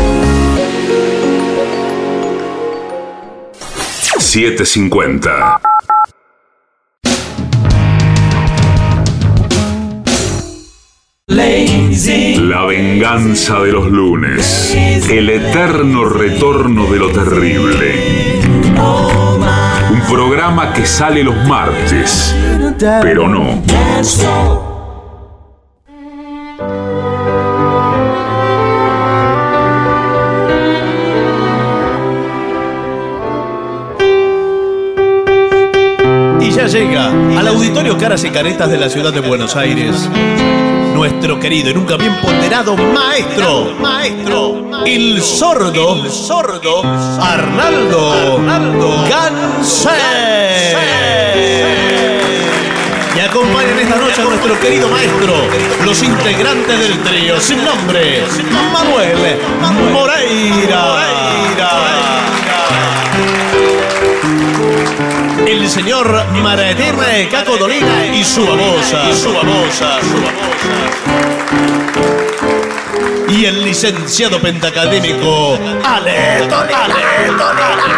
S6: 750. La venganza de los lunes. El eterno retorno de lo terrible. Un programa que sale los martes, pero no.
S2: Y ya llega al auditorio Caras y Caretas de la ciudad de Buenos Aires. Nuestro querido y nunca bien ponderado maestro, maestro, el sordo, el sordo, Arnaldo, Arnaldo Y acompañan esta noche a nuestro querido maestro, los integrantes del trío sin nombre, Manuel Moreira. El señor Mara Eterna de Caco Dolina y su babosa. Y su babosa. Y el licenciado pentacadémico Ale Dolina.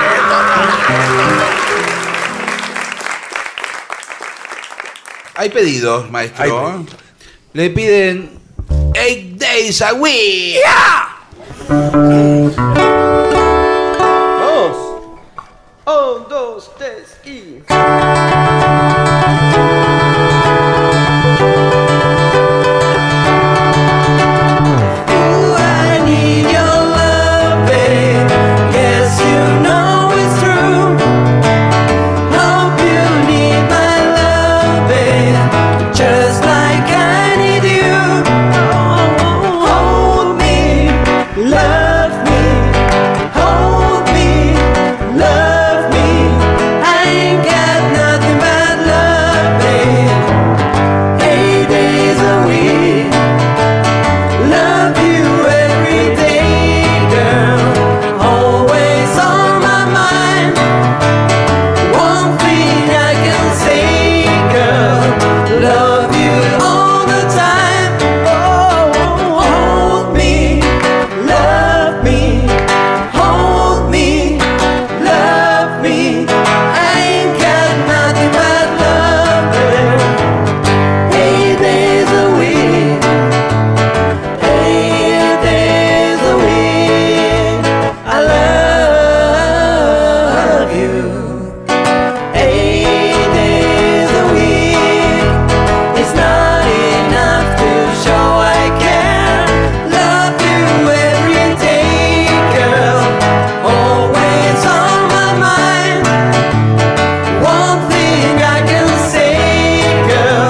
S3: Hay pedidos, maestro.
S1: Hay
S3: Le piden eight days a week.
S10: Just like I need you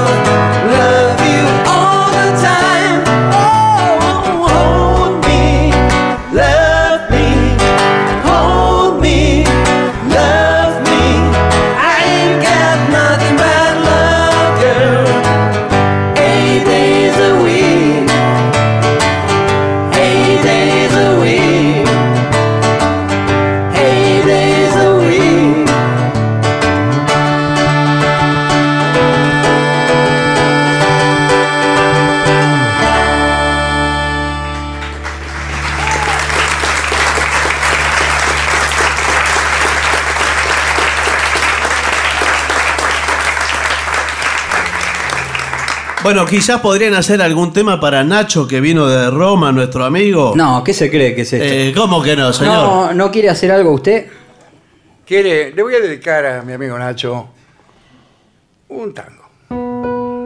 S1: Oh,
S11: Bueno, quizás podrían hacer algún tema para Nacho que vino de Roma, nuestro amigo.
S12: No, ¿qué se cree que es esto?
S11: Eh, ¿Cómo que no, señor?
S12: No, ¿No quiere hacer algo usted?
S13: Quiere, le voy a dedicar a mi amigo Nacho un tango.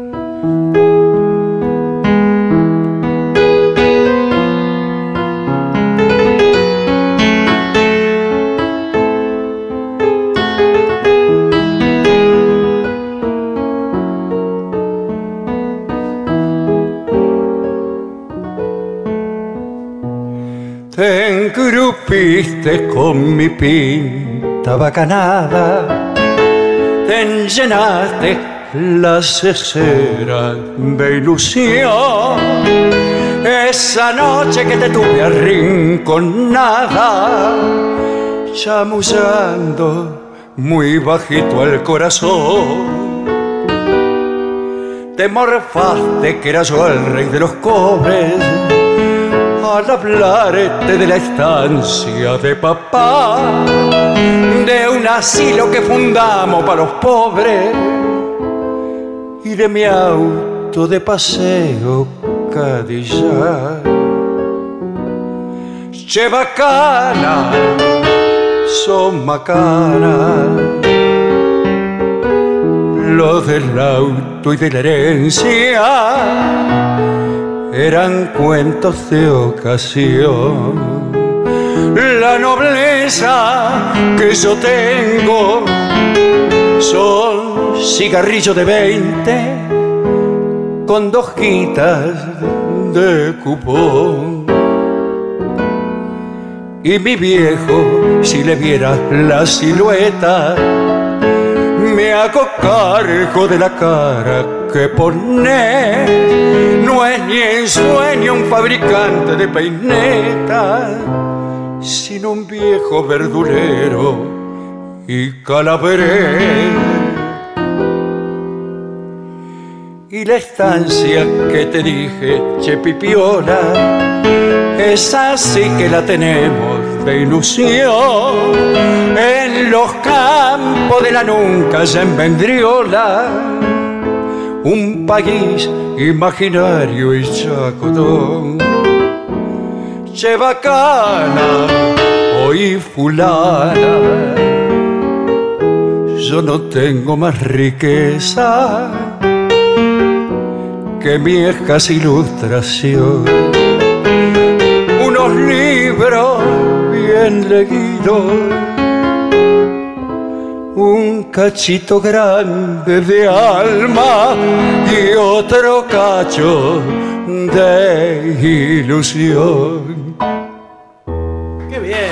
S1: Te engrupiste con mi pinta bacanada, te llenaste la cesera de ilusión. Esa noche que te tuve arrinconada, chamullando muy bajito al corazón. Te morfaste que era yo el rey de los cobres al hablarte de la estancia de papá, de un asilo que fundamos para los pobres y de mi auto de paseo Cadillac. Che bacana, son macanas lo del auto y de la herencia eran cuentos de ocasión. La nobleza que yo tengo son cigarrillos de 20 con dos quitas de cupón. Y mi viejo, si le vieras la silueta, me hago cargo de la cara que pone. No es ni en sueño un fabricante de peinetas, sino un viejo verdulero y calaveré. Y la estancia que te dije, Chepipiola, esa sí que la tenemos de ilusión. En los campos de la nunca se vendriola un país imaginario y chacotón. Che bacana, hoy fulana, yo no tengo más riqueza que mi escasa ilustración. Unos libros bien leídos un cachito grande de alma y otro cacho de ilusión.
S11: Qué bien.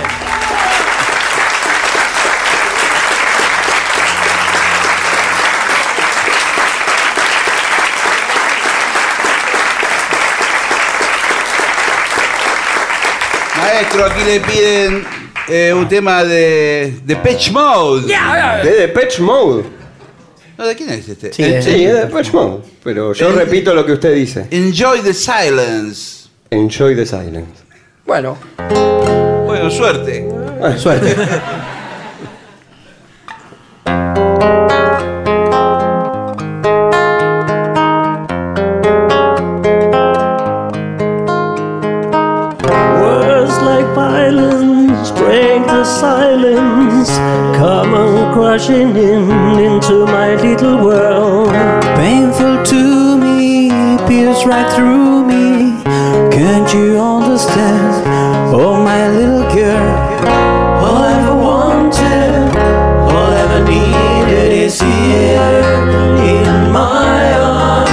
S3: Maestro, aquí le piden eh, un tema de Depeche Mode.
S14: ¿De Depeche Mode?
S3: No, ¿de quién es este?
S14: Sí, es de Depeche Mode. Pero yo
S3: Eh,
S14: repito lo que usted dice.
S3: Enjoy the silence.
S14: Enjoy the silence.
S13: Bueno.
S3: Bueno, suerte.
S14: suerte.
S5: Words like violence break the silence. Come on crashing in into my little world. Painful to me, pierce right through me. Can't you understand? Oh, my little girl. All I ever wanted, all I ever needed is here in my arms.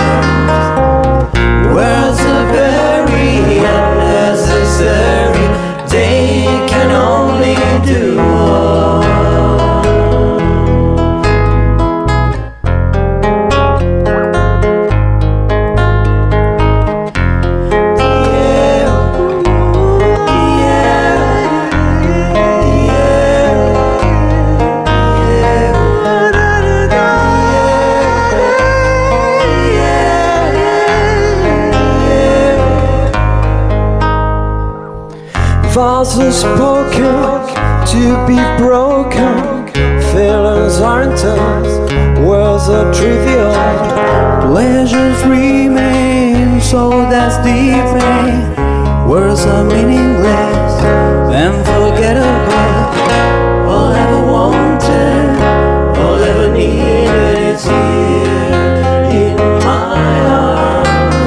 S5: Words are very unnecessary. They can only do one.
S15: Vows are spoken to be broken.
S16: feelings aren't us, words are trivial. Pleasures remain, so that's the pain. Words are meaningless and forgettable. All ever wanted, all ever needed is here in my arms.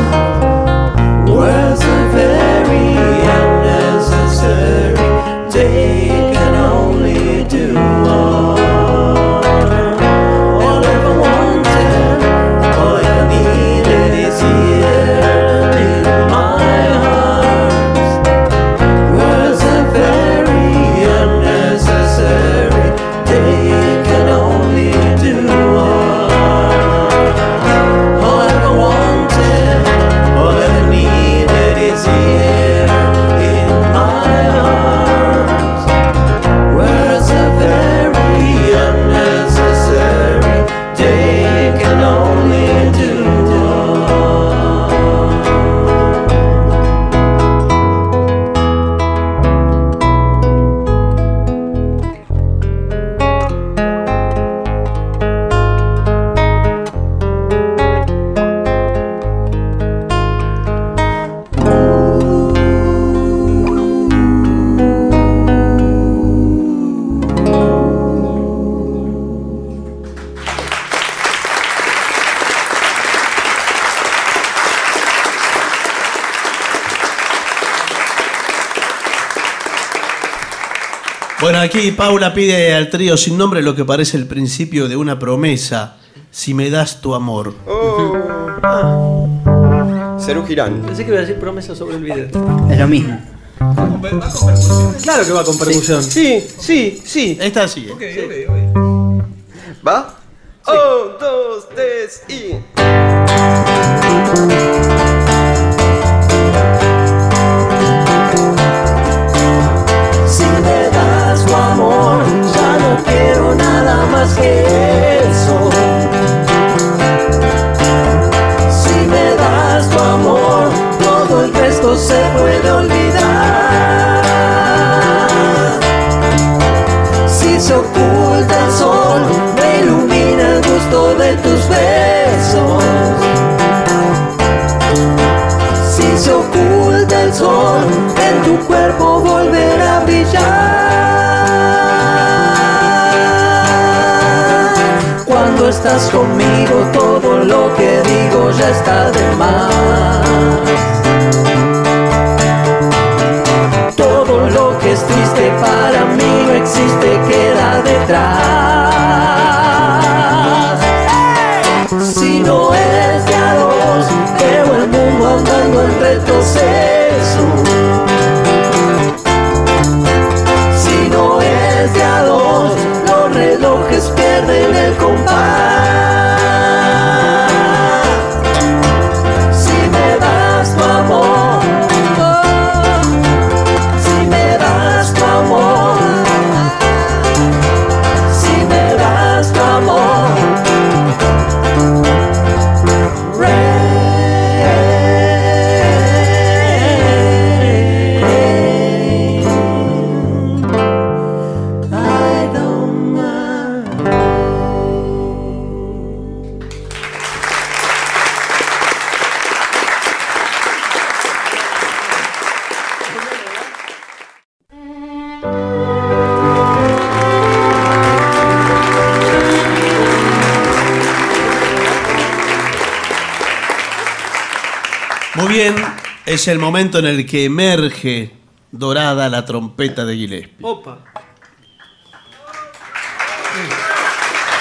S16: Words are very unnecessary. They can only do one. All ever wanted, all ever needed is here in my arms. Words are very unnecessary. They can only do one. All ever wanted, all ever needed is here in my arms. Words are very unnecessary. They can only do one.
S5: Bueno, aquí Paula pide al trío sin nombre lo que parece el principio de una promesa. Si me das tu amor. Oh. Ah.
S17: Serú Girán.
S18: Pensé que iba a decir promesa sobre el video.
S5: Es lo mismo.
S18: Claro que va con percusión.
S5: Sí, sí, sí. Esta sí.
S17: ¿Va? Un, dos, tres y.
S16: Si me das tu amor, ya no quiero nada más que eso. Si me das tu amor, todo el resto se puede olvidar. Si se oculta el sol, me ilumina el gusto de tus besos. Si se oculta el sol, en tu cuerpo volverá a brillar. Cuando estás conmigo, todo lo que digo ya está de más. Todo lo que es triste para mí no existe, queda detrás. Si no es de a dos, veo el mundo andando en retroceso. Si no es de a dos, los relojes pierden el compás. Si me das tu amor, oh, si me das tu amor, si me das tu amor.
S5: Muy bien, es el momento en el que emerge dorada la trompeta de Gillespie.
S18: Opa.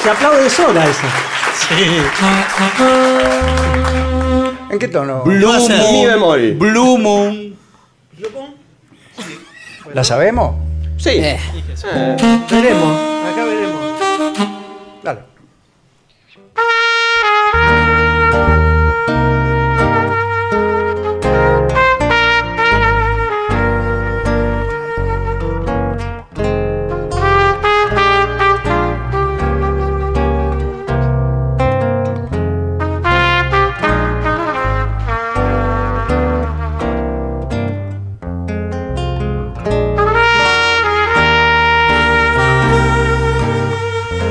S18: Se aplaude sola esa.
S1: ¿En qué tono?
S5: Blue Mi bemol.
S19: Blue Moon.
S1: ¿La sabemos? Eh. Sí.
S18: Veremos, acá veremos.
S16: Thank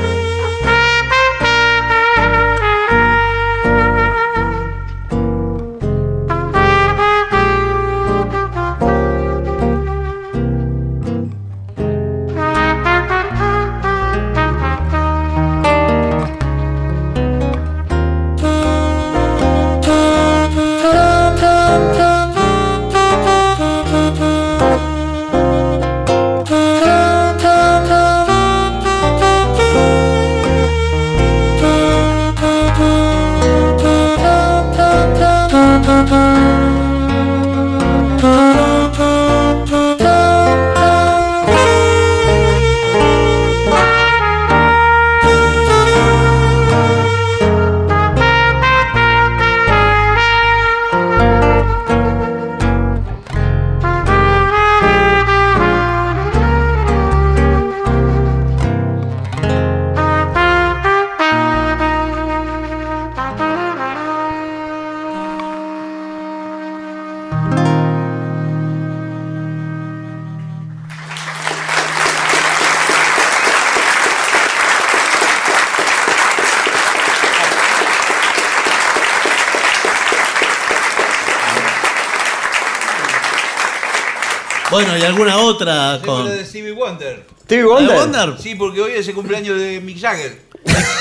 S5: Bueno, y alguna otra
S2: Soy
S5: con.
S2: lo de Stevie Wonder.
S5: ¿Stevie Wonder? ¿La de Wonder?
S2: Sí, porque hoy es el cumpleaños de Mick Jagger.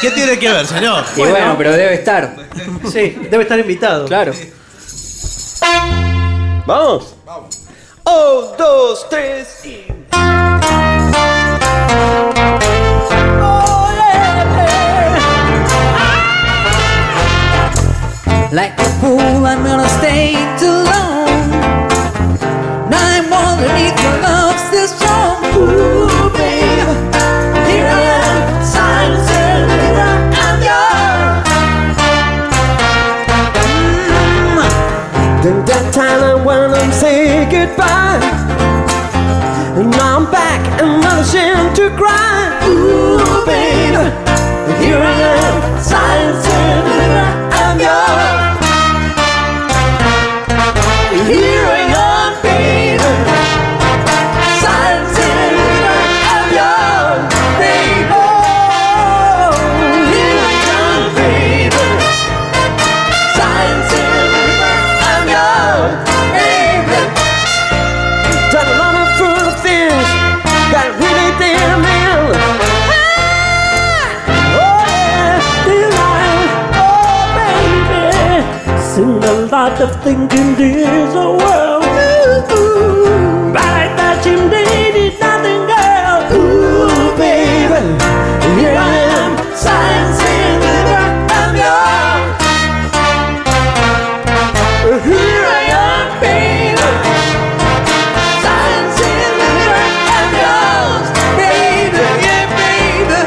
S5: ¿Qué tiene que ver, señor?
S1: Y bueno, pero debe estar.
S20: Sí, debe estar invitado.
S1: Claro.
S21: Vamos. Un, dos, tres y.
S16: Like a fool, I'm gonna stay too long. Now I'm wondering if your love's still strong. Ooh, babe, here I am, silence and river, I'm yours. Mm. Then that time I wanna say goodbye. And now I'm back, and not ashamed to cry. Ooh, babe, here I am, silence and river, I'm yours. Here I am, baby. Silence and river, I'm yours, baby. Here I am, baby. Silence and river, I'm yours, baby. Done a lot of fool things that really damn ill. Ah! Oh, yeah, still I, oh, baby. Seen a lot of thinking this a world. Ooh, ooh. But I thought you needed nothing, girl. Ooh, baby. Here I am, science and river, I'm yours. Here I am, baby. Science and river, I'm yours, baby. Yeah, baby.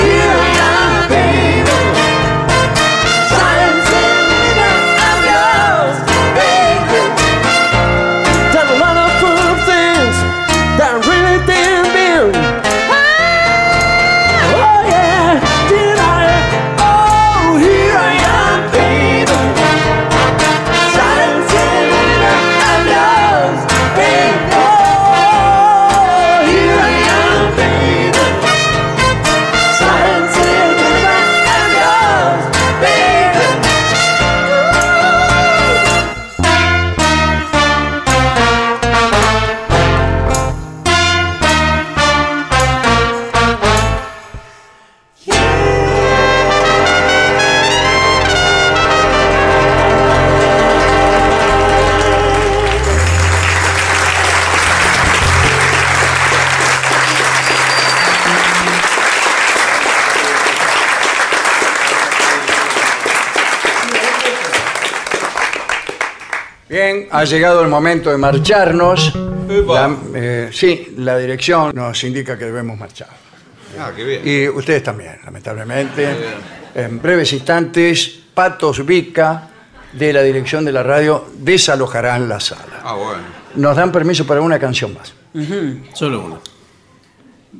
S16: Here I am, baby. Science and river, I'm yours, baby. Done a lot of cool things that really didn't mean. Ah, oh yeah, did I? Oh, here I am, baby. Silence and river, I'm yours, baby. Oh, here I am, baby. Silence and river, I'm yours, baby.
S1: Bien, ha llegado el momento de marcharnos. La- eh, sí, la dirección nos indica que debemos marchar.
S2: Ah, qué bien.
S1: Y ustedes también, lamentablemente. En breves instantes, Patos Vica, de la dirección de la radio, desalojarán la sala.
S2: Ah, bueno.
S1: Nos dan permiso para una canción más.
S21: Solo uno.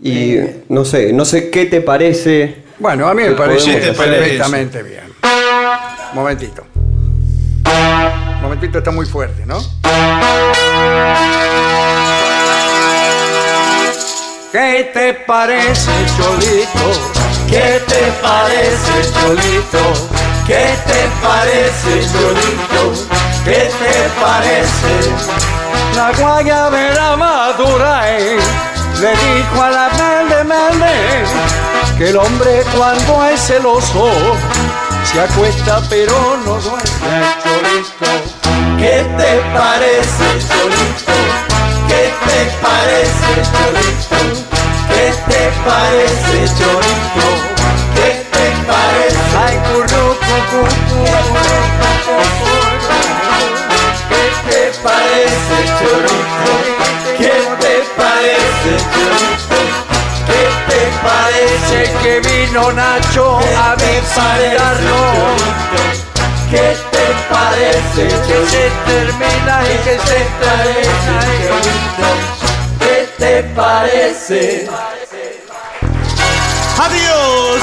S21: Y no sé, no sé qué te parece.
S1: Eh, Bueno, a mí me
S21: que
S1: parece
S21: podemos hacer.
S1: perfectamente bien. Momentito. Momentito está muy fuerte, ¿no? ¿Qué te parece, Cholito?
S16: ¿Qué te parece, Cholito? ¿Qué te parece, Cholito? ¿Qué te parece?
S22: La guayabera madura eh, le dijo a la melde melde que el hombre cuando es celoso se acuesta pero no duerme.
S16: ¿Qué te parece, Cholito? ¿Qué te parece, Cholito? ¿Qué te parece, Cholito? ¿Qué te parece? Ay, curru, curru, ¿Qué te parece, Cholito? ¿Qué te parece, Cholito? ¿Qué te parece que vino Nacho a visitarnos? ¿Qué te parece que se termina y que se termina? y que- ¿Qué te parece?
S5: ¡Adiós!